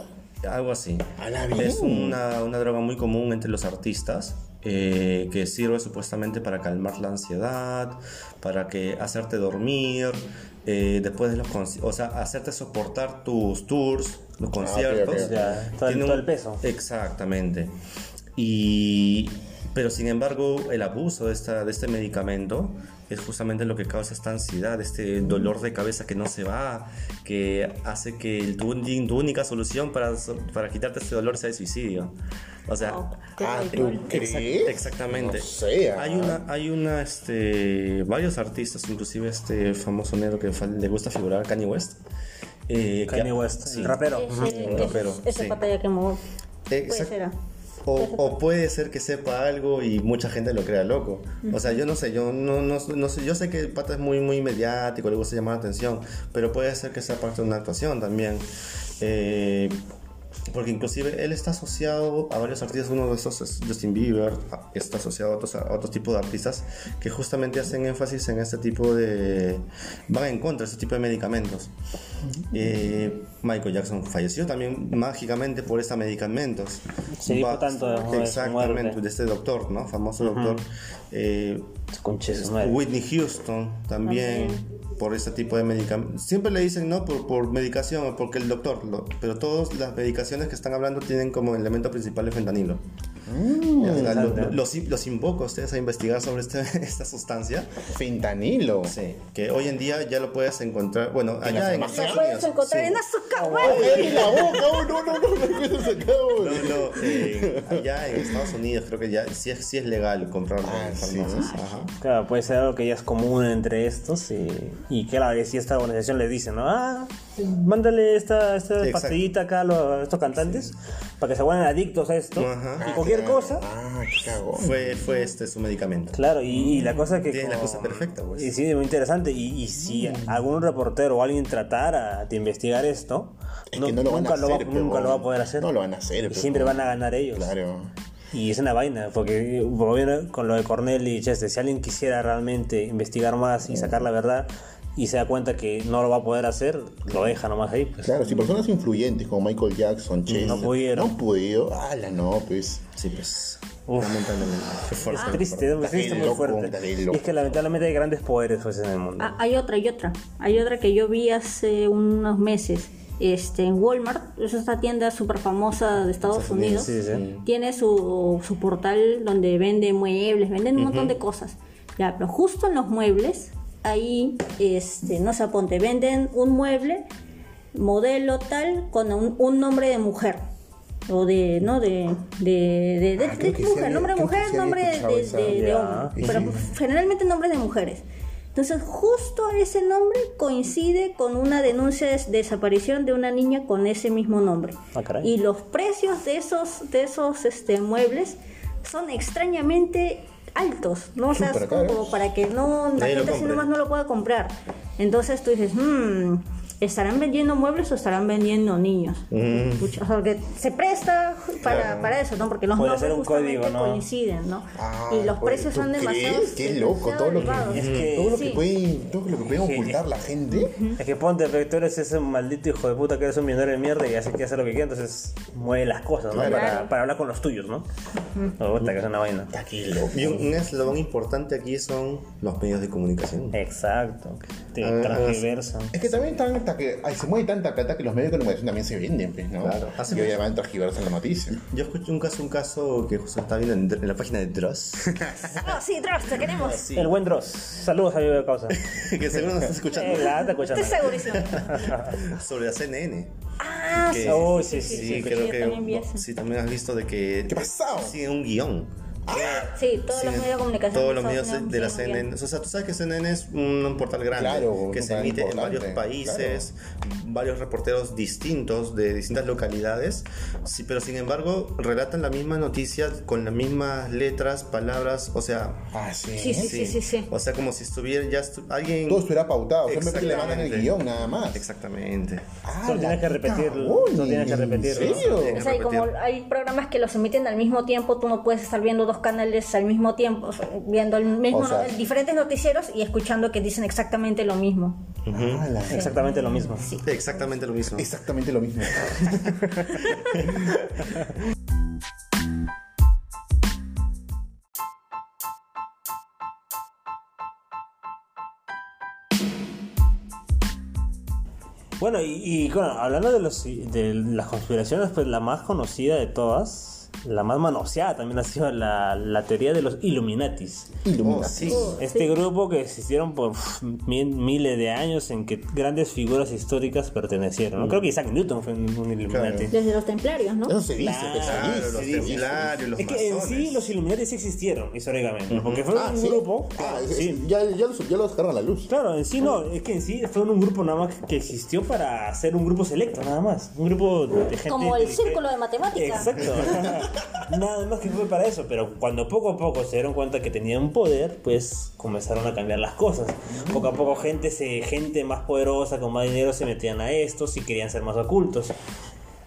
Algo así. A la Es bien. una, una droga muy común entre los artistas eh, que sirve supuestamente para calmar la ansiedad, para que hacerte dormir, eh, después de los conci- o sea, hacerte soportar tus tours, los conciertos. Ah, ok, ok. Ya, todo el- Tiene un- todo el peso. Exactamente. Y, pero sin embargo, el abuso de, esta, de este medicamento es justamente lo que causa esta ansiedad, este dolor de cabeza que no se va, que hace que el- tu, uni- tu única solución para, so- para quitarte este dolor sea el suicidio. O sea, Ah, Ok, ¿tú igual. crees? exactamente. No sé, ah. Hay una, hay una, este, varios artistas, inclusive este famoso negro que fa- le gusta figurar, Kanye West. eh, que- Kanye West, sí. el rapero. Ese- Un rapero, ese- Esa sí. pantalla que mo- Exact- Puede ser. ah. O, o puede ser que sepa algo y mucha gente lo crea loco. O sea, yo no sé, yo no, no, no sé, yo sé que el pata es muy, muy mediático, le gusta llamar la atención, pero puede ser que sea parte de una actuación también. Eh, porque inclusive él está asociado a varios artistas, uno de esos es Justin Bieber, a- está asociado a otros, a otros tipos de artistas que justamente hacen énfasis en este tipo de... van en contra de este tipo de medicamentos. Eh, Michael Jackson falleció también mágicamente por estos medicamentos. Se dijo Va- tanto de su Exactamente, muerte. de este doctor, ¿no? Famoso doctor. Eh, Conches, madre. Whitney Houston también por este tipo de medicamentos. Siempre le dicen no por, por medicación o porque el doctor, lo- pero todas las medicaciones que están hablando tienen como elemento principal el fentanilo. Ya, o sea, lo- lo- los, los invoco a ustedes a investigar sobre este- esta sustancia. ¿Fentanilo? Sí, que hoy en día ya lo puedes encontrar. Bueno, En las allá en farmacias. Lo Estados puedes Unidos, encontrar sí. en Azúcar, ¡Ay, la boca! oh, no, no, no! ¡Me cuesta sacar, oh. No, no, eh, allá en Estados Unidos creo que ya sí es, sí es legal comprarlo Ah, en sí. farmacias. Ajá. Claro, puede ser algo que ya es común entre estos y, y claro, y si esta organización les dice, ¿no? Ah, mándale esta, esta Exacto. pastillita acá a, los- a estos cantantes para que se vuelvan adictos a esto Ajá. y cualquier cosa. Ah, qué cagón. Fue, fue este su medicamento. Claro, y, y la cosa que... Tiene la como- cosa perfecta, pues. Y sí, es muy interesante. Y, y si algún reportero o alguien tratara de investigar esto, Es no- que no lo van nunca, a lo va, hacer, nunca pero- lo va a poder hacer. No lo van a hacer, Y pero- siempre van a ganar ellos. Claro. Y es una vaina, porque volviendo con lo de Cornell y Chester, si alguien quisiera realmente investigar más y sacar la verdad y se da cuenta que no lo va a poder hacer, lo deja nomás ahí. Pues. Claro, si personas influyentes como Michael Jackson, Chester, pudieron. No pudieron. ¡Hala, no! Pues. Sí, pues. Uf. Lamentablemente. Qué fuerte. Es triste, es muy Está bien triste, muy loco, está fuerte. bien Y loco. es que lamentablemente hay grandes poderes pues, en el mundo. Ah, hay otra, hay otra. Hay otra que yo vi hace unos meses. Este, en Walmart, es esta tienda súper famosa de Estados Unidos. sí, sí. Tiene su, su portal donde vende muebles, venden un montón de cosas. Ya, pero justo en los muebles, ahí, este, no sé, ponte, venden un mueble, modelo tal, con un, un nombre de mujer. O de, no, de, de, de, de- Ah, creo de que sí mujer, había- nombre de creo que mujer, sí había nombre de, escuchado de- esa. de- de Ya. hombre Sí, pero sí. generalmente nombres de mujeres. Entonces, justo ese nombre coincide con una denuncia de desaparición de una niña con ese mismo nombre. Ah, caray. y los precios de esos, de esos este, muebles son extrañamente altos, ¿no? O sea, es Súper como caros. para que no, la Nadie lo gente así compre. nomás no lo pueda comprar. Entonces tú dices, "Mm, ¿estarán vendiendo muebles o estarán vendiendo niños? Mm. Pucha, o sea, que se presta para, para eso, ¿no? Porque los Puede nombres ser un justamente código, ¿no? coinciden, ¿no? Ah, y los oye, precios ¿tú son crees? demasiado Qué loco, todo lo que- demasiado Es elevados. que- Todo lo que Sí. pueden, todo lo que pueden Genial. ocultar la gente. Es que ponte, pero tú eres ese maldito hijo de puta que eres un millonario de mierda y hace que hace lo que quiera, entonces mueve las cosas, ¿no? Claro. Para, para hablar con los tuyos, ¿no? Me gusta que es una vaina. Tranquilo. Y un, un eslabón importante aquí son los medios de comunicación. Exacto. Te Ah, transversan. Es que también tan- hasta que ay, se mueve tanta plata que los medios de comunicación también se venden, pues, ¿no? Claro. Y obviamente transgiversan la noticia. Yo escuché un caso, un caso que justo estaba viendo en, Dr- en la página de Dross, Ah, sí, Dross, te queremos. El buen Dross. Saludos a mi de causa. que seguro nos está escuchando, Eh, la anda Estoy escuchando. segurísimo. sobre la CNN. Ah, Que- sí. Oh, sí, sí, sí. Sí, sí, creo yo también vi que eso. sí, también has visto de que ¿Qué pasado? siguen un guión. Sí, todos Sí, los medios de comunicación. Todos los son- medios de la son- CNN. O sea, tú sabes que CNN es un portal grande Claro, que un se canal emite en importante, varios países, varios reporteros distintos de distintas localidades, sí, pero sin embargo relatan la misma noticia con las mismas letras, palabras, o sea... Ah, sí. Sí, sí, sí, sí, sí. O sea, como si estuviera ya estu- alguien... Todo estuviera pautado. Simplemente le mandan el Exactamente. guión nada más. Exactamente. Ah, Solo tienes la que repetirlo, cagón, solo tienes que repetirlo, ¿En ¿no? serio? Tienes O sea, y como repetir. hay programas que los emiten al mismo tiempo, tú no puedes estar viendo dos canales al mismo tiempo, o sea, viendo el mismo, O sea- no- diferentes noticieros y escuchando que dicen exactamente lo mismo. Ah, la- Exactamente lo mismo. Exactamente lo mismo. Exactamente lo mismo. Bueno, y, y, bueno, hablando de, los, de las conspiraciones, pues la más conocida de todas, la más manoseada también ha sido la, la teoría de los Illuminatis. Oh, Iluminati. sí. Este grupo que existieron por uf, mi- miles de años en que grandes figuras históricas pertenecieron. ¿no? Creo que Isaac Newton fue un, un Illuminati. Desde los templarios, ¿no? Eso se dice, Claro, que se Claro, los dice. Sí, sí, sí. templarios, los es que en sí masones. los Illuminati sí existieron históricamente, porque fue un ¿sí? grupo. Ah, es- sí. es- ya, ya, lo, ya lo sacaron a la luz. Claro, en sí no, es que en sí fue un grupo nada más que existió para hacer un grupo selecto, nada más. Un grupo de gente. Como el inteligente. círculo de matemáticas. Exacto. nada más que fue para eso, pero cuando poco a poco se dieron cuenta que tenían poder, pues comenzaron a cambiar las cosas. Poco a poco gente, se, gente más poderosa, con más dinero, se metían a estos y querían ser más ocultos.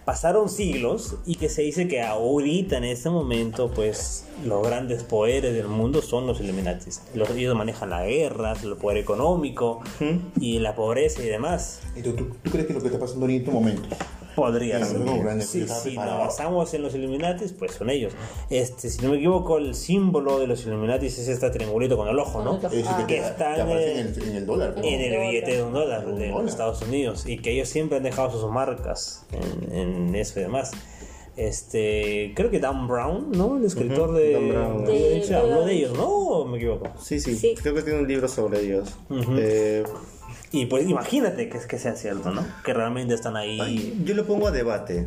Pasaron siglos y que se dice que ahorita en este momento pues los grandes poderes del mundo son los Illuminatis. Los, ellos manejan la guerra, el poder económico y la pobreza y demás. ¿Y tú, tú- tú crees que lo que está pasando en este momento? Podría Claro, ser. no, grandes, Sí, yo estaba si nos preparado. basamos en los Illuminatis, pues son ellos. Este, si no me equivoco, el símbolo de los Illuminatis es este triangulito con el ojo, ¿no? Con el Eso Ah. que que te- están te aparece eh, en el, en el dólar. ¿no? en el billete de un dólar De un de dólar. los Estados Unidos y que ellos siempre han dejado sus marcas en, en eso y demás. Este, creo que Dan Brown, ¿no? El escritor de, Dan Brown. de- De- de hecho, habló de ellos, ¿no? ¿O me equivoco. Sí, sí, Sí. Creo que tiene un libro sobre ellos. Eh, Y pues imagínate que, que sea cierto, ¿no? Que realmente están ahí. yo lo pongo a debate.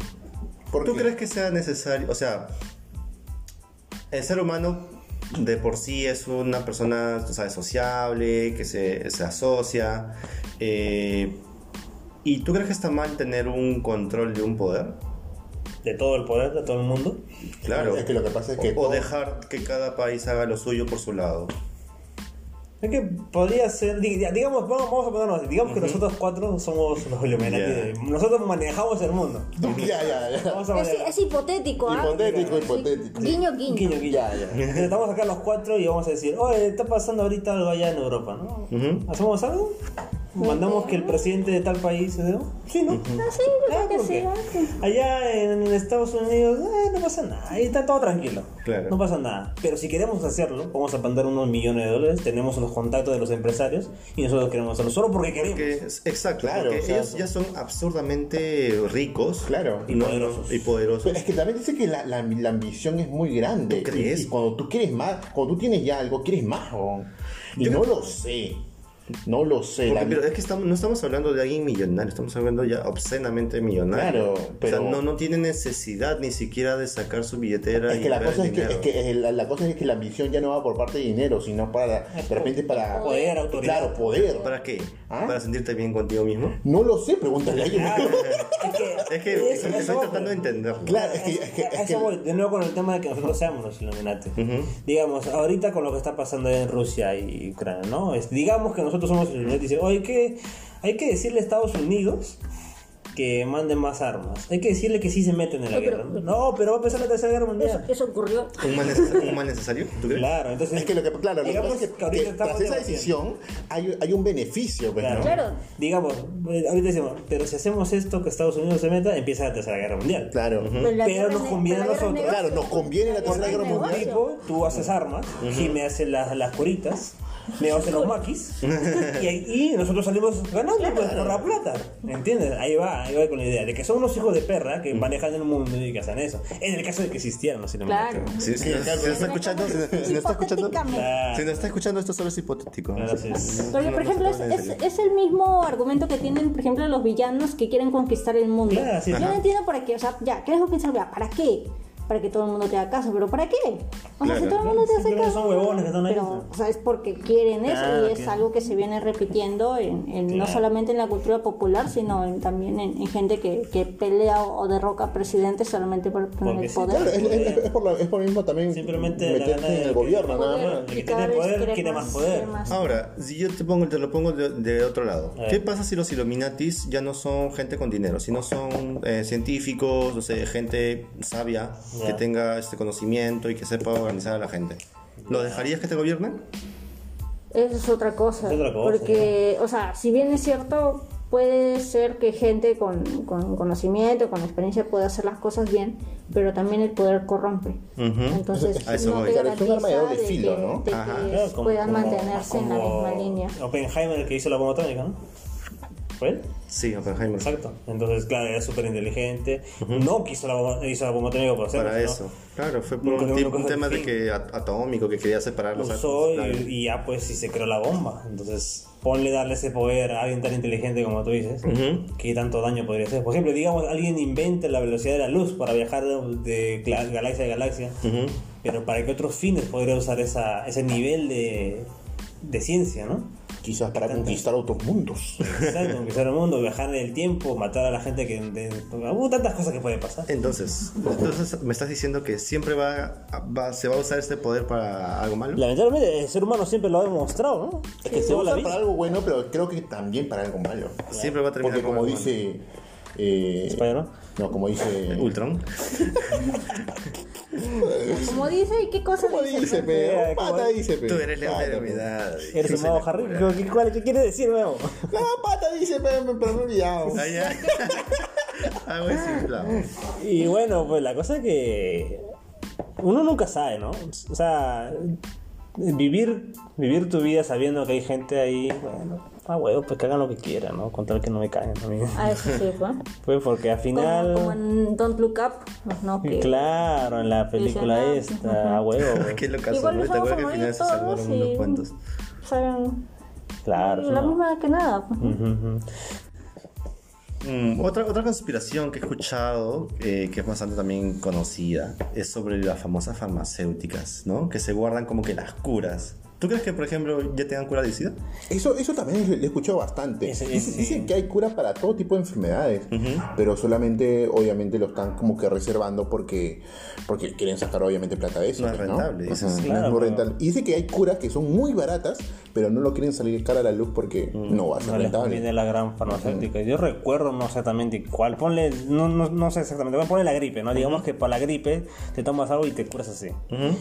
¿Por ¿Tú qué? crees que sea necesario? O sea, el ser humano de por sí es una persona, tú sabes, sociable, que se, se asocia. eh, ¿Y tú crees que está mal tener un control de un poder? de todo el poder, de todo el mundo. Claro. Es que lo que pasa es que o, todo- dejar que cada país haga lo suyo por su lado. Es que podría ser, di- di- digamos, vamos, vamos a ponernos, así, digamos que nosotros cuatro somos los Illuminati, Ya. de- nosotros manejamos el mundo. Ya, ya, ya. Vamos a Es, poner- es hipotético, ¿ah? Hipotético, hipotético. Guiño, guiño. Guiño, guiño. Ya, ya. Entonces, Estamos acá los cuatro y vamos a decir, oye, está pasando ahorita algo allá en Europa, ¿no? ¿Hacemos algo? ¿Mandamos que el presidente de tal país se deba? Sí, ¿no? Ah, sí, yo creo Ah, que ¿por sí, qué? ah, sí. Allá en Estados Unidos eh, no pasa nada, ahí está todo tranquilo. Claro. No pasa nada. Pero si queremos hacerlo, vamos a mandar unos millones de dólares, tenemos los contactos de los empresarios y nosotros queremos hacerlo solo porque queremos. Que es- exacto, Claro, porque o sea, ellos ya son absurdamente ricos Claro. y, no- poderosos. y poderosos. Pero es que también dice que la, la- la ambición es muy grande. ¿Tú crees? Y, y cuando tú quieres más, cuando tú tienes ya algo, quieres más. weón. Y Yo no lo sé. No lo sé. Porque, la- pero es que estamos, no estamos hablando de alguien millonario, estamos hablando ya obscenamente millonario. Claro, pero- O sea, no, no tiene necesidad ni siquiera de sacar su billetera es y que la ver cosa el es que, es dinero. que- es la, la cosa es que la ambición ya no va por parte de dinero, sino para de repente para Poder, autoridad. Claro, poder. ¿Para qué? ¿Ah? ¿Para sentirte bien contigo mismo? No lo sé, pregúntale a alguien. Es que, Es que eso- estoy eso- tratando de entenderlo. Claro, es que, Es- es que, es a que- eso voy, de nuevo con el tema de que nosotros seamos los Illuminati. Digamos, ahorita con lo que está pasando en Rusia y Ucrania, ¿no? Es- digamos que nosotros nosotros somos el dice, oye, que hay que decirle a Estados Unidos que manden más armas. Hay que decirle que sí se meten en la Sí, pero- guerra. no, pero va a empezar la tercera guerra Eso, mundial. eso ocurrió. ¿Un mal, neces- un mal necesario? ¿Tú crees? Claro, entonces Es que lo que, claro, lo que digamos pasa es que, ahorita que estamos tras esa debatiendo. decisión hay, hay un beneficio, pues, Claro. ¿no? Claro. Digamos, eh, ahorita decimos, pero si hacemos esto, que Estados Unidos se meta, empieza la tercera guerra mundial. Claro. Pero, la Pero guerra nos ne- conviene a pero la guerra nosotros. negocio. Claro, nos conviene la Tercera es Guerra Un Mundial. negocio. tipo, tú haces armas, Jimmy hace las, las coritas, me hace los maquis, y, ahí- y nosotros salimos ganando pues, por la plata. ¿Entiendes? Ahí va, ahí va con la idea de que son unos hijos de perra que manejan el mundo y que hacen eso. En el caso de que existieran, no sé, no me Claro. creo. Si, si nos, si nos está escuchando, si nos, si nos está escuchando, si nos está escuchando, esto solo es hipotético. Claro, sí, sí. Porque, No, no por se ejemplo, es, tomen en es- serio. es el mismo argumento que tienen, por ejemplo, los villanos que quieren conquistar el mundo. Claro, sí, Yo ajá. no entiendo para qué, o sea, ya, ¿qué les voy a pensar? Ya, ¿Para qué? Para que todo el mundo te haga caso, pero ¿para qué? O sea, Claro. si todo el mundo te hace Simplemente caso. son huevones que están ahí. Pero, o sea, es porque quieren eso Claro, y es claro. algo que se viene repitiendo en, en- no Claro. solamente en la cultura popular, sino en- también en, en gente que, que pelea o, o derroca presidentes solamente por tener Porque el sí, poder. Claro, es, es- es por lo es por lo mismo también Simplemente la gana meterte de en que- el gobierno, nada Poder. más. El que y tiene cada vez poder quiere quiere más poder. quiere más. Ahora, si yo te pongo, te lo pongo de, de otro lado. A ver. ¿Qué pasa si los Illuminatis ya no son gente con dinero, sino son eh, científicos, no sé, gente sabia Ya. que tenga este conocimiento y que sepa organizar a la gente? ¿Los dejarías que te gobiernen? Eso es otra cosa. Es otra cosa, porque, o sea, si bien es cierto, puede ser que gente con, con conocimiento, con experiencia pueda hacer las cosas bien, pero también el poder corrompe. Ujú. Entonces, A eso no voy. te Claro, es un garantiza arma de doble filo, que, ¿no? de que Ajá. Claro, como- puedan como- mantenerse en la como misma línea. Oppenheimer, el que hizo la bomba atómica, ¿no? ¿Fue él? Sí, Oppenheimer. Exacto. Entonces, claro, era súper inteligente. No quiso la bomba, hizo la bomba atómica por hacerlo, Para sino eso. Claro, fue por Nunca un, hubo tip- una cosa un tema de de que at- atómico, que quería separar los usó y, átomos, claro. y ya pues si se creó la bomba. Entonces, ponle darle ese poder a alguien tan inteligente como tú dices, Ujú. que tanto daño podría hacer. Por ejemplo, digamos, alguien inventa la velocidad de la luz para viajar de gla- galaxia a galaxia, Ujú. pero para qué otros fines podría usar esa, ese nivel de, de ciencia, ¿no? Quizás para conquistar otros mundos. Exacto, conquistar el mundo, viajar en el tiempo, matar a la gente que... de- hubo tantas cosas que pueden Eh, pasar. Entonces, entonces me estás diciendo que siempre va, va- se va a usar este poder para algo malo. Lamentablemente, el ser humano siempre lo ha demostrado, ¿no? Es que Se usa para algo bueno, pero creo que también para algo malo. Siempre va a terminar Porque con como algo dice... eh, Spider-Man. no, como dice... malo. Ultron. Como dice, ¿y qué cosa ¿Cómo dice? dice, Mira, pe? ¿cómo Pata es? dice, pe. Tú eres la Pata, pe. enfermedad. Eres un mago Harry. ¿Qué, cuál- qué quieres decir, nuevo? No, pata dice, pe, me- pero me he olvidado. Ah, ya. Ah, güey, sí, claro. Y bueno, pues la cosa es que uno nunca sabe, ¿no? O sea, vivir, vivir tu vida sabiendo que hay gente ahí, bueno, ah, huevo, pues que hagan lo que quieran, ¿no? Con tal que no me caigan a mí. Ah, eso sí, fue. Pues porque al final... Como, como en Don't Look Up, ¿no? Y Que- Claro, en la película Dicen, ah, esta, a huevo. Qué pues. locazo, Igual ¿no? nos ¿Te vamos a acuerdas que al final morir se salvaron todos unos y- cuantos? saben, Claro. es la una- misma que nada. pues, ¿no? Mm, otra, otra conspiración que he escuchado, eh, que es bastante también conocida, es sobre las famosas farmacéuticas, ¿no? Que se guardan como que las curas. ¿Tú crees que, por ejemplo, ya tengan cura de SIDA? Eso, eso también lo he escuchado bastante. Ese- Dicen- ese- Dicen que hay curas para todo tipo de enfermedades, pero solamente, obviamente, lo están como que reservando porque, porque quieren sacar, obviamente, plata de eso. No es pues, rentable, Ajá, dices. no es Claro, muy pero- rentable. Y dice que hay curas que son muy baratas, pero no lo quieren salir cara a la luz porque no va a Mm, ser No les rentable. conviene la gran farmacéutica. Yo recuerdo no exactamente cuál. Ponle, no, no, no sé exactamente, bueno, ponle la gripe, ¿no? Digamos que para la gripe te tomas algo y te curas así.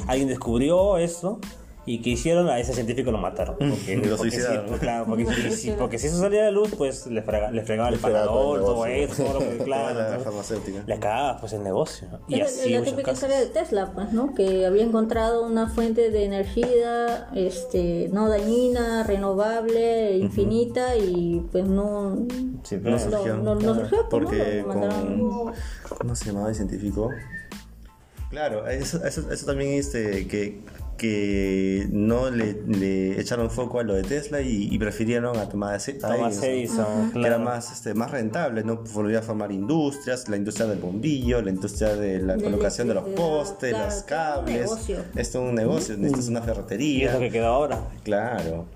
Alguien descubrió eso y que hicieron a ese científico lo mataron. Porque, Lo porque sí, suicidaron. pues, claro, porque, si- si, porque si eso salía a la luz, pues les frega- les fregaba el Les fregaba todo panador, el todo negocio. eso, todo lo que, Toda claro. la ¿no? farmacéutica. Les cagaba pues el negocio. Y Es así la muchos típica casos. historia de Tesla, pues, ¿no? Que había encontrado una fuente de energía este, no dañina, renovable, infinita y pues no... Sí, pero no No, surgió. no- no surgió, pues, Porque ¿no? Lo con. mandaron. ¿Cómo se llamaba el científico? Claro, eso, eso, eso también este, que, que no le, le echaron foco a lo de Tesla y, y prefirieron a Thomas, a Thomas Edison, que era claro. más, este, más rentable, ¿no? Podría formar industrias, la industria del bombillo, la industria de la De colocación de los electricidad, postes, claro, los todo un cables. negocio. Esto es un negocio, esto es una Y es ferretería. lo que quedó ahora. Claro. Eh.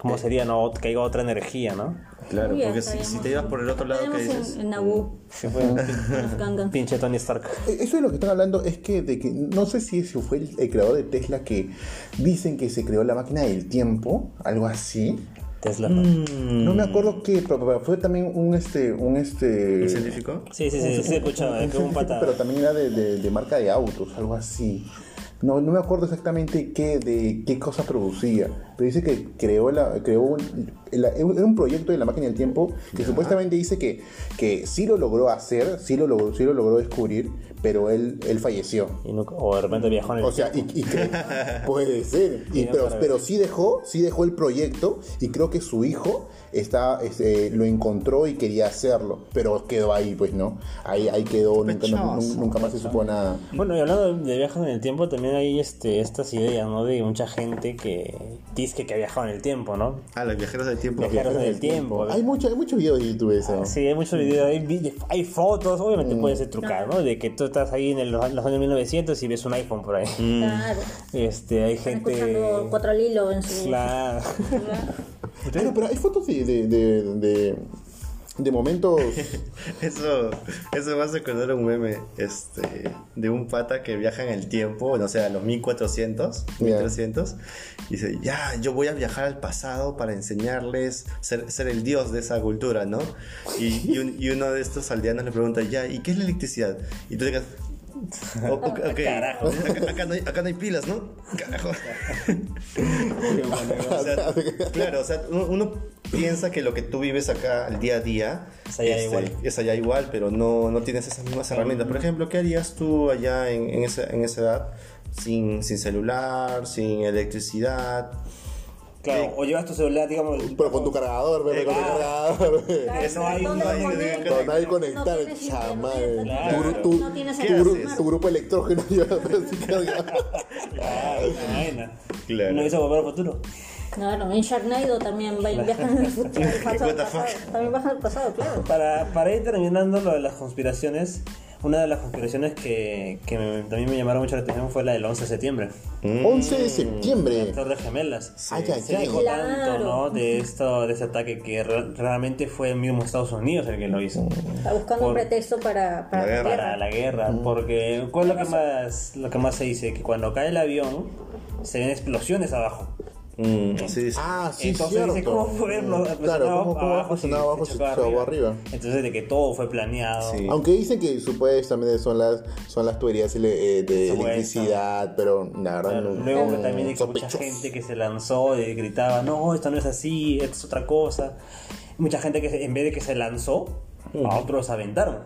¿Cómo sería no, que haya otra energía, no? Claro, Uy, porque si, estaremos- si te ibas por el otro lado que estaremos dices, mm, En, en Naboo, Sí, pues. fue un en los Gangans. pinche Tony Stark. E, Eso de lo que están hablando es que, de que no sé si ese fue el, el creador de Tesla que dicen que se creó la máquina del tiempo, algo así. Tesla. Mm. No Mm. me acuerdo qué, pero, pero fue también un este. Un este ¿Un científico? Sí, sí, sí, sí, sí, escuchaba, que un científico, pata. Pero también era de, de- de marca de autos, algo así. No, no me acuerdo exactamente qué, de qué cosa producía, pero dice que creó, la, creó un, la- era un proyecto de la máquina del tiempo que supuestamente dice que, que sí lo logró hacer, sí lo logró, sí lo logró descubrir, pero él, él falleció. Y nunca- o de repente viajó en el. O sea, y, y que- puede ser. Y, Y no pero, para ver. pero sí dejó, sí dejó el proyecto y creo que su hijo está, este, lo encontró y quería hacerlo, pero quedó ahí, pues no. Ahí, ahí quedó, nunca, no- nun- Sospechoso. nunca más se supo nada. Bueno, y hablando de viajes en el tiempo, también hay este, estas ideas, ¿no? De mucha gente que dice que ha viajado en el tiempo, ¿no? Ah, los viajeros del tiempo. Los viajeros del tiempo. Hay mucho, hay mucho video de YouTube de Ah, eso. Sí, hay muchos videos, hay, vi- hay fotos, obviamente Mm. puedes Ah. trucar, ¿no? De que tú estás ahí en el- los años 1900 y ves un iPhone por ahí. Mm. Claro. Este, hay Están gente... escuchando cuatro lilos en su. Claro. Claro, pero hay fotos de, de, de, de- de momentos. Eso, eso me hace recordar un meme este, de un pata que viaja en el tiempo, no sé, a los 1400, Ya. 1300, y dice, ya, yo voy a viajar al pasado para enseñarles ser, ser el dios de esa cultura, ¿no? Y, y un- y uno de estos aldeanos le pregunta, ya, ¿y qué es la electricidad? Y tú le digas, "O- o- ok, Carajo. Acá, acá no hay, acá no hay pilas, ¿no? Carajo. O sea, claro, o sea, uno, uno piensa que lo que tú vives acá el día a día Es allá igual. es allá igual, pero no, no tienes esas mismas herramientas. Por ejemplo, ¿qué harías tú allá en, en esa, en esa edad sin, sin celular, sin electricidad? Claro, o llevas tu celular, digamos... Pero con tu cargador, bebé, con tu cargador. bebé. Claro, No hay- ¿dónde no lo hay- pones? Pero nadie No conectar, tienes chama. eh. internet, Claro. Tu, gru- No tu, tienes tu gru- haces? tu grupo electrógeno lleva sin cargador. Claro, una vaina. Claro. Ah, No hizo volver al futuro. Claro, en Sharknado también va- viajan en el futuro. al pasado, What the pasado. fuck? También bajan al pasado, claro. Para, para ir terminando lo de las conspiraciones, una de las conspiraciones que, que me- también me llamaron mucho la atención fue la del 11 de septiembre. Mm. 11 de septiembre. Torres Gemelas. Ay, ay, Se ay. dijo tanto, Claro. ¿no? De, esto, de este ataque que re- realmente fue el mismo Estados Unidos el que lo hizo. Está buscando un Por- pretexto para, para La guerra. Para la guerra. Mm. Porque, ¿cuál es lo que, más, lo que más se dice? Que cuando cae el avión, se ven explosiones abajo. Mm, sí, sí. Ah, sí, Entonces cierto. dice, ¿cómo fue? Lo- Claro, presionado ¿cómo, cómo abajo, presionado si abajo se si chocaba se chocó arriba? Entonces, de que todo fue planeado. Sí. Aunque dicen que supuestamente son las son las tuberías ele- eh, de Supuesto. electricidad, pero la verdad no. Luego mm, también hay mucha sospechoso. gente que se lanzó y gritaba, no, esto no es así, esto es otra cosa. Mucha gente que se- en vez de que se lanzó, a otros los aventaron.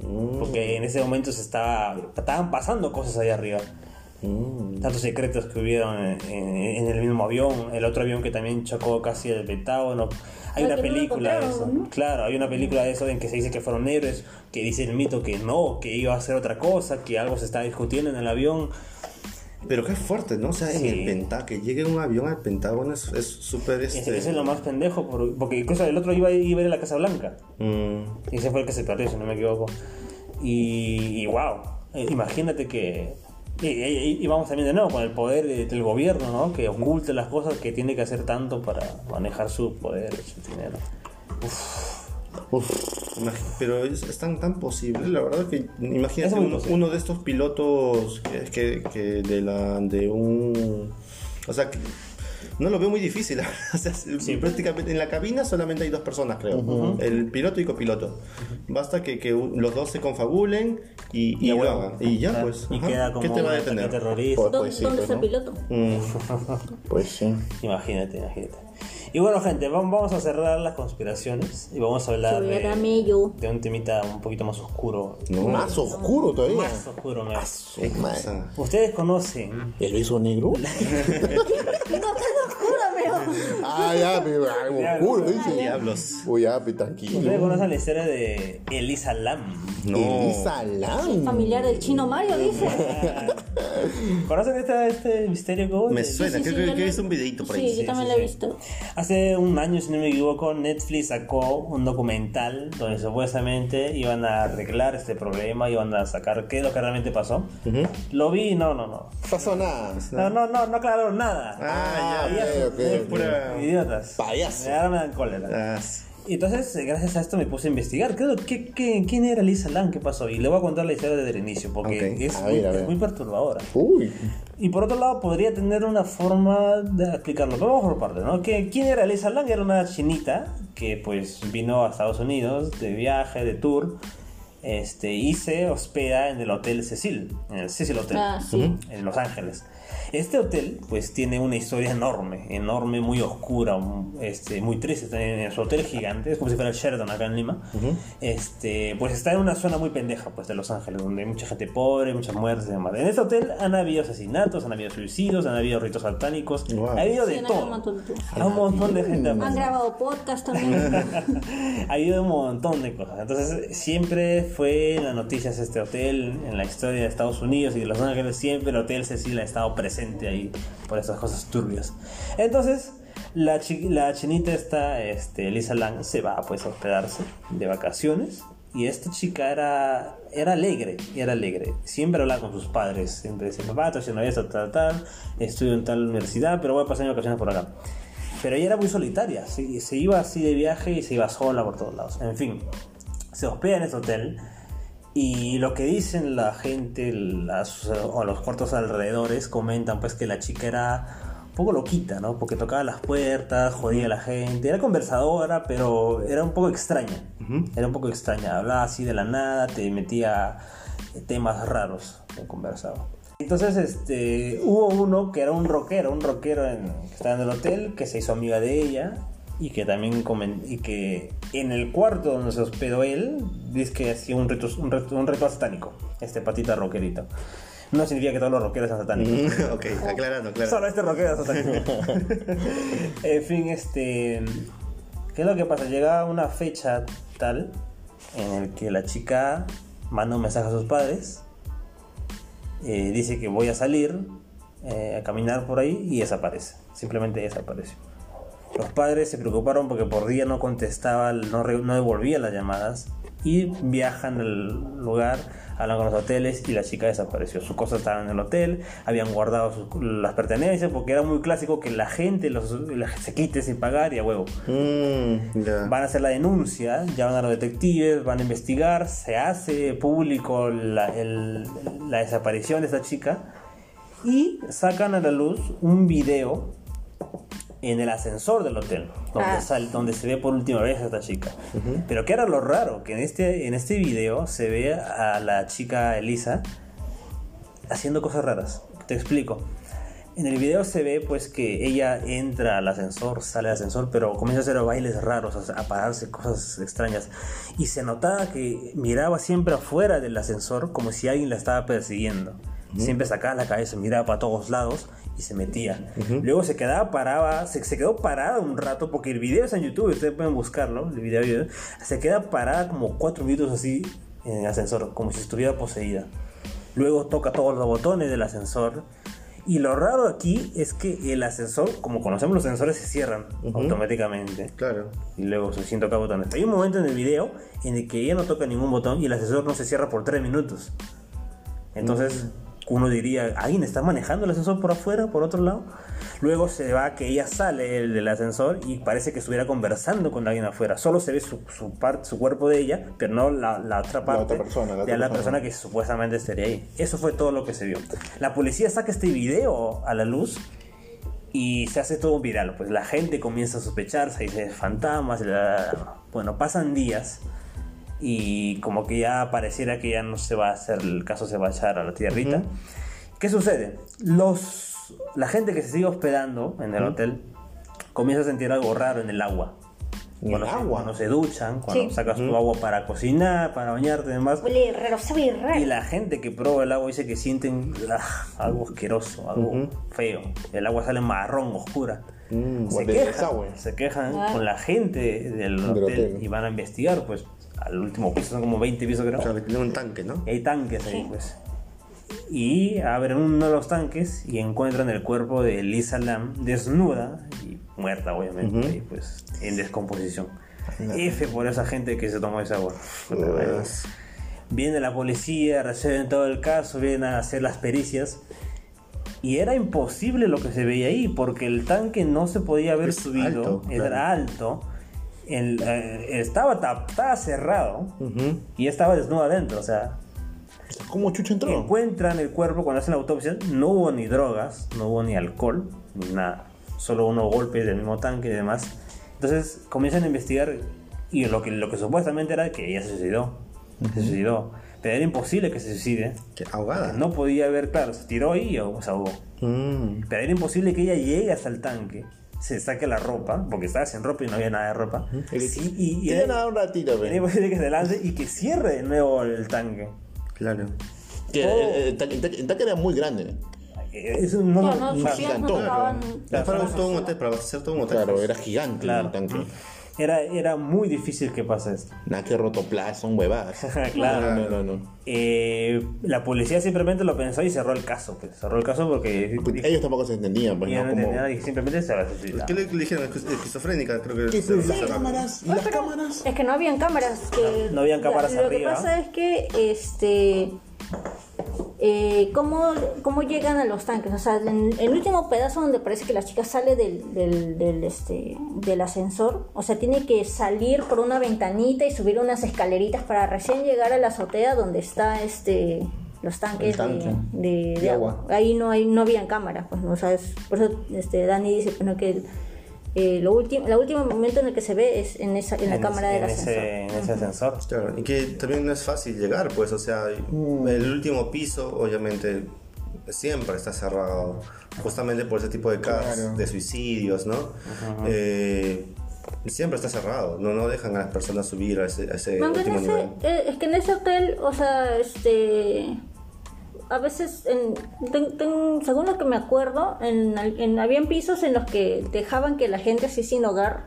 Mm. Porque en ese momento se estaba, estaban pasando cosas allá arriba. Mm. Tantos secretos que hubieron en, en- en el mismo avión, el otro avión que también chocó casi el Pentágono. Hay Ah, una que no lo película de eso. encontraron, ¿no? Claro, hay una película de eso en que se dice que fueron héroes, que dice el mito que no, que iba a ser otra cosa, que algo se estaba discutiendo en el avión. Pero qué fuerte, ¿no? O sea, en Sí. el Pentágono, que llegue un avión al Pentágono es es súper... Ese, este, ese es lo más pendejo, por- porque incluso el otro iba, iba a ir a la Casa Blanca. mm, Y ese fue el que se perdió, si no me equivoco. Y, wow, imagínate que... Y, y- y vamos también de nuevo con el poder de- del gobierno, ¿no? Que oculta las cosas que tiene que hacer tanto para manejar su poder, su dinero. Imag- Pero es, es tan, tan posible, la verdad que Es imagínate muy uno, posible. uno de estos pilotos que, que, que de la de un o sea que no lo veo muy difícil, la verdad. o sea, prácticamente en la cabina solamente hay dos personas creo, el piloto y copiloto. Basta que, que u- los dos se confabulen y, y, Ya, lo bueno. hagan. Y ya Ajá. pues. Y ajá. queda como ¿Qué te va a un ataque detener? terrorista. Pues, ¿Dó- pues sí, ¿Dónde pues, está ¿no? el piloto? Mm. Pues sí. Imagínate, imagínate. Y bueno, gente, vam- vamos a cerrar las conspiraciones y vamos a hablar Sobre de, Ramello. de un temita un poquito más oscuro. Más oscuro todavía. Más oscuro, me- Su madre. Ah, Ustedes Mm. conocen ¿El beso negro? No, tan oscuro, pero. ah, ya, pero algo oscuro, dice. Diablos. Uy, ya, pe, Ustedes tranquilo. conocen la historia de Elisa Lam. No. Elisa Lam. Familiar del chino Mario, dice. ¿Conocen esta- este misterio? que hubo? Me Sí. suena, Sí, creo sí, que- yo que lo- es un videito por ahí. Sí, yo también lo he visto. Hace un año, si no me equivoco, Netflix sacó un documental donde supuestamente iban a arreglar este problema, iban a sacar qué es lo que realmente pasó. Lo vi y no, no, no. Pasó nada. No, no, no, no aclararon nada. Ah, Ah, ya. ok, ok, Pura- Idiotas. Payaso. Me dan- me dan cólera. Ah, sí. Y entonces, eh, gracias a esto me puse a investigar. ¿Qué, qué, qué- quién era Lisa Lam? ¿Qué pasó? Y le voy a contar la historia desde el inicio, porque Ok. es, A muy, ver, a es ver. muy perturbadora. Uy. Y por otro lado, podría tener una forma de explicarlo. Pero vamos por partes, ¿no? ¿Qué- ¿Quién era Lisa Lang? Era una chinita que, pues, vino a Estados Unidos de viaje, de tour. Este, y se hospeda en el Hotel Cecil, en el Cecil Hotel Ah, sí. en Los Ángeles. Este hotel, pues, tiene una historia enorme, enorme, muy oscura, un- este, muy triste. Está en su hotel gigante, es como si fuera el Sheraton acá en Lima. Este, pues está en una zona muy pendeja, pues, de Los Ángeles, donde hay mucha gente pobre, muchas muertes y demás. En este hotel han habido asesinatos, han habido suicidios, han habido ritos satánicos, Wow. ha habido de Sí, han habido un todo. montón de cosas. Hay un montón de gente. Han grabado podcast también. ha habido un montón de cosas. Entonces, siempre fue en las noticias este hotel, en la historia de Estados Unidos y de Los Ángeles, siempre el Hotel Cecil ha estado presente ahí por esas cosas turbias. Entonces, la, chi- la chinita esta, este, Lisa Lang, se va pues a hospedarse de vacaciones. Y esta chica era, era alegre, era alegre. Siempre hablaba con sus padres. Siempre decía, papá, estoy haciendo esto, tal, tal. Estudio en tal universidad, pero voy a pasar mis vacaciones por acá. Pero ella era muy solitaria, sí, se iba así de viaje y se iba sola por todos lados. En fin, se hospeda en ese hotel y lo que dicen la gente las- o los cuartos alrededores comentan pues que la chica era un poco loquita, ¿no? Porque tocaba las puertas, jodía a la gente, era conversadora, pero era un poco extraña. Era un poco extraña, hablaba así de la nada, te metía temas raros que conversaba. Entonces, este, hubo uno que era un rockero, un rockero en- que estaba en el hotel, que se hizo amiga de ella y que también comen- y que en el cuarto donde se hospedó él, dice que hacía un reto, un reto, un reto satánico, este patita rockerito. No significa que todos los rockeros sean satánicos. ok, aclarando, Solo aclarando. este rockero es satánico. en fin, este. ¿Qué es lo que pasa? Llega una fecha tal en el que la chica manda un mensaje a sus padres. eh, dice que voy a salir eh, a caminar por ahí y desaparece. Simplemente desapareció. Los padres se preocuparon porque por día no contestaba, no, re- no devolvía las llamadas y viajan al lugar, hablan con los hoteles y la chica desapareció. Sus cosas estaban en el hotel, habían guardado sus- las pertenencias porque era muy clásico que la gente los, la- se quite sin pagar y a huevo. Mm, ya. Van a hacer la denuncia, llaman a los detectives, van a investigar, se hace público la, el- la desaparición de esta chica y sacan a la luz un video en el ascensor del hotel, donde, Ah. sale- donde se ve por última vez a esta chica. Pero que era lo raro, que en este, en este video se ve a la chica Elisa haciendo cosas raras. Te explico. En el video se ve pues que ella entra al ascensor, sale al ascensor, pero comienza a hacer bailes raros, a a pararse cosas extrañas. Y se notaba que miraba siempre afuera del ascensor como si alguien la estaba persiguiendo. Siempre sacaba la cabeza, miraba para todos lados y se metía. Luego se quedaba parada, se, se quedó parada un rato, porque el video está en YouTube, ustedes pueden buscarlo, el video, video. Se queda parada como cuatro minutos así en el ascensor, como si estuviera poseída. Luego toca todos los botones del ascensor. Y lo raro aquí es que el ascensor, como conocemos, los ascensores se cierran automáticamente. Claro. Y luego se sin tocar botones. Hay un momento en el video en el que ella no toca ningún botón y el ascensor no se cierra por tres minutos. Entonces uno diría, ¿alguien está manejando el ascensor por afuera, por otro lado? Luego se va que ella sale el- del ascensor y parece que estuviera conversando con alguien afuera. Solo se ve su, su, par- su cuerpo de ella, pero no la, la otra parte otra persona, la de otra la persona. persona que supuestamente estaría ahí. Eso fue todo lo que se vio. La policía saca este video a la luz y se hace todo viral. Pues la gente comienza a sospechar, se dice fantasmas, la, la, la. bueno, pasan días y como que ya pareciera que ya no se va a hacer, el caso se va a echar a la tierrita. ¿Qué sucede? Los, la gente que se sigue hospedando en el hotel comienza a sentir algo raro en el agua. ¿En Cuando el se- agua? Cuando se duchan, cuando Sí. sacas tu agua para cocinar, para bañarte y demás. Huele raro, sabe raro. Y la gente que prueba el agua dice que sienten ah, algo asqueroso, algo feo. El agua sale marrón, oscura. se, guarda el Mm, desagüe. quejan, se quejan Ah. con la gente del hotel, hotel. y van a investigar, pues al último piso, son como 20 pisos creo. Claro, que tiene un tanque, ¿no? Y hay tanques ahí, pues. Y abren uno de los tanques y encuentran el cuerpo de Lisa Lam desnuda y muerta, obviamente, y pues en descomposición. F por esa gente que se tomó esa agua. Viene la policía, reciben todo el caso, vienen a hacer las pericias. Y era imposible lo que se veía ahí, porque el tanque no se podía haber Es subido, alto, era claro. alto. el, eh, estaba, tap- estaba cerrado y estaba desnudo adentro. O sea, ¿Cómo Chucho entró? encuentran el cuerpo cuando hacen la autopsia. No hubo ni drogas, no hubo ni alcohol, ni nada. Solo unos golpes del mismo tanque y demás. Entonces comienzan a investigar y lo que, lo que supuestamente era que ella se suicidó. Se suicidó. Pero era imposible que se suicide. Que ahogada. No podía haber, claro, se tiró ahí y ahog- se ahogó. Mm. Pero era imposible que ella llegue hasta el tanque, se saque la ropa, porque estaba sin ropa y no había nada de ropa. Sí, y, y Y era, ya nada, un ratito, era ve. imposible que se lance y que cierre de nuevo el tanque. Claro. Que el- el tanque- el tanque el tanque era muy grande. Eso no, Ya, no- no, sus piernas no gigantón, daban- Es para un- todo un hotel, para hacer todo un hotel. Claro, era gigante Claro. el tanque. era, era muy difícil que pase esto. Nada que rotoplas, son huevadas. Claro. No, no, no. no. Eh, la policía simplemente lo pensó y cerró el caso. pues, cerró el caso porque Pues Ellos tampoco se entendían, pues, ya ¿no? no Como... entendía nada y simplemente se había suicidado. ¿Qué le, le dijeron? Esquiz- Esquizofrénica, creo que. ¿Qué se- fue? se- cámaras? ¿Y Oye, las pero cámaras? Es que no habían cámaras. que- No, no habían cámaras Lo arriba. que pasa es que, este. eh, ¿cómo, ¿Cómo llegan a los tanques? O sea, en el último pedazo donde parece que la chica sale del, del, del, este, del ascensor, o sea, tiene que salir por una ventanita y subir unas escaleritas para recién llegar a la azotea donde está este los tanques El tanque de, de- de de agua. agua. Ahí no hay, no habían cámaras, pues no, o sea, es- por eso este, Dani dice bueno, que eh, lo último, el último momento en el que se ve es en esa, en la En cámara ese- del en ascensor. ese- en ese ascensor. Claro, y que también no es fácil llegar, pues, o sea, Mm. el último piso, obviamente, siempre está cerrado, justamente por ese tipo de casos de suicidios, ¿no? Eh, siempre está cerrado, no, no dejan a las personas subir a ese, a ese No, que en este último ese- nivel. eh, es que en ese hotel, o sea, este. A veces, en- ten- ten- según lo que me acuerdo, en, al- en- habían pisos en los que dejaban que la gente así sin hogar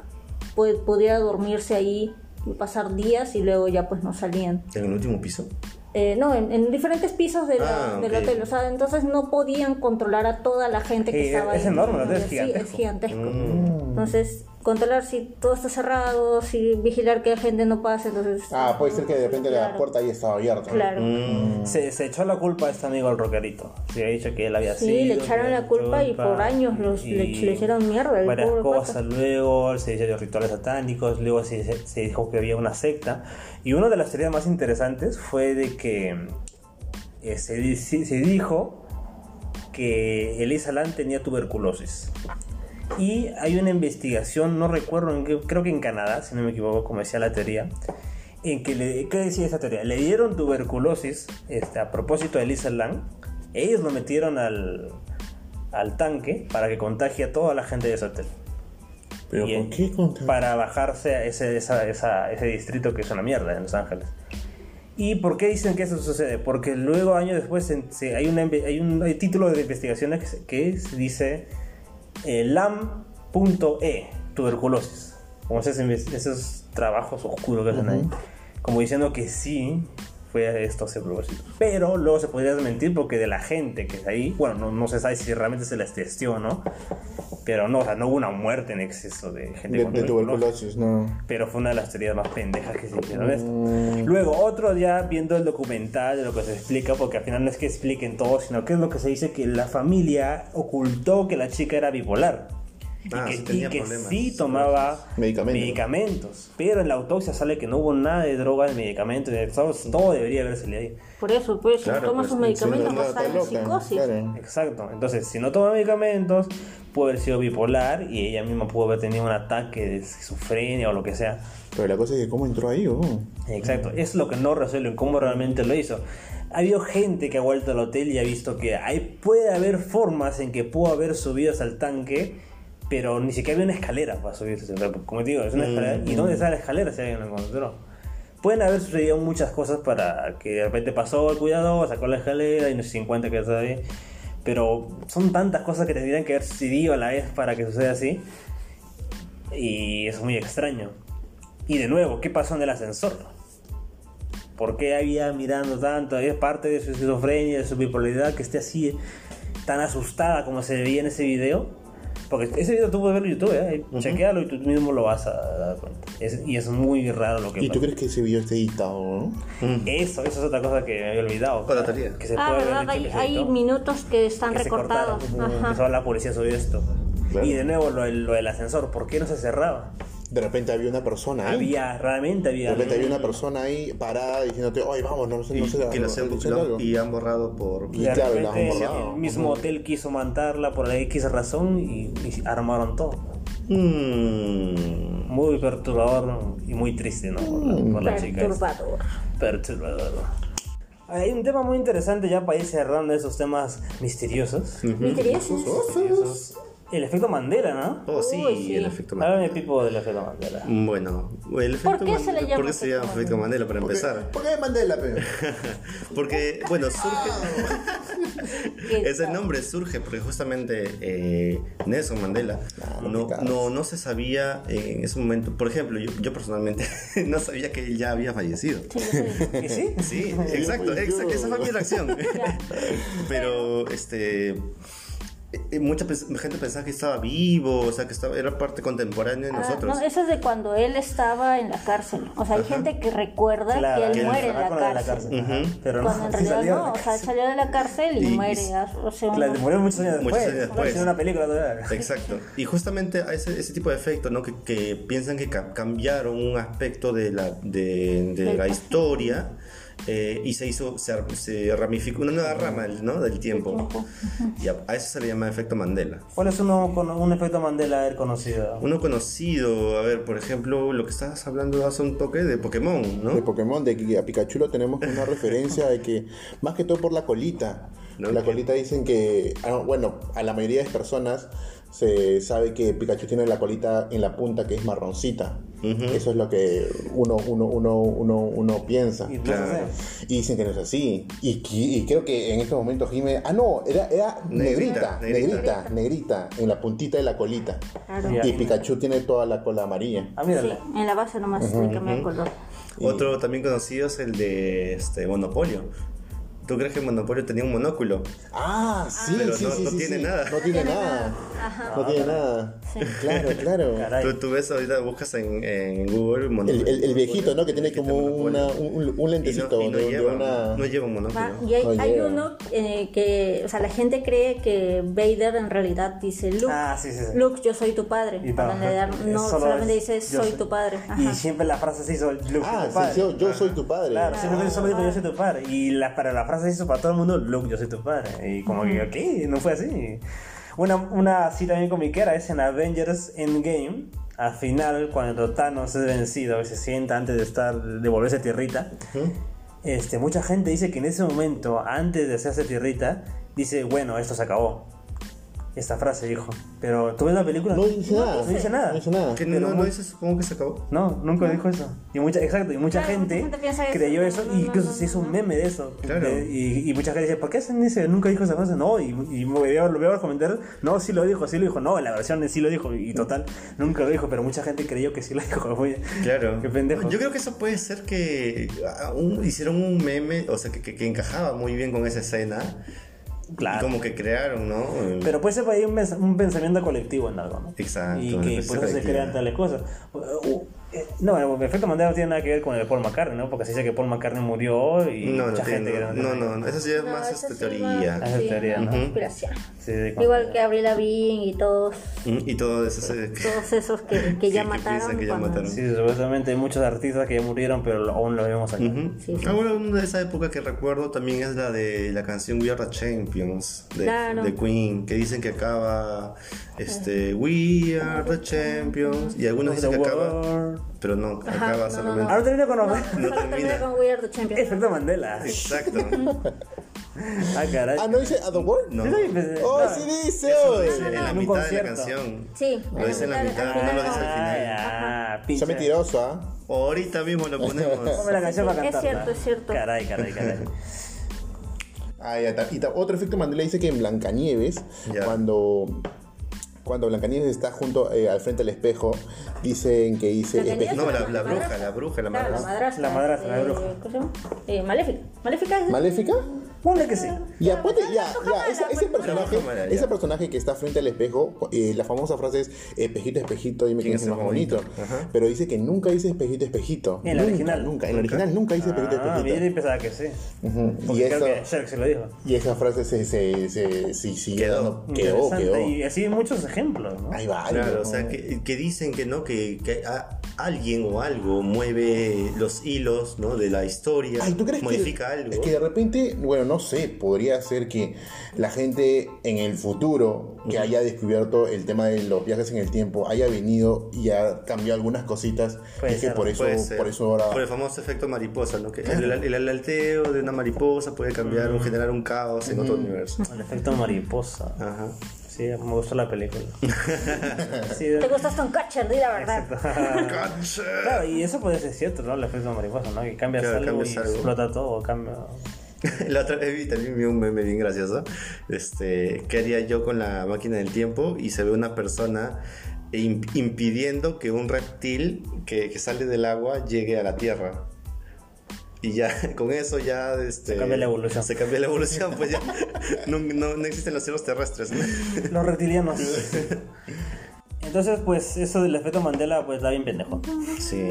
pu- pudiera dormirse ahí y pasar días y luego ya pues no salían. ¿En el último piso? Eh, no, en, en diferentes pisos de la- Ah, del ok. hotel, o sea, entonces no podían controlar a toda la gente que Sí, estaba es ahí. enorme, el hotel es Sí, gigantesco. Mm. gigantesco. Entonces, controlar si todo está cerrado, si vigilar que la gente no pase, entonces... Ah, puede ser que de repente la Claro. puerta ahí estaba abierta. Claro. Mm. Se, se echó la culpa a este amigo el rockerito. Se había dicho que él había Sí, sido. le que echaron era la culpa y por años los- y le- le hicieron mierda, el Varias pobre pata. cosas. Luego se dice los rituales satánicos. Luego se, se dijo que había una secta. Y una de las teorías más interesantes fue de que eh, se, di- se se dijo que Elisa Lam tenía tuberculosis. Y hay una investigación, no recuerdo, en qué- creo que en Canadá, si no me equivoco, como decía la teoría, en que le, ¿qué decía esa teoría? Le dieron tuberculosis este, a propósito de Elisa Lang. Ellos lo metieron al, al tanque para que contagie a toda la gente de ese hotel. Pero Y, ¿por eh, qué contra- Para bajarse a ese, esa- esa- ese distrito que es una mierda en Los Ángeles. ¿Y por qué dicen que eso sucede? Porque luego, años después, se- se- hay, una inve- hay un hay título de investigaciones que, se- que se dice eh, LAM.E, E, tuberculosis. Como esos, inves- esos trabajos oscuros que hacen ahí. Como diciendo que sí fue esto ese propósito. Pero luego se podría desmentir porque de la gente que está ahí, bueno, no, no se sabe si realmente se les testió o no. Pero no, o sea, no hubo una muerte en exceso de gente de, con de tuberculosis, no. pero fue una de las teorías más pendejas que se hicieron esto. Mm. Luego, otro ya viendo el documental de lo que se explica, porque al final no es que expliquen todo, sino que es lo que se dice que la familia ocultó que la chica era bipolar. Ah, y que, sí tenía y que problemas. sí tomaba Medicamentos. medicamentos. Pero en la autopsia sale que no hubo nada de droga, de medicamentos, de todo, todo debería haber salido ahí. Por eso, pues, Claro, si toma pues, sus Sí, no, medicamentos, no, va a está estar en loca, psicosis. claro. Exacto. Entonces, si no toma medicamentos, puede haber sido bipolar y ella misma pudo haber tenido un ataque de esquizofrenia o lo que sea. Pero la cosa es que cómo entró ahí, oh. Exacto, es lo que no resuelven, cómo realmente lo hizo. Ha habido gente que ha vuelto al hotel y ha visto que ahí puede haber formas en que pudo haber subido hasta el tanque, pero ni siquiera había una escalera para subirse. O sea, Como te digo, es una escalera. ¿Y dónde está la escalera si alguien la encontró? Pueden haber sucedido muchas cosas para que de repente pasó el cuidador, sacó la escalera y no sé 50 que está ahí. Pero son tantas cosas que tendrían que haber sucedido a la vez para que suceda así. Y es muy extraño. Y de nuevo, ¿qué pasó en el ascensor? ¿Por qué había mirando tanto? Es parte de su esquizofrenia, de su bipolaridad, que esté así tan asustada como se veía en ese video. Porque ese video tú puedes verlo en YouTube, ¿eh? Chequealo y tú mismo lo vas a dar cuenta. Es- y es muy raro lo que ¿Y tú pasa. crees Mm. que ese video está editado, no? Eso, eso es otra cosa que me había olvidado. Otra teoría. Que se Ah, puede haber verdad, dicho hay, que se hay editó minutos que están que se recortados. cortaron. Ajá. Empezó la policía sobre esto. Claro. Y de nuevo lo, del- lo del ascensor, ¿por qué no se cerraba? De repente había una persona ahí. Había, realmente Ah. De había. repente había una persona ahí parada diciéndote, oye, vamos, no, no Y, sé, que algo, las han- diciendo lo- algo". y han borrado por... Y de claro, la repente han el, borrado. mismo hotel quiso mandarla por la X razón y, y armaron todo. Mm. Muy perturbador y muy triste, ¿no? Por la, por la chica. esta. Perturbador. Perturbador. Hay un tema muy interesante ya para ir cerrando esos temas misteriosos. Misteriosos. Misteriosos. El efecto Mandela, ¿no? Oh, sí, Uy, sí. el efecto Mandela. Mm, Háblame, Pipo, del efecto Mandela. Bueno, el efecto qué se le Mandela- llama ¿por qué se efecto llama efecto Mandela para empezar? ¿Por qué me mandé la pena? Porque, bueno, Ah, surge... Que- Ese nombre surge porque justamente eh, Nelson Mandela Ah, no, claro. no, no se sabía en ese momento. Por ejemplo, yo, yo personalmente no sabía que él ya había fallecido. Sí, yo soy- ¿Que sí? Sí, exacto, exacto, esa fue mi reacción. Pero, este. eh, Mucha pe- gente pensaba que estaba vivo, o sea, que estaba, era parte contemporánea de Ah, nosotros. no, eso es de cuando él estaba en la cárcel. O sea, hay gente que recuerda Claro, que él que él muere en Ah, la con lo de cárcel. ajá. Pero no, Cuando en sí realidad salió de no, la o cárcel. sea, salió de la cárcel y, Y- muere. ah, O sea, La uno- murió muchos años después. Muchos años después. Es una película todavía. Exacto. Y justamente a ese, ese tipo de efecto, ¿no? Que, que piensan que ca- cambiaron un aspecto de la, de, de la historia eh, y se hizo, se, ar- se ramificó una nueva rama, ¿no? Del tiempo. Y a, a eso se le llama efecto Mandela. ¿Cuál es uno con un efecto Mandela haber conocido? Uno conocido, a ver, por ejemplo, lo que estabas hablando hace un toque de Pokémon, De ¿no? Pokémon, de que a Pikachu lo tenemos una referencia de que, más que todo por la colita. No, la que- colita dicen que, ah, bueno, a la mayoría de personas se sabe que Pikachu tiene la colita en la punta que es marroncita. Eso es lo que uno, uno, uno, uno, uno piensa. Y no Claro. sé. Y dicen que no es así. Y, qui- y creo que en este momento Jimé. Ah, no, era, era negrita, Negrita, negrita, negrita, en la puntita de la colita. Claro. Ya. Y Pikachu tiene toda la cola amarilla. Ah, Sí, mírala. en la base nomás le cambió el color. Otro también conocido es el de este, Monopolio. ¿Tú crees que Monopolio tenía un monóculo? Ah, sí, Pero sí, no- sí, no sí, tiene sí. nada. No tiene nada. No tiene nada. Claro, claro. Caray. Tú, tú ves ahorita, buscas en, en Google Monopolio. El, el- el viejito, ¿no? Que tiene Viejito como Monopolio. una, un, un Y no- lentecito y no de, de lleva- una. no lleva un monóculo. Va, y hay, Oye. hay uno eh, que, o sea, la gente cree que Vader en realidad dice Luke, Ah, sí, sí, sí. Luke, yo soy tu padre. Y Pero tal. en realidad no, Solo solamente es- dice yo soy tu padre. Ajá. Y siempre la frase se hizo Luke. Ah, tu sí, padre. sí, yo, yo soy tu padre. Claro, siempre solo dijo yo soy tu padre. Y la, para la frase se hizo para todo el mundo, Luke, yo soy tu padre. Y como que, ok, no fue así. Una, una así también comiquera es en Avengers Endgame. Al final, cuando Thanos es vencido y se sienta antes de estar de volverse tierrita, este, mucha gente dice que en ese momento, antes de hacerse tierrita, dice, bueno, esto se acabó. Esta frase dijo. Pero tú ves la película. No dice nada. No dice nada. No dice nada. Que no, Pero no, muy- dice, supongo que se acabó. No, nunca dijo eso. Y mucha, exacto, y mucha Claro, mucha gente, gente piensa eso. creyó eso No, y no, incluso no, se hizo no, un no. meme de eso. Claro. De- y, y mucha gente dice, ¿por qué hacen ese? Nunca dijo esa frase. No, y, y me veo, lo veo los comentarios. No, sí lo dijo, sí lo dijo. No, en la versión de sí lo dijo. Y total, nunca lo dijo, pero mucha gente creyó que sí lo dijo. Oye, Claro. Qué pendejo. Yo creo que eso puede ser que ah, un- hicieron un meme, o sea, que, que- que encajaba muy bien con esa escena. Y Claro. como que crearon, ¿no? Eh, Pero puede ser por ahí un, pens- un pensamiento colectivo en algo, ¿no? Exacto, Y una que por perspectiva eso se colectiva. crean tales cosas. Uh, uh, eh, No, el efecto Mandela no tiene nada que ver con el de Paul McCartney, ¿no? Porque se dice que Paul McCartney murió y no, mucha no, tiene- gente creyó no, no, no, eso sí es No, más esta esa sí teoría. va- Esa sí, teoría, ¿no? conspiración. Sí, de- Igual que Abril Lavigne y todos, Mm, Y todo eso. se- todos esos que, que ya Que- que piensan mataron. que ya cuando- mataron. Sí, supuestamente hay muchos artistas que ya murieron, pero aún lo vemos acá. Ujú. Sí, sí. Ah, bueno, una de esa época que recuerdo también es la de la canción We Are the Champions de, Claro. de Queen, que dicen que acaba este We Are the Champions y algunos dicen que acaba, pero no, acaba no, solamente. Ahora termino con No, los- solo termina termina. con We Are the Champions. Efecto Mandela. Exacto. Ah, caray. Ah, no dice a the word. No. Yo también pensé- Oh, no. sí dice. Dice en no, la en un mitad de la concierto. canción. Sí, Lo dice en la al mitad, final no lo dice al no. final. Ah, Está pinche. mentiroso, ¿ah? Ahorita mismo lo Ponme ponemos. la canción Sí, para es cantarla. cierto, es cierto. Caray, caray, caray. Ah, ya está. Y ta- otro efecto Mandela dice que en Blancanieves, Ya. cuando. Cuando Blancanieves está junto eh, al frente del espejo, dicen que dice este, Blancanieves No, la, la Madrastra. bruja, la bruja, la Claro, la madrastra. madrastra. La madrastra, la bruja. ¿cómo se llama? Eh, maléfica. Maléfica es ¿Maléfica? Ponle que sí. Ya, ponte, no, ya, no, ya, cámara, ese, ese pues, personaje, no, cámara, ya. ese personaje que está frente al espejo, eh, la famosa frase es espejito, espejito, dime quién es el más bonito. Ajá. Pero dice que nunca dice espejito, espejito. En el la original. Nunca, en el original nunca dice espejito, Ah, yo espejito. pensaba que sí. Ujú, Y Porque creo eso, que Shark se lo dijo. y esa frase se, se, se, sí, sí, Quedó. no, quedó, Interesante. quedó. Y así hay muchos ejemplos, ¿no? Ahí va, Claro, o sea, que, que dicen que no, que, que a- alguien o algo mueve los hilos, ¿no? De la historia, Ay, ¿tú crees modifica que, algo. Es que de repente, bueno, no sé, podría ser que la gente en el futuro que haya descubierto el tema de los viajes en el tiempo haya venido y ha cambiado algunas cositas Puede y que ser, por eso, Puede ser. por eso ahora. Por el famoso efecto mariposa, ¿no? Que el, el- el aleteo de una mariposa puede cambiar o generar un caos en otro universo. El efecto mariposa. Ajá. Sí, me gustó la película. sí, Te gustas con Catcher, di la verdad. exacto. Claro, y eso puede ser cierto, ¿no? El efecto mariposa, ¿no? Que cambias Claro, algo cambias y algo. explota todo, cambia. La otra vez vi también vi un meme bien gracioso. Este, ¿qué haría yo con la máquina del tiempo? Y se ve una persona im- impidiendo que un reptil que, que sale del agua llegue a la Tierra. Y ya, con eso ya... Este, Se cambia la evolución. Se cambia la evolución, pues ya no, no- no existen los cielos terrestres. ¿no? Los reptilianos. Entonces, pues, eso del efecto Mandela, pues, da bien pendejo. Sí.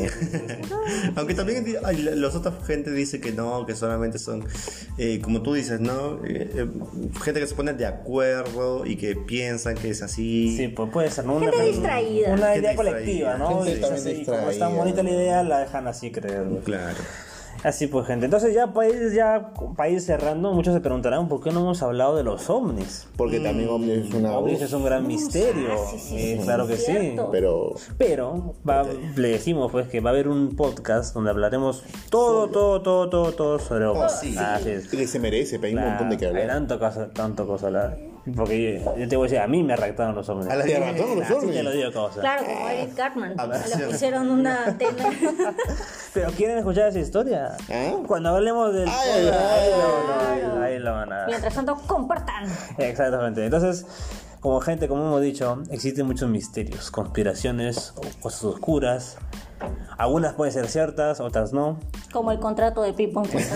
Aunque también di- hay la- los otra gente dice que no, que solamente son, eh, como tú dices, ¿no? Eh, eh, gente que se pone de acuerdo y que piensan que es así. Sí, pues puede ser, ¿no? Una, Gente distraída. Una Gente idea distraída. colectiva, ¿no? Gente Y es también así, como es distraída. tan bonita la idea, la dejan así creer, güey. Claro. Así pues, gente. Entonces, ya país, ya país cerrando, muchos se preguntarán por qué no hemos hablado de los ovnis. Mm. Porque también OVNI es una. Ovnis es un gran misterio. ah, sí, sí, Eh, sí, claro sí, que sí. cierto. Pero. Pero va- le decimos pues que va a haber un podcast donde hablaremos todo, todo, todo, todo, todo sobre ovnis. sí. Así es. que Se merece, pero hay un montón de que Claro, Hay hablar. tanto cosa, tanto cosa hablar. Porque yo, yo te voy a decir, a mí me arractaron los ovnis. A la de ratón, los Así te lo ovnis. digo, cosa. Claro, como Eric Ah, Cartman. A ver, sí. Le pusieron una antena. Pero quieren escuchar esa historia. ¿Ah? Cuando hablemos del. Ay, ahí, ay, lo, lo- ahí lo van a. Mientras tanto, compartan. Exactamente. Entonces, como gente, como hemos dicho, existen muchos misterios, conspiraciones, o cosas oscuras. Algunas pueden ser ciertas, otras no. Como el contrato de Pipon. Es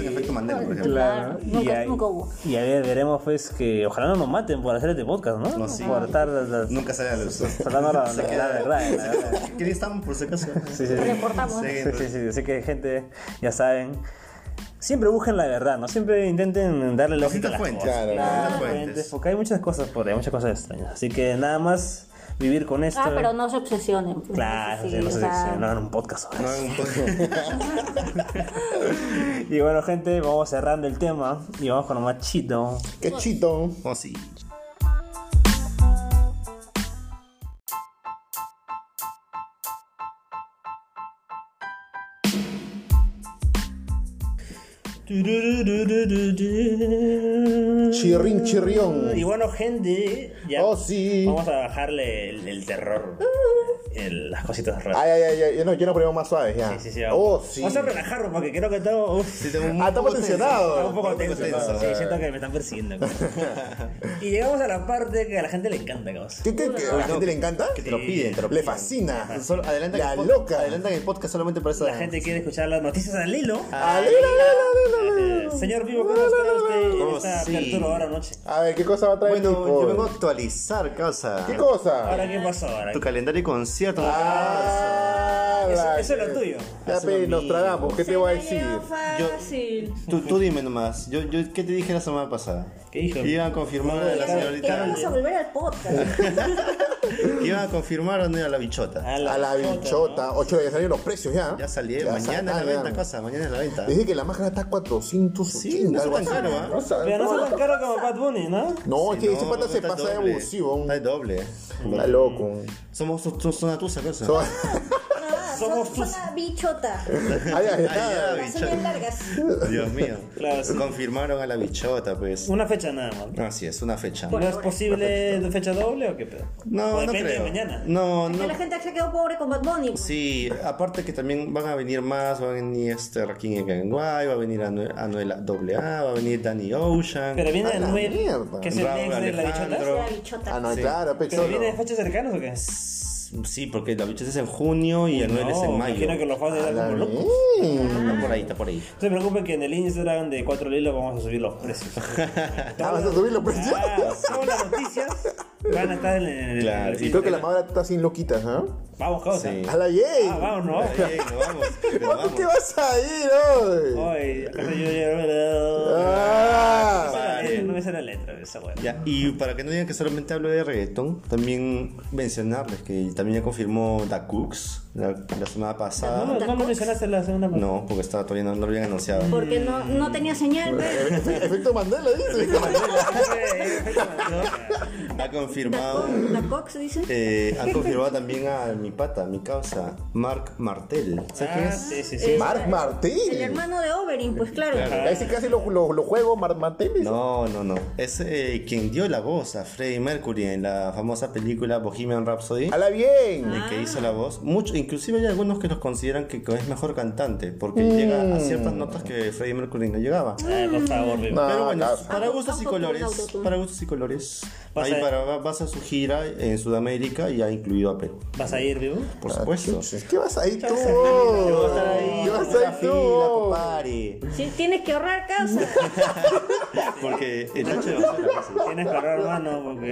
el efecto Mandela, por ejemplo. Claro, y, nunca- ahí, nunca hubo. y ahí veremos pues que ojalá no nos maten por hacer este podcast, ¿no? No, sí. Por estar estar- Nunca sale a la luz. soltando la, la- la verdad. la verdad. ¿Quién estamos, por si acaso? Sí, sí, sí. Reportamos. Sí, Sí, sí, sí, así que gente, ya saben, siempre busquen la verdad, ¿no? Siempre intenten darle lógica a Necesitas las fuentes. cosas. Claro, Claro, necesitas fuentes, fuentes. porque hay muchas cosas por ahí, muchas cosas extrañas. Así que nada más vivir con esto. Ah, pero no se obsesionen. pues, Claro, sí, sí, no o sé si- sea, no hagan un podcast sobre No, eso. un poco- Y bueno, gente, vamos cerrando el tema y vamos con lo más chido. Qué chito. Oh, sí. Chirrin, chirrión. Mm, Y bueno, gente, ya Oh, sí. vamos a bajarle el, el terror, el- las cositas raras. Ay, ay, ay, ay, ya, no, ya nos ponemos más suaves ya. Sí, sí, sí, vamos. oh, sí. Vamos a relajarnos porque creo que estamos. uf, Sí, tengo un Ah, estamos poco tenso. tensionados. un poco tenso. tenso. Sí, siento que me están persiguiendo. y llegamos a la parte que a la gente le encanta, cabrón. ¿Qué, qué, qué? a la gente le encanta? Que te lo piden, te lo Le piden. fascina. Solo adelantan La el pod- loca. Adelantan el podcast solamente para eso. La gente quiere escuchar las noticias al hilo. Ale, ale, ale, ale, ale. Eh, Señor Vivo, ¿cómo está usted en Oh, esta sí. perturbadora noche? A ver, ¿qué cosa va a traer? Bueno, tipo? yo vengo a actualizar, causa. ¿Qué cosa? ¿Ahora qué pasó? Ahora? Tu calendario de conciertos. Ah, Eso, la- eso es lo tuyo. Ya, Eso es pe, lo nos mío. tragamos. ¿Qué te voy a decir? Fácil. Tú, tú dime nomás. Yo, yo, ¿Qué te dije la semana pasada? ¿Qué dijo? Que iban a confirmar a la que señorita. vamos a volver al podcast. Que iban a confirmar o no a la Ah. bichota. A la bichota. 8 de salieron los precios ya. Ya salieron. Mañana es la salieron. venta, cosa. Mañana es la venta. Dice que la máscara está a 480. Sí, no está algo tan así. caro, ¿ah? No, sabe- Pero no está tan caro como Bad Bunny, ¿no? No, es que No, "Oh, ese pata no se está pasa de doble. abusivo. Está de doble. Está loco. Somos tu- tu- son tusa, cosa. So- Ah, Somos son, tus- son una bichota. Ay, ay, Ay, ay. ya, Las uñas bichota. largas. Dios mío. Claro, sí. Confirmaron a la bichota, pues. Una fecha nada más. Así es, una fecha. ¿No es posible de fecha doble o qué pedo? No, O no depende creo. de mañana. No, Que no. la gente se quedó pobre con Bad Bunny. pues. Sí, aparte que también van a venir más, va a venir este Rakim Ekenguay, va a venir Anu- Anuel AA, va a venir Danny Ocean. Pero viene A la Anuel, mierda. que es el Raúl ex de la bichota. Alejandro. La bichota. Ah, no, Sí. claro, pe, ¿Pero solo. viene de fechas cercanas o qué? Sí, porque la lucha es en junio y el 9 es en mayo. Imagino que los fans están A como la locos. vez. Está por ahí, está por ahí. No se preocupen que en el Instagram de Cuatro Lilos vamos a subir los precios. Ah, ¿vas a subir los precios? Ah, todas las noticias van a estar en el. Claro, en el- Y creo que la madre está sin loquitas, ¿ah? Vamos, causa. Sí. ¡A la yay! Ah, vamos, no. Bien, nos vamos, nos ¿Por vamos. qué vas a ir hoy? Ay, acá yo ya. Ah, Vale. No me sale la letra de esa weá. Ya, y para que no digan que solamente hablo de reggaetón, también mencionarles que también ya confirmó Da Cooks la, la semana No, pasada. no, no lo mencionaste la segunda parte. No, porque estaba, todavía no, no lo habían anunciado. Porque no, no tenía señal, pues. güey. efe- Efecto Mandela, dice. Ah, Ha confirmado. La Cox dice. eh, ha confirmado también a mi pata, mi causa, Mark Martel. ¿Sabes quién Ah, es? sí, sí, Eh, sí. Marc El Martín. hermano de Oberyn, pues claro. Ese casi lo, lo, lo juego, Marc Martín. dice. No, no, no. Es eh, quien dio la voz a Freddie Mercury en la famosa película Bohemian Rhapsody. ¡Hala bien! Ah. El que hizo la voz. Mucho, inclusive hay algunos que los consideran que es mejor cantante, porque llega a ciertas notas que Freddie Mercury no llegaba. Ah, por favor, River. No, Ah, Pero bueno, acá- para gustos y Autotune, colores. autotune. Para gustos y colores. Vas Ahí a- para, va- vas a su gira en Sudamérica y ha incluido a Perú. ¿Vas a ir, River? Por supuesto. Ah, ¿Qué vas a ir tú? Yo voy a estar ahí, ¿Qué vas La a ir fila, tú? compadre. Sí, tienes que ahorrar casa. Porque el Nacho de Tienes que ahorrar mano porque.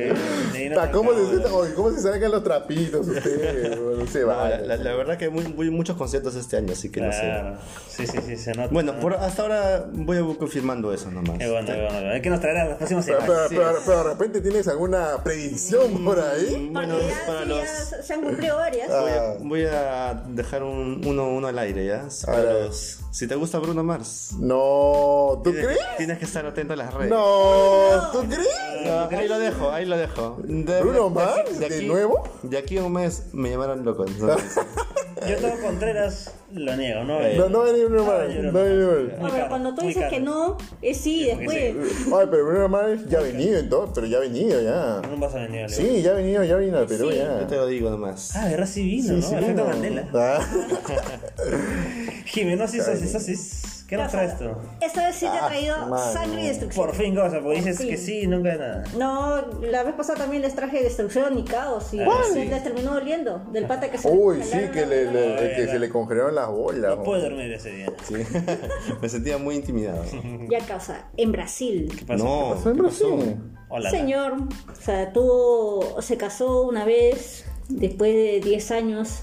de ahí no Ta, te Ah, ¿Cómo acabo, se, weón. oye, ¿Cómo se sacan los trapitos ustedes? No se No, la, la- vale. la verdad que muy, muy- muchos conciertos este año, así que no sé. Claro. Sí, sí, sí, se nota. Bueno, por, hasta ahora voy a confirmando eso nomás. Qué bueno, qué bueno. qué bueno. ¿Qué nos traerás las próximas Pero, semanas? pero- pero- pero de repente tienes alguna predicción por ahí. Mm, Bueno, Porque ya, para sí, los. Ah, ya se- se han cumplido varias. Voy a, voy a dejar un, uno, uno al aire, ¿ya? Para ver. los- si te gusta Bruno Mars, No, ¿tú tienes, crees? tienes que estar atento a las redes. No, ¿tú crees? No, ahí lo dejo, ahí lo dejo. De- ¿Bruno de aquí- Mars? ¿De nuevo? De aquí a un mes me llamaron loco. entonces. Yo todo Contreras lo niego, ¿no? Eh, No, no hay ni uno más. No hay ni uno más. muy Ahora, caro, cuando tú muy dices caro. que no, es sí, después. Ay, pero Bruno Mars ya ha venido entonces, pero ya ha venido ya. No vas a venir, Leo. Sí, ya ha venido, ya ha venido al Perú Sí. ya. Yo te lo digo nomás. Ah, verdad sí vino, ¿no? Sí, Efecto vino. Mandela. Ah. Jimenosis, sosis, sosis. ¿Qué nos traes tú? Esta vez sí te ha Ah, traído mano. sangre y destrucción. Por fin, cosa, porque dices fin. que sí y nunca nada. No, la vez pasada también les traje destrucción y caos. Y Ah, sí. les terminó oliendo. Del pata que se Uy, le sí, jalaron que, la le, bola. le- que se le congelaron las bolas. No puedo dormir ese día. Sí. me sentía muy intimidado. Ya causa, en Brasil. pasó? No, Fue en ¿qué pasó? Brasil. Hola. Señor, o sea, tuvo, se casó una vez, después de 10 años.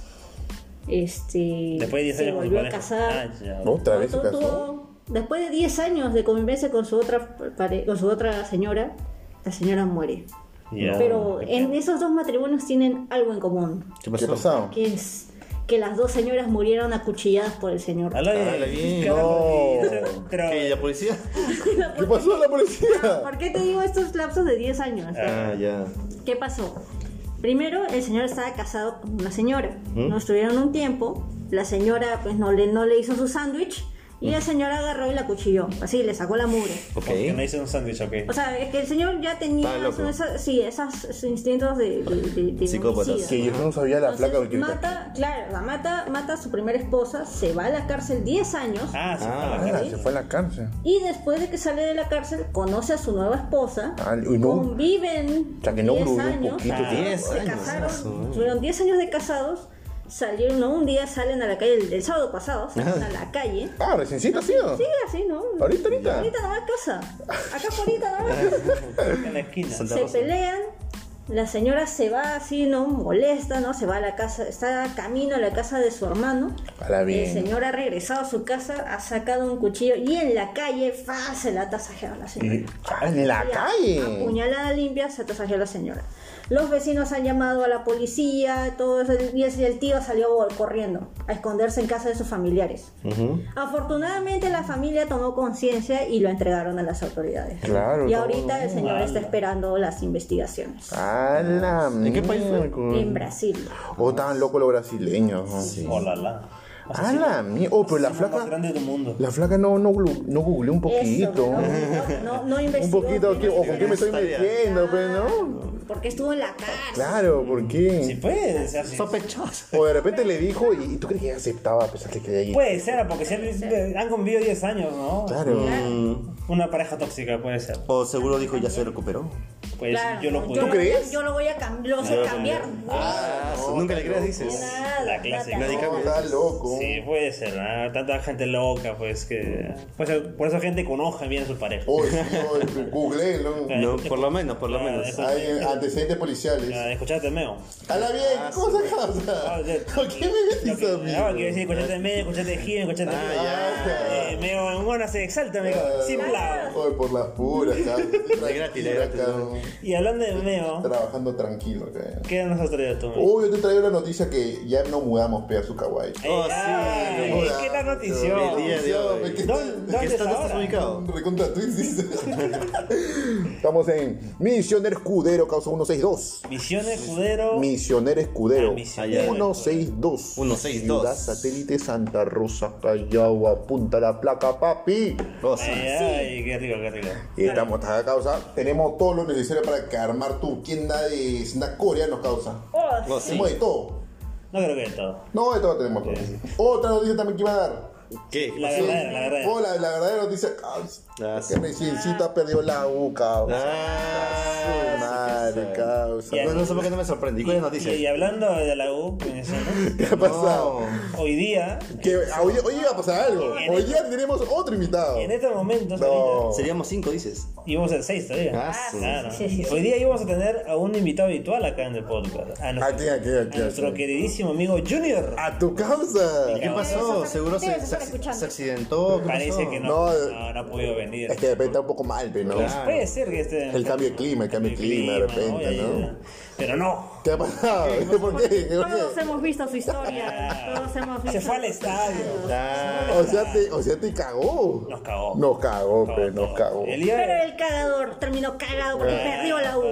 Este, Después de 10 años con se su volvió a pareja. casar. Ah, ya. Otra vez se Tuvo- casó. tuvo- después de 10 años de convivencia con su otra pare- con su otra señora, la señora muere. Ya. Pero en esos dos matrimonios tienen algo en común, ¿Qué ¿Qué pasó? pasó? que es que las dos señoras murieron acuchilladas por el señor. Hola, Ah, hola, bien. bien. Carajo, No. y- no sé, Pero. ¿Qué, la policía? ¿Qué pasó la ¿Por policía? qué te digo estos lapsos de 10 años? Ah, ya. ¿Qué pasó? Primero, el señor estaba casado con una señora. No estuvieron un tiempo. La señora, pues, no le, no le hizo su sándwich. Y el señor agarró y la cuchilló. Así, le sacó la mugre. Ok. Porque me hice un sándwich, ok. O sea, es que el señor ya tenía Estaba loco. esas- sí, esos, instintos de, de, de- de Psicópatas. homicida. Que yo no sabía la placa Entonces, de mata, claro, la mata, mata a su primera esposa, se va a la cárcel 10 años Ah, sí, Ah. para la Ah, cara. se fue a la cárcel. y después de que sale de la cárcel conoce a su nueva esposa, Ah, uy, no. conviven O sea, que no 10 duró un años, poquito, Ah, 10 se años, eso, casaron, ¿no? tuvieron 10 años de casados, salieron ¿no? un día, salen a la calle, el, el sábado pasado, salen a la calle, Ah, reciencito ha sido. sí, así, ¿no? Ahorita, ahorita. Ah, Ahorita nomás casa, acá ahorita nomás. En la esquina. Santa se Rosa. pelean, la señora se va así, ¿no? Molesta, ¿no? Se va a la casa, está camino a la casa de su hermano. Ahora bien. El señor ha regresado a su casa, ha sacado un cuchillo y en la calle, fa, se la ha tasajeado a la señora. Ah, en la Ya, calle. Apuñalada limpia, se tasajeó a la señora. Los vecinos han llamado a la policía, todo eso, y el- el tío salió corriendo a esconderse en casa de sus familiares. Ujú. Afortunadamente la familia tomó conciencia y lo entregaron a las autoridades. Claro, Y todo ahorita el señor está esperando las investigaciones. A la ¿En qué país fue? En Brasil. Oh, estaban locos los brasileños. ¿no? Hola, la. A la mierda. Oh, pero La la más flaca. grande del mundo. La flaca no, no, glu- no googleó un Eso, poquito. no, no, no Un investigó. poquito, ¿qué- ¿o con qué me estoy Tarea. metiendo? Pues, ¿no? Porque estuvo en la cárcel. Claro, ¿por Sí, qué? puede ser. sí. Sospechoso. O de repente le dijo, ¿y y tú crees que ella aceptaba a pesar de que Pues, ella Puede ser, porque si han, han convivido 10 años, ¿no? Claro. Mm, Una pareja tóxica puede ser. O seguro dijo ya se recuperó. pues Claro, yo lo ¿tú pude. ¿Tú crees? Yo lo voy a cam- lo sé Claro, cambiar. Ah, no, nunca le está creas, loco. dices. Nada, la clase. nada. Nadie No, cambia. está loco. Sí, puede ser, ¿ah? tanta gente loca, pues que. pues, por eso gente con hoja mira a su pareja. Oye, sí, oye, googleenlo. No, por lo menos, por lo menos. Hay eh, antecedentes policiales. Ah, ¿Escuchaste, Meo? ¡Hala bien! Ah, ¿Cómo sí. sacas? Ah, de- ¿Por qué me Lo metes que- a No, quiero mí? decir, escuchaste Meo, escuchaste Gil, escuchaste Ah, Meo. ya. Eh, Meo, en una se exalta, Meo, sin plavo. Oye, por las puras, cabrón. De gratis, de Tranquila, gratis, cabrón. Y hablando de Meo, Trabajando tranquilo, cabrón. ¿qué nos has traído tú, Meo? Uy, yo te traigo la noticia que ya no mudamos pedazo kawaii. Oh, sí, Ay, no jodas. ¿Qué tal El notición? día de hoy. ¿Qué ¿Dónde- tal? dónde ¿Qué es estado estás ahora? ubicado? Recontra Twins, dice. Estamos en Misionero Escudero, causa 162. Misión Escudero. Misionero Escudero Ah, Misionero Escudero. 162. 162. Ciudad satélite Santa Rosa, Callao, apunta la placa, papi. Oh, sí. Ay, ay, qué rico, qué rico. Y estamos acá, causa. Tenemos todo lo necesario para que armar tu tienda de snack coreanos, causa. Oh, No, sí. Tenemos de todo. No creo que de todo. No, de todo tenemos todo. Otra noticia también que iba a dar. ¿Qué? La Sí. verdadera, la verdadera. Oh, la, la verdadera noticia. caos. Ah, sí. Que Renciencita perdió la U, caos. Ah, Madre, caos. Ya. No, no sé por qué no me sorprendí. ¿Cuál es la noticia? Y, y hablando de la U, pues, ¿no? ¿Qué ha pasado? hoy día, Que hoy, hoy iba a pasar algo. En este- Hoy día tenemos otro invitado. en este- estos momentos, No. ahorita, Seríamos cinco, dices. íbamos a seis todavía. Ah, sí. Claro. Sí, sí, sí. Hoy día íbamos a tener a un invitado habitual acá en el podcast. A nuestro, Aquí, aquí, aquí, a nuestro aquí. queridísimo amigo Junior. A tu causa. ¿Qué pasó? Seguro se, Ustedes se, están escuchando. se accidentó. ¿Qué Parece pasó? que no, No, no, eh, no ha podido venir. Es que de repente está un poco mal, pero no. Claro. Puede ser que esté. El cambio de clima, el cambio de clima, de repente, oye, ¿no? Pero no. ¿Qué ha pasado? ¿Por qué? ¿Por Todos qué? hemos visto su historia. Todos hemos visto. Se fue al estadio. Ah, O sea, te, o sea, te cagó. Nos cagó. Nos cagó, Nos pero nos cagó. El día Pero de- el cagador terminó cagado porque Ah, perdió la U.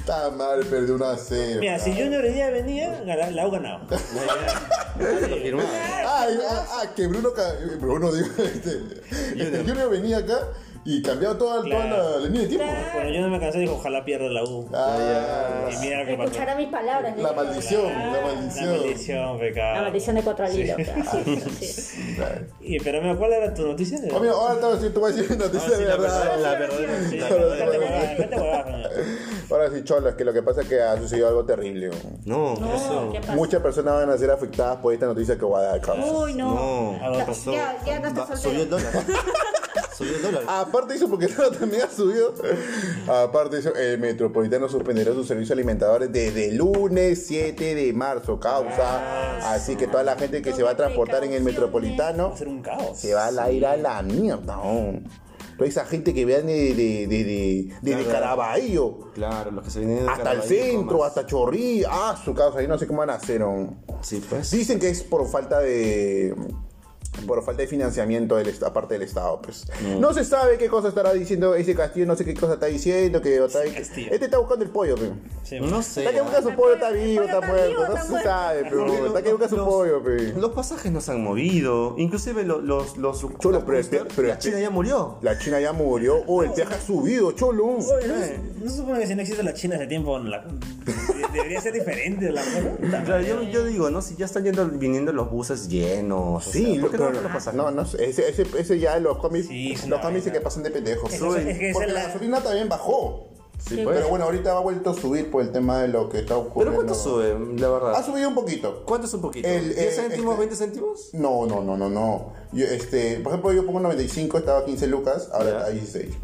Está mal, perdió una cero. Mira, si Junior hoy día venía, gana- la U ganaba. lo firmaba. Ay, ah, ah, que Bruno, ca- Bruno digo, este, este Junior venía acá y cambiaba toda, toda la Claro. línea de tiempo. Cuando yo no me cansé, dijo, ojalá pierda la U. Ah, Y mira qué pasó. Escuchará mis palabras. la ¿no? maldición, la La maldición. maldición, pecado. La maldición de cuatro al hilo. claro. Sí, sí. Claro. Y, pero, mira, ¿cuál era tu noticia? Oh, mira, ahora te voy a decir- te voy a decir una noticia sí, de la verdad. verdad, la verdad. Sí, la cállate, verdad. huevada, cállate, huevada, señor. Ahora sí, Cholas, que lo que pasa es que ha sucedido algo terrible. No, ¿qué No, pasó? ¿qué pasa? Muchas personas van a ser afectadas por esta noticia que voy a dar, cabrón. Uy, no. No, Ah. Ya, ¿qué pasó? ya, ya no estás Va- soltero. Subió el dólar. Subió el dólar. Aparte de eso, porque no también ha subido. Aparte de eso, el Metropolitano suspenderá sus servicios alimentadores desde el lunes 7 de marzo, causa. Así que toda la gente que se va a transportar en el Va Metropolitano a ser un caos. se va a ir a la mierda. ¿no? Toda esa gente que vean de, de, de, de- desde Claro. Caraballo Claro, los que se vienen de hasta el Caraballo, centro, comas. hasta Chorrí, ah, su causa, ahí no sé cómo van a hacer. ¿no? Sí, pues. Dicen que es por falta de por falta de financiamiento del esta- aparte del Estado, pues. Mm. No se sabe qué cosa estará diciendo ese Castillo, no sé qué cosa está diciendo, que otra vez- Castillo. este está buscando el pollo, pe. Sí, No sé. Está que busca su El pollo, pollo- está el vivo, pollo está está vivo, muerto, no está se muerto. sabe, pero Porque está que busca su los- pollo, pe. Los pasajes nos han movido. Inclusive lo- los... los, los Cholo, pero espe- pero La espe- China ya murió. La China ya murió, o el viaje ha subido, cholo. Oye, ¿no, se- no se supone que si no existe la China hace tiempo, la- de- debería ser diferente la cosa? Claro, yo, yo digo, ¿no? Si ya están yendo, viniendo los buses llenos. o Sí, sea, ¿por lo, qué no pero- abren los pasajes? no, no, sé, ese, ese, ese ya los cómics, Sí, es una los cómics vaina. que pasan de pendejos. Es que eso- es que esa Porque es la la- gasolina también bajó. Sí, pues. Pero bueno, ahorita ha vuelto a subir por el tema de lo que está ocurriendo. pues, ¿Pero cuánto sube, la verdad? Ha subido un poquito. ¿Cuánto es un poquito? El, ¿10 eh, céntimos, este- 20 céntimos? No, no, no, no, no. Yo, este, por ejemplo, yo pongo 95, estaba 15 lucas, ahora Ya. está 16.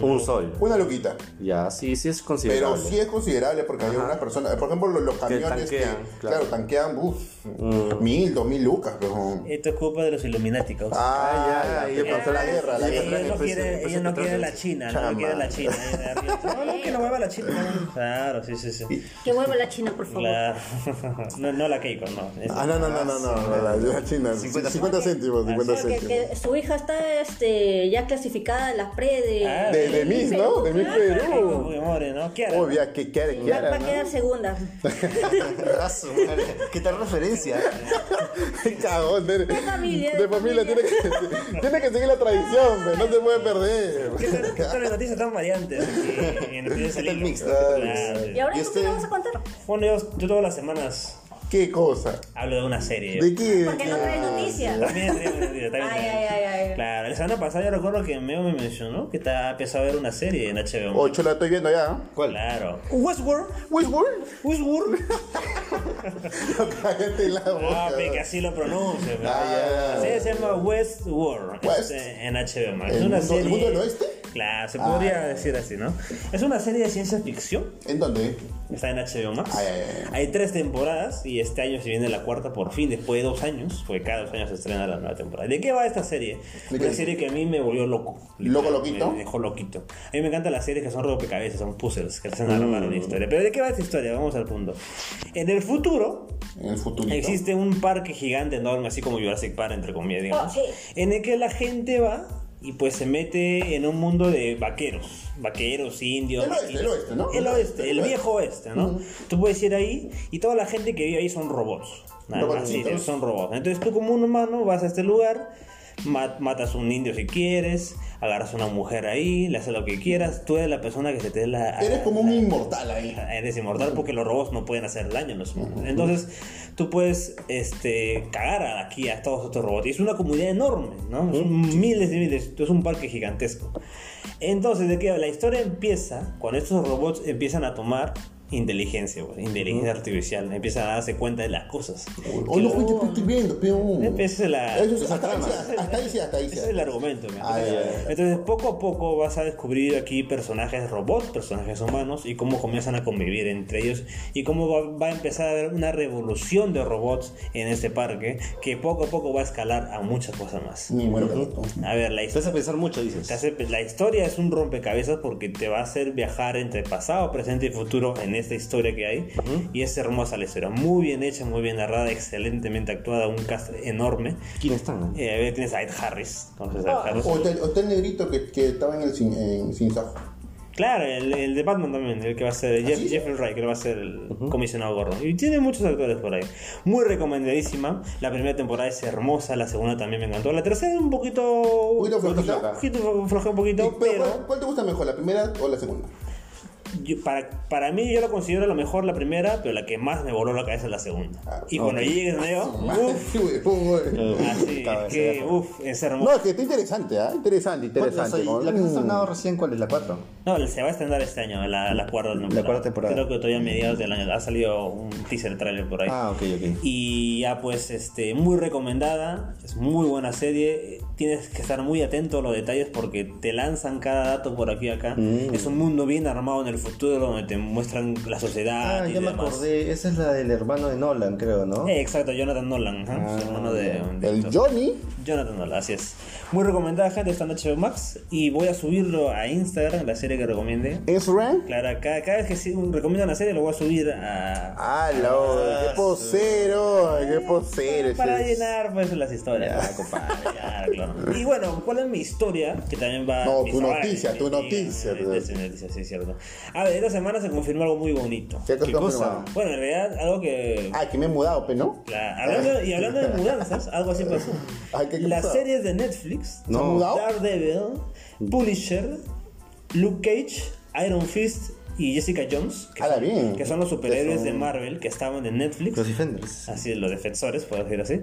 Un sol. Una luquita. Ya, sí, sí es Pero considerable. sí es considerable porque hay algunas personas, por ejemplo, los, los camiones que, tanquean, claro. claro. Mm. tanquean bus, mil, dos mil lucas, pero... Esto es culpa de los ilumináticos. Ah, ya, ya, ya, ya. pasó la guerra, la Sí, guerra. Ella no quiere, ella no quiere la China, no Chama. quiere la China. eh, ella de arriba. No, no, que lo mueva la China. Claro, sí, sí, sí. Que vuelva la China, por favor. Claro. No, no la Keiko, no. Es- Ah, no, no, no, no, no, no, la, la China, 50, céntimos, 50 Porque céntimos. que su hija está este, ya clasificada en las pre de. Ah, De, de Miss, ¿no? De Miss Keiko Perú. Fujimori, ¿no? ¿Qué hará? Obvia, que quiere, Va va quiere, a quedar ¿no? segunda. Razo, madre. ¿Qué tal referencia? Qué cagón, de, de familia, de de familia, tiene que, tiene que seguir la tradición, pe, no se puede perder. ¿Qué tal- qué tal las noticias tan variantes? Y- y en- en ese ¿Qué tal libro. mixto? Claro. ¿Y ahora ¿Y tú qué usted? le vas a contar? Bueno, yo, yo todas las semanas ¿Qué cosa? Hablo de una serie. ¿De qué? Porque no trae noticias. También, sí, sí, sí, también. Ay, ay, ay, ay. Claro, la semana pasada yo recuerdo que Meo me mencionó que está empezó a ver una serie en HBO. Ocho la estoy viendo ya. ¿eh? ¿Cuál? Claro. Westworld. Westworld. Westworld. Cállate la boca. Ah, pe, que así lo pronuncia. pe. Ah, ya. La serie se llama Westworld West. este, en HBO Max. ¿El Es una mundo- el serie. mundo del oeste? Claro, se Ah, podría ya. decir así, ¿no? Es una serie de ciencia ficción. ¿En dónde? Está en HBO Max. Ay, ay, ay. Hay tres temporadas y este año se viene la cuarta por fin, después de dos años. Porque cada dos años se estrena la nueva temporada. ¿De qué va esta serie? ¿De Una qué? serie que a mí me volvió loco. ¿Loco, loquito? Me dejó loquito. A mí me encantan las series que son rompecabezas, son puzzles, que se hacen Mm. armar una historia. Pero ¿de qué va esta historia? Vamos al punto. En el futuro, En el futuro. Existe un parque gigante enorme, así como Jurassic Park, entre comillas, digamos, Oh, Ok. en el que la gente va y pues se mete en un mundo de vaqueros, vaqueros, indios. El oeste, vaqueros. el oeste, ¿no? El oeste, el El viejo oeste, ¿no? Tú puedes ir ahí y toda la gente que vive ahí son robots. Nada más, sí, Robotitos. son robots. Entonces tú como un humano vas a este lugar, ma- matas un indio si quieres, agarras una mujer ahí, le haces lo que quieras, tú eres la persona que se te dé la... Eres como un inmortal ahí. Eres inmortal porque los robots no pueden hacer daño a los humanos. Entonces, tú puedes este, cagar a- aquí a todos estos robots. Y es una comunidad enorme, ¿no? Son miles y miles. Es un parque gigantesco. Entonces, ¿de qué va? La historia empieza cuando estos robots empiezan a tomar inteligencia, güey, inteligencia artificial. Empiezan a darse cuenta de las cosas. Hoy no juegues, pero estoy viendo, uh. peón. Esa es la- Eso es esa hasta ahí, trama. sí, hasta ahí, sí, hasta ahí. sí. Ese es el argumento. ¿me Ah, entiendes? ya, ya, ya. Entonces, poco a poco vas a descubrir aquí personajes robots, personajes humanos y cómo comienzan a convivir entre ellos y cómo va, va a empezar a haber una revolución de robots en este parque que poco a poco va a escalar a muchas cosas más. Ni muero que no. A ver, la Te historia. hace pensar mucho, te dices. hace- pues, La historia es un rompecabezas porque te va a hacer viajar entre pasado, presente y futuro en esta historia que hay. Y es hermosa la historia. Muy bien hecha, muy bien narrada, excelentemente actuada, un cast enorme. ¿Quién están? Eh, ahí tienes a Ed Harris. ¿Conoces a Ah, Ed Harris? O está el- o está el negrito que, que estaba en el sin, en Sinsajo. Claro, el, el de Batman también, el que va a ser Jeff, ¿Ah, sí? Jeffrey Wright, que va a ser el comisionado gordo. Y tiene muchos actores por ahí. Muy recomendadísima. La primera temporada es hermosa, la segunda también me encantó. La tercera es un poquito. Un poquito flojita. Un poquito flo- floja, un Y, poquito, pero, pero. ¿cuál, cuál te gusta mejor, la primera o la segunda? yo- para, para mí, yo la considero la mejor la primera, pero la que más me voló la cabeza es la segunda. Ah, y cuando ok. llegues, Neo. uff, Qué huevón, güey. así, es que, uff, es hermosa. No, es que está interesante, ¿ah? Interesante, interesante. Mm, La que se ha Mm. sonado recién, ¿cuál es? ¿La 4? No, se va a estrenar este año, la, la cuarta temporada. cuarta temporada. Creo que todavía a mediados del año. Ha salido un teaser trailer por ahí. Ah, ok, ok. Y ya pues, este, muy recomendada, es muy buena serie, tienes que estar muy atento a los detalles porque te lanzan cada dato por aquí y acá. Mm. Es un mundo bien armado en el futuro donde te muestran la sociedad. Ah, y ya me demás. acordé. Esa es la del hermano de Nolan, creo, ¿no? Ah, Eh, exacto, Jonathan Nolan, ajá, es hermano de, de El Thor. Johnny. Jonathan Nolan, así es. Muy recomendada, gente, está en HBO Max y voy a subirlo a Instagram, la serie que recomiende. ¿Es Ren? Claro, cada, cada vez que sí- recomiendo una serie lo voy a subir a, ¡Aló! ¡Qué posero! ¡Qué posero! ese Para es. llenar pues las historias, ¿no, compadre? Ya, claro. Y bueno, ¿cuál es mi historia? Que también va... No, mi tu historia, noticia, mi- tu mi- noticia, mi- tu mi- noticia. mi noticia, sí, cierto. A ver, esta semana se confirmó algo muy bonito. ¿Qué te ¿Qué has cosa? confirmado? Bueno, en realidad algo que... Ah, que me he mudado, pero ¿no? la- hablando- y hablando de mudanzas, algo así pasó. Ay, ¿qué Las pasó? series de Netflix, ¿Se ha mudado? Daredevil, Punisher, Luke Cage, Iron Fist y Jessica Jones, que, Ala, son, bien. que son los superhéroes de Marvel que estaban en Netflix Los Defenders. así los defensores, por decir así,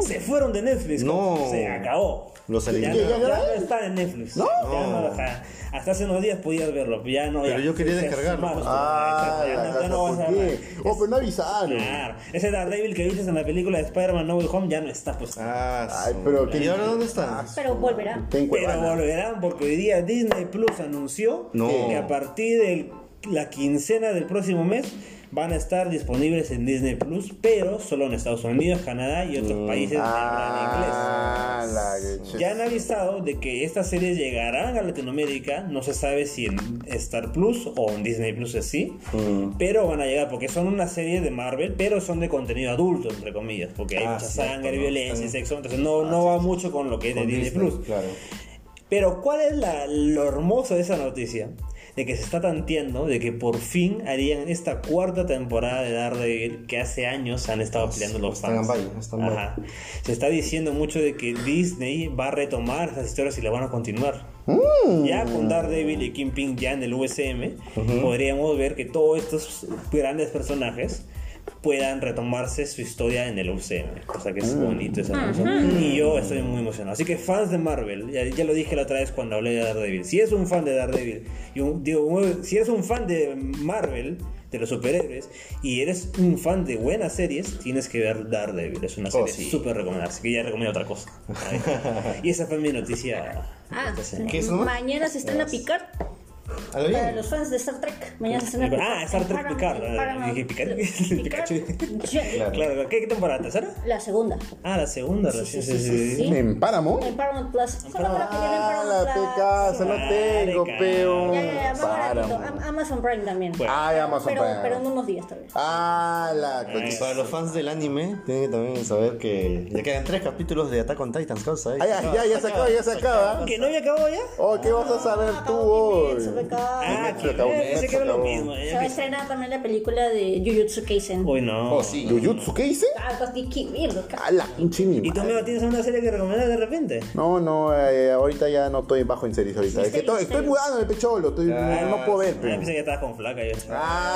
se fueron de Netflix. No. Se acabó. Los ya, eliminaron. no- ya no está en Netflix. No. Ya no, ajá. hasta hace unos días podías verlo, pero ya no. Pero ya. yo quería Se descargarlo. pues". sumaron. Ah, Ya la no- ya casa, no vas a ¿por ver. qué? Oh, pero no avisaron. Claro. Ese Daredevil que viste en la película de Spider-Man No Way Home ya no está, pues. Ah, Ay, su- pero que- ¿Y ahora dónde Ah, están? Pero volverá. Pero Ten cuidado. volverán porque hoy día Disney Plus anunció No. que a partir de la quincena del próximo mes van a estar disponibles en Disney Plus, pero solo en Estados Unidos, Canadá y otros Mm. países de habla Mm, Ah, la que inglés. Ya han avisado de que estas series llegarán a Latinoamérica, no se sabe si en Star Plus o en Disney Plus así, pero van a llegar porque son una serie de Marvel, pero son de contenido adulto, entre comillas, porque hay Ah, mucha cierto, sangre, ¿no? violencia, Están- sexo, entonces no, Ah, no va mucho con lo que es de Con Disney, Disney, Plus. Claro. Pero ¿cuál es la- lo hermoso de esa noticia? De que se está tanteando de que por fin harían esta cuarta temporada de Daredevil que hace años han estado peleando los Ah, están en fans. baile, están en baile. Ajá. Se está diciendo mucho de que Disney va a retomar esas historias y las van a continuar. Ya con Daredevil y Kingpin ya en el USM podríamos ver que todos estos grandes personajes puedan retomarse su historia en el UCM, cosa que es bonito esa Y yo estoy muy emocionado. Así que fans de Marvel, ya, ya lo dije la otra vez cuando hablé de Daredevil. Si eres un fan de Daredevil, y un- digo, un- si eres un fan de Marvel, de los superhéroes, y eres un fan de buenas series, tienes que ver Daredevil. Es una serie sí. súper recomendable. Así que ya recomiendo otra cosa. y esa fue mi noticia. Ah, esta semana. ¿Qué es eso? mañana se están a picar ¿A lo para bien? los fans de Star Trek. Mañana se están a Ah, picar. Star Trek En Picard. eh, en Paramount. Dije, ¿Picard? Picard. Sí. Claro, ¿qué, qué temporada? ¿Tercera? La segunda. Ah, la segunda recién. Sí, sí, sí. Sí. ¿En Páramo? En Paramount Plus. Solo para que lleguen Ah, Paramount la Plus. peca, se lo Ah, tengo, de cara. peo. Ya, ya, ya, más baratito. Páramo. Am- Amazon Prime también. Bueno. Ay, Amazon pero, Prime. pero en unos días todavía. Ah, la Ay. Para los fans del anime, tienen que también saber que ya quedan tres capítulos de Ataque on Titans, causa. ahí. Ay, ay, ya, ya se acaba, ya se acaba. ¿ah? ¿Que no había acabado ya? Oh, ¿qué vas a saber tú Acabó hoy? Kimetsu, acabó. Ah, Netflix que acabó, pensé Netflix que era lo acabó. mismo. Se eh, va a que- estrenar también la película de Jujutsu Kaisen. Uy, no. Oh, sí. ¿Yuyutsu qué hice? Ah, casi que mierda, casi. A la pinche mi ¿Y tú, madre. Meo, tienes una serie que recomendar de repente? No, no, eh, ahorita ya no estoy bajo en series ahorita. Es que to- estoy mudando el pecholo, estoy, no puedo ver, Ah, pero. pensé que estabas con flaca yo.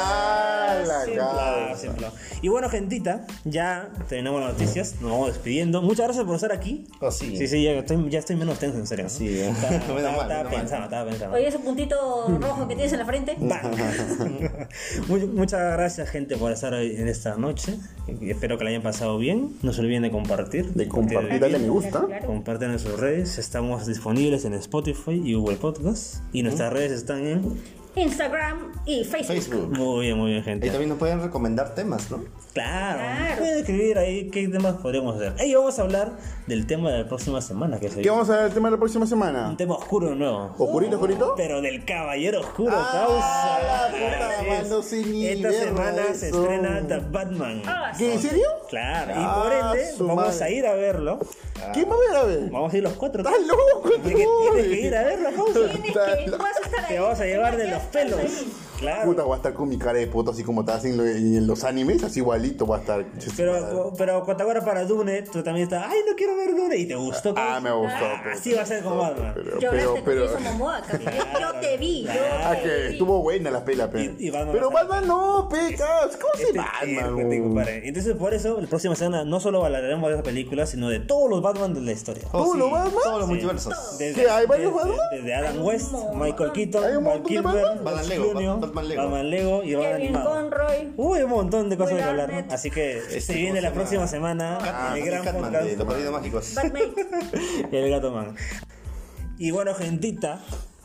Ah, la Sin cara. plan, sin plan. Y bueno, gentita, ya tenemos las noticias, nos vamos despidiendo. Muchas gracias por estar aquí. Ah, sí. Sí, sí, ya estoy, ya estoy menos tenso, en serio. ¿no? Sí, eh. Estaba- Menos estaba- mal, Estaba menos mal. pensando, estaba pensando. Oye, ese puntito rojo que tienes en la frente. Bang. Mu- Muchas gracias, gente, por estar hoy en esta noche. Espero que la hayan pasado bien. No se olviden de compartir. De compartir, dale me gusta. Compartan en sus redes. Estamos disponibles en Spotify y Google Podcast. Y nuestras redes están en. Instagram y Facebook. Facebook. Muy bien, muy bien, Y gente. también nos pueden recomendar temas, ¿no? Oh, Claro. Claro. Pueden escribir ahí qué temas podríamos hacer. Y vamos a hablar del tema de la próxima semana. Que se ¿Qué vamos a ver el tema de la próxima Un semana? tema oscuro nuevo. ¿Oscurito, oscurito? Pero del caballero oscuro, Ah, causa. la puta, Así man, es. no sé ni Esta verga semana se eso. estrena The Batman. Ah, ¿Qué, ¿En serio? Claro, Ah, y por ende su vamos madre. a ir a verlo. ¿Quién va a ver a ver? Vamos a ir los cuatro. ¡Estás loco! Tienes que, tienes que güey? ir a verlo, causa. tienes que- vas a estar ahí. Te vamos a llevar de Ya los estás pelos. ahí. Puta, Claro. voy a estar con mi cara de puto así como estás en, lo- en los animes, así igualito voy a estar. Pero, pero cuando ahora para Dune, tú también estás, ay, no quiero ver Dune. Y te gustó. causa? Ah, me gustó, pues. así va a ser con Batman. pero, pero, Lloraste pero. con Jason Momoa, cabrón. Yo- Yo te vi, yo Ah, te que vi. estuvo buena la pela, pero. Y- y Batman Pero va a estar- Batman no, pecas. ¿Cómo se Este Batman? uh. circo, güey? digo, padre. Entonces, por eso, la próxima semana no solo hablaremos de esa película, sino de todos los Batman de la historia. ¿Todo lo más, más? Todos los multiversos. Desde, Oh, ¿Qué, hay varios desde- Batman? Desde Adam West, montón. Michael Hay Keaton, un Val montón de Kilmer, Batman. George Batman Lego, Clooney, Batman Lego. Batman Lego y Batman Kevin animado. Conroy. Uy, un montón de cosas Will que hablar. Arnett. ¿no? Así que se viene la próxima semana el gran Ah, Catman, podcast de los perdidos mágicos. Batman. y el gato man. Y bueno, gentita,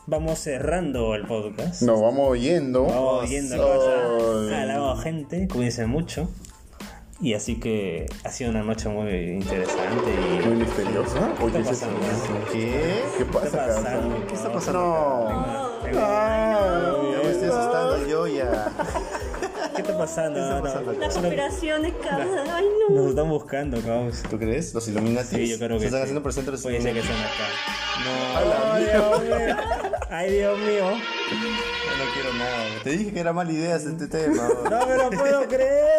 vamos cerrando el podcast. Nos vamos yendo. Vamos yendo a Ay. casa. Alabo, gente, cuídense mucho. Y así que ha sido una noche muy interesante y Muy misteriosa. ¿Qué está Oye, ¿qué es pasando? eso? ¿Qué? ¿Qué ¿Qué pasa, está Carlos? pasando? ¿Qué está pasando? No. Ya me estoy asustando yo ya. ¿Qué está pasando? No, no. Las Solo- operaciones, cabrón. Ay, no. Nos están buscando, caos. ¿Tú crees? ¿Los Illuminati? Sí, yo creo que Se están sí. haciendo presentes Puede ser que están acá. No, A la mierda. Ay, Dios mío. no quiero nada. Te dije que era mala idea este tema. No me lo puedo creer.